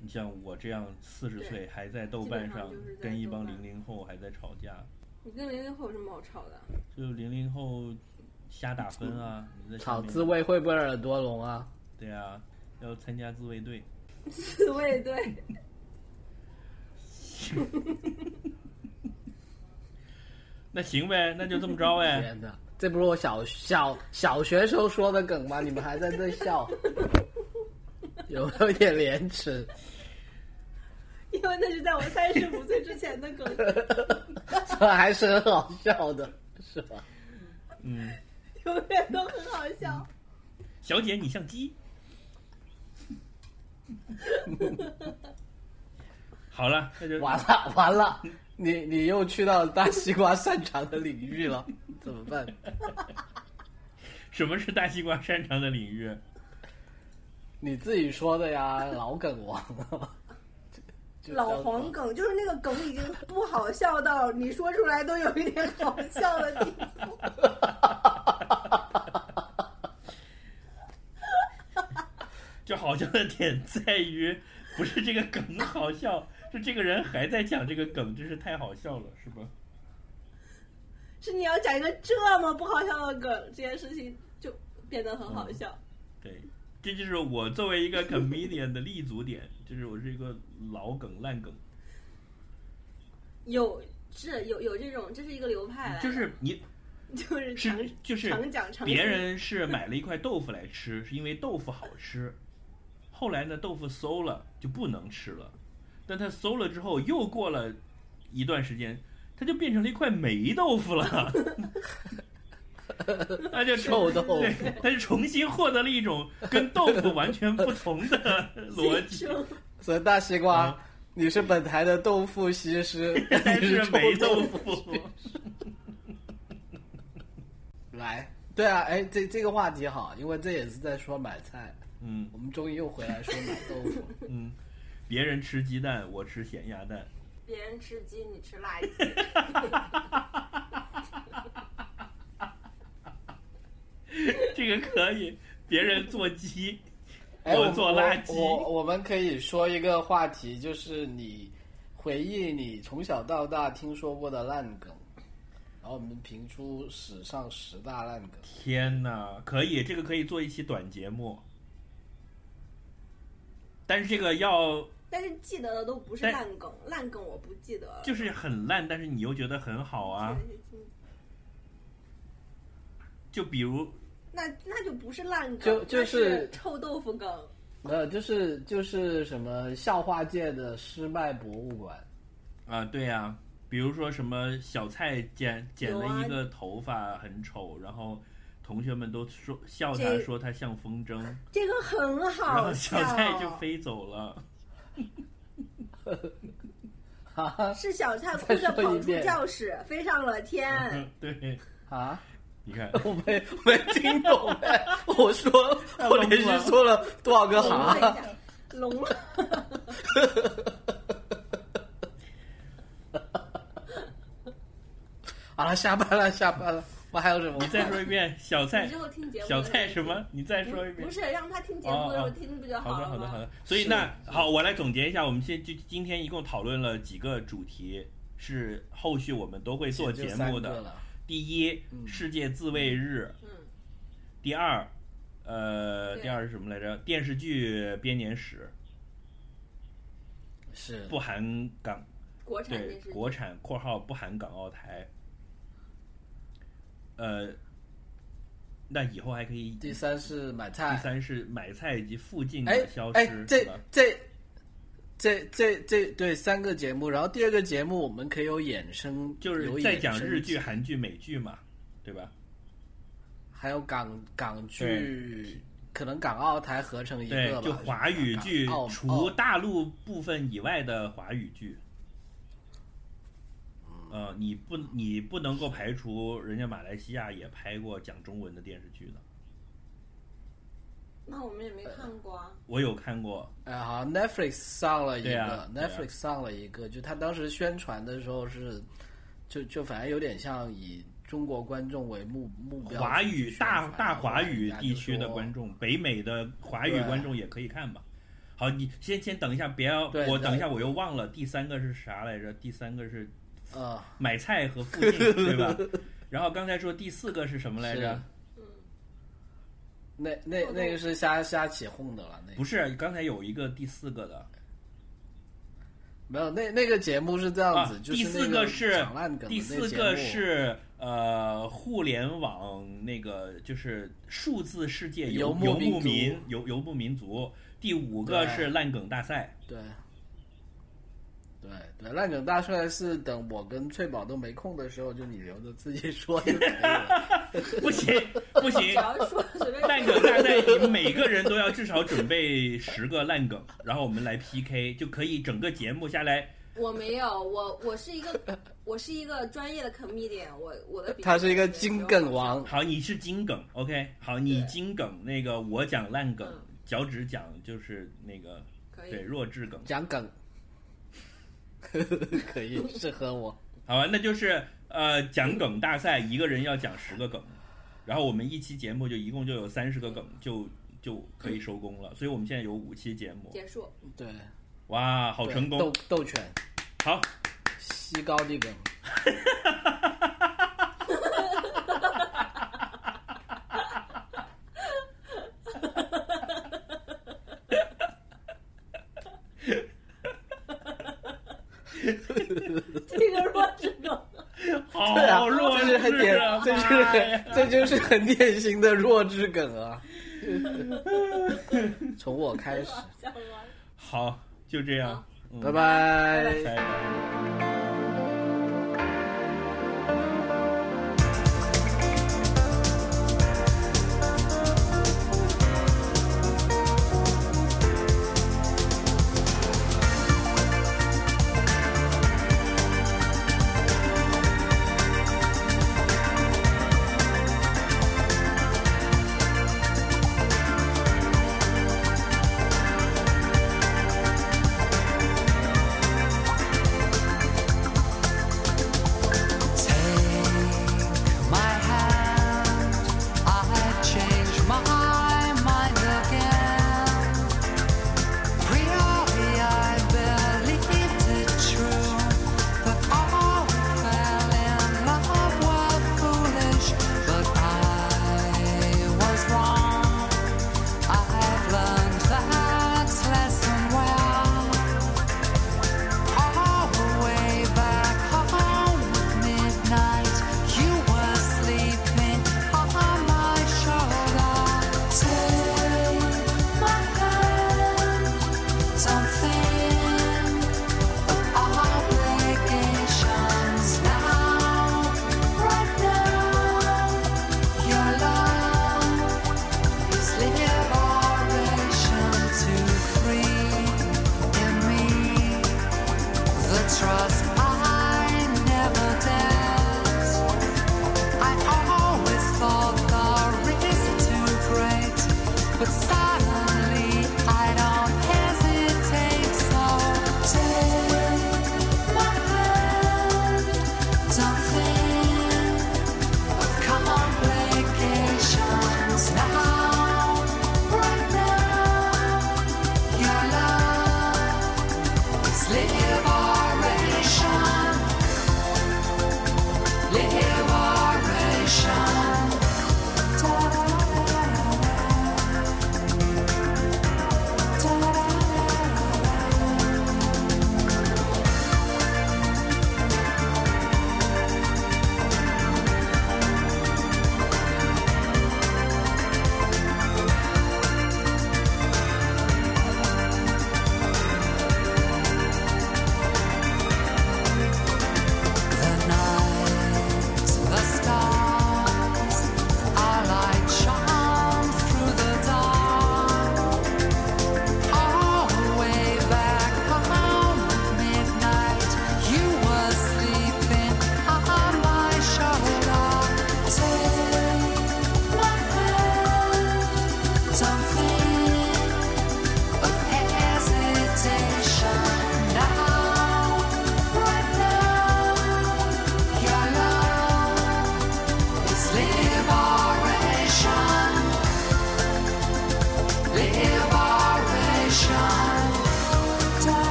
Speaker 1: 你像我这样四十
Speaker 2: 对
Speaker 1: 岁还在豆瓣上
Speaker 2: 基本上就是在
Speaker 1: 跟一帮
Speaker 2: 豆瓣
Speaker 1: 零零后还在吵架，
Speaker 2: 你跟零零后有什么好吵的？
Speaker 1: 就零零后瞎打分啊，你在下
Speaker 3: 炒
Speaker 1: 面
Speaker 3: 嗯自卫会不会耳朵聋啊？
Speaker 1: 对啊，要参加自卫队。
Speaker 2: 自卫队，
Speaker 1: 那行呗，那就这么着 呗。
Speaker 3: 天哪，这不是我小小小学时候说的梗吗？你 们还在这笑，有没有点廉耻？
Speaker 2: 因为那是在我三十五岁之前的梗，
Speaker 3: 还是很好笑的，是吧？
Speaker 1: 嗯，
Speaker 2: 永远都很好笑。
Speaker 1: 小姐你像鸡。 好了，那就
Speaker 3: 完了完了，你你又去到大西瓜擅长的领域了，怎么办？
Speaker 1: 什么是大西瓜擅长的领域？
Speaker 3: 你自己说的呀，老梗王，就
Speaker 5: 老黄，梗就是那个梗已经不好笑到你说出来都有一点好笑的地步。
Speaker 1: 就好笑的点在于，不是这个梗好笑，是这个人还在讲这个梗，真是太好笑了，是吧？
Speaker 2: 是你要讲一个这么不好笑的梗，这件事情就变得很好笑。
Speaker 1: 对，这就是我作为一个 comedian 的立足点，就是我是一个老梗烂梗，
Speaker 3: 嗯
Speaker 2: 有是有有这种，这是一个流派来的，
Speaker 1: 就是你
Speaker 2: 就是
Speaker 1: 是
Speaker 2: 常
Speaker 1: 就是
Speaker 2: 常讲常
Speaker 1: 别
Speaker 2: 新
Speaker 1: 人是买了一块豆腐来吃，是因为豆腐好吃。后来呢，豆腐馊了就不能吃了，但它馊了之后，又过了一段时间，它就变成了一块霉豆腐了。它就
Speaker 3: 臭 豆腐
Speaker 1: 对，它就重新获得了一种跟豆腐完全不同的逻辑，
Speaker 2: 生
Speaker 3: 所以大西瓜，
Speaker 1: 嗯
Speaker 3: 你是本台的豆腐西施，
Speaker 1: 但
Speaker 3: 你
Speaker 1: 是
Speaker 3: 臭
Speaker 1: 霉
Speaker 3: 豆
Speaker 1: 豆腐。
Speaker 3: 来。对啊，哎，这这个话题好，因为这也是在说买菜。
Speaker 1: 嗯
Speaker 3: 我们终于又回来说买豆腐，
Speaker 1: 嗯，别人吃鸡蛋，我吃咸鸭蛋。
Speaker 2: 别人吃鸡，你吃辣鸡，
Speaker 1: 这个可以，别人做鸡，
Speaker 3: 哎，
Speaker 1: 我
Speaker 3: 们
Speaker 1: 做垃圾
Speaker 3: 我我我们可以说一个话题，就是你回忆你从小到大听说过的烂梗，然后我们评出史上十大烂梗。
Speaker 1: 天呐，可以，这个可以做一期短节目，但是这个要
Speaker 5: 但是记得的都不是
Speaker 1: 但
Speaker 5: 烂梗，烂梗我不记得了。
Speaker 1: 就是很烂，但是你又觉得很好啊。就比如，
Speaker 5: 那那就不是烂梗，
Speaker 3: 就就
Speaker 5: 那
Speaker 3: 是
Speaker 5: 是臭豆腐梗。
Speaker 3: 没有，就是就是什么笑话界的失败博物馆，
Speaker 1: 啊、对呀、比如说什么小蔡剪剪
Speaker 2: 有啊
Speaker 1: 了一个头发很丑，然后同学们都说笑他
Speaker 5: 这
Speaker 1: 说他像风筝，
Speaker 5: 这个很
Speaker 1: 然
Speaker 5: 好
Speaker 1: 后
Speaker 5: 笑
Speaker 1: 小，蔡就飞走 了。
Speaker 3: 哈哈
Speaker 5: 是小蔡哭着
Speaker 3: 再说
Speaker 5: 跑
Speaker 3: 一
Speaker 5: 出
Speaker 3: 遍
Speaker 5: 教室，飞上了天。
Speaker 2: 嗯
Speaker 1: 对，
Speaker 3: 啊！
Speaker 1: 你看，
Speaker 3: 我没没听懂哎，我说我连续说了多少个啊
Speaker 5: 聋了一
Speaker 3: 哈？
Speaker 5: 下，聋了。
Speaker 3: 好了，下班了，下班了，我还有什么？
Speaker 1: 你再说一遍，小蔡
Speaker 2: 你之后听节目
Speaker 1: 小
Speaker 2: 的时候
Speaker 1: 蔡什么？你再说一遍
Speaker 5: 不。是让他听节目的时
Speaker 1: 哦
Speaker 5: 候
Speaker 1: 哦
Speaker 5: 听不就
Speaker 1: 好
Speaker 5: 了吗？
Speaker 1: 的，好的，好的。所以那
Speaker 3: 是
Speaker 1: 好，我来总结一下，我们现就今天一共讨论了几个主题，是后续我们都会做节目
Speaker 3: 就三个
Speaker 1: 的。
Speaker 3: 了，
Speaker 1: 第一，
Speaker 3: 嗯
Speaker 1: 世界自卫日；
Speaker 2: 嗯，
Speaker 1: 第二，呃，
Speaker 2: 对
Speaker 1: 第二是什么来着？电视剧编年史，
Speaker 3: 是
Speaker 1: 不含港
Speaker 2: 国产
Speaker 1: 对
Speaker 2: 电视剧
Speaker 1: 国产（括号不含港澳台）。呃，那以后还可以。
Speaker 3: 第三是买
Speaker 1: 第
Speaker 3: 菜，
Speaker 1: 三是买菜以及附近
Speaker 3: 哎
Speaker 1: 的消
Speaker 3: 哎
Speaker 1: 失，，
Speaker 3: 这
Speaker 1: 是吧
Speaker 3: 这这这这对三个节目，然后第二个节目我们可以有衍生，
Speaker 1: 就是
Speaker 3: 有
Speaker 1: 在
Speaker 3: 衍
Speaker 1: 讲
Speaker 3: 生
Speaker 1: 日剧、
Speaker 3: 集，
Speaker 1: 韩剧、美剧嘛，对吧？
Speaker 3: 还有港港剧，可能港澳台合成一
Speaker 1: 对
Speaker 3: 个吧，，
Speaker 1: 就华语剧
Speaker 3: 港澳哦
Speaker 1: 除
Speaker 3: 澳
Speaker 1: 大陆部分以外的华语剧。
Speaker 3: 嗯
Speaker 1: 呃，你不，你不能够排除人家马来西亚也拍过讲中文的电视剧的，
Speaker 2: 那我们也没看 过啊。
Speaker 1: 我有看过，
Speaker 3: 哎，好像，Netflix 上了一
Speaker 1: 对
Speaker 3: 个、
Speaker 1: 啊对啊
Speaker 3: Netflix 上了一个，就他当时宣传的时候是，就就反正有点像以中国观众为目目标去宣传，啊
Speaker 1: 华语大大华语
Speaker 3: 然后人
Speaker 1: 地
Speaker 3: 家就
Speaker 1: 区的
Speaker 3: 说
Speaker 1: 观众，北美的华语
Speaker 3: 对
Speaker 1: 观众也可以看吧。好，你先先等一下，别要
Speaker 3: 对
Speaker 1: 我等一
Speaker 3: 那
Speaker 1: 下，我又忘了第三个是啥来着？第三个是
Speaker 3: 呃，
Speaker 1: 买菜和附 近，对吧？然后刚才说第四个是什么来着？
Speaker 3: 那那
Speaker 1: 哦
Speaker 3: 那个是瞎瞎起哄的了，那
Speaker 1: 不是，刚才有一个第四个的
Speaker 3: 没有那那个节目是这样
Speaker 1: 啊
Speaker 3: 子，，就
Speaker 1: 第
Speaker 3: 那
Speaker 1: 四
Speaker 3: 个
Speaker 1: 是
Speaker 3: 抢烂梗的
Speaker 1: 第
Speaker 3: 那
Speaker 1: 四
Speaker 3: 节
Speaker 1: 个
Speaker 3: 目
Speaker 1: 是呃互联网那个就是数字世界游
Speaker 3: 游牧
Speaker 1: 游
Speaker 3: 民
Speaker 1: 牧
Speaker 3: 族
Speaker 1: 民游游牧民族，第五个
Speaker 3: 对
Speaker 1: 是烂梗大赛，
Speaker 3: 对对对，烂梗大帅是等我跟翠宝都没空的时候，就你留着自己说就可 以了。
Speaker 1: 不行不
Speaker 2: 只
Speaker 1: 行，
Speaker 2: 要说随便
Speaker 1: 烂梗大赛，你每个人都要至少准备十个烂梗，然后我们来 PK，就可以整个节目下来。
Speaker 2: 我没有，我我是一个我是一个专业的 comedian，我我的比
Speaker 3: 他是一个金梗，王，
Speaker 1: 好，你是金梗，OK，好，你金梗，那个我讲烂梗
Speaker 2: 嗯，哎
Speaker 1: 脚趾讲就是那个
Speaker 2: 可
Speaker 1: 对
Speaker 2: 以。
Speaker 1: 弱智梗。
Speaker 3: 讲梗， 可以适合我。
Speaker 1: 好吧，那就是呃讲梗大赛，一个人要讲十个梗，然后我们一期节目就一共就有三十个梗，就就可以收工了。所以我们现在有五期节目，
Speaker 2: 结 束，
Speaker 3: 对，
Speaker 1: 哇，好
Speaker 3: 对
Speaker 1: 成功
Speaker 3: 斗！斗犬，
Speaker 1: 好，
Speaker 3: 西高地梗，
Speaker 2: 这个弱智梗，
Speaker 3: 对啊
Speaker 1: 好，哦弱
Speaker 3: 这
Speaker 1: 智
Speaker 3: 是很典
Speaker 1: 啊，！
Speaker 3: 这就
Speaker 1: 妈呀
Speaker 3: 是 这就是很典型的弱智梗啊。 从我开始，
Speaker 2: 讲完。
Speaker 1: 好，就这样，嗯
Speaker 3: 拜拜。
Speaker 1: 拜拜。
Speaker 8: Take my hand, I've changed my mind again. Really, I believed it true, but all who fell in love were foolish. But I was wrong. I've learned that lesson well. All the way back home at midnight, you were sleeping on my shoulder. Take my hand, don't think of obligations now. Right now, your love is liberation to free in me. The trust I never dealt. I always thought the risk too great, but suddenly I don't hesitate. So take my hand, don't think of complications now. Right now, your love. Liberation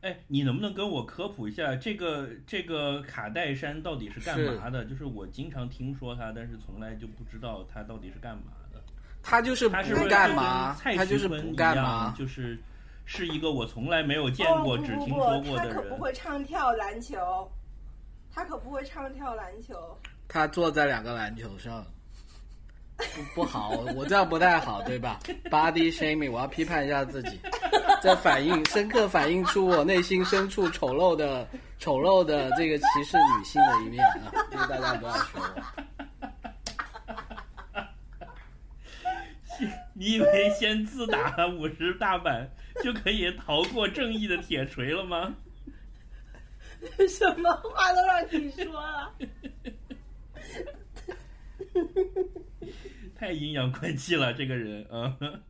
Speaker 1: 哎，你能不能跟我科普一下这个这个卡戴珊到底是干嘛的？就是我经常听说它，但是从来就不知道它到底是干嘛的。
Speaker 3: 他就是
Speaker 1: 它是
Speaker 3: 不
Speaker 1: 不是
Speaker 3: 干
Speaker 1: 就
Speaker 3: 嘛
Speaker 1: 跟，蔡
Speaker 3: 他就
Speaker 1: 徐
Speaker 3: 是
Speaker 1: 坤
Speaker 3: 不
Speaker 1: 一
Speaker 3: 干
Speaker 1: 样
Speaker 3: 嘛，，
Speaker 1: 就是是一个我从来没有见过、
Speaker 5: 哦、不
Speaker 1: 只
Speaker 5: 不
Speaker 1: 听
Speaker 5: 不
Speaker 1: 说过
Speaker 5: 他
Speaker 1: 的
Speaker 5: 可不
Speaker 1: 人。
Speaker 5: 会唱跳篮球，他可不会唱跳篮 球。
Speaker 3: 他坐在两个篮球上，不不好，我这样不太好，对吧？Body shaming，我要批判一下自己，这反映深刻反映出我内心深处丑陋的丑陋的这个歧视女性的一面啊，就是大家不要学我。
Speaker 1: 你以为先自打了五十大板就可以逃过正义的铁锤了吗？
Speaker 5: 什么话都让你说了，
Speaker 1: 太阴阳怪气了，这个人啊。嗯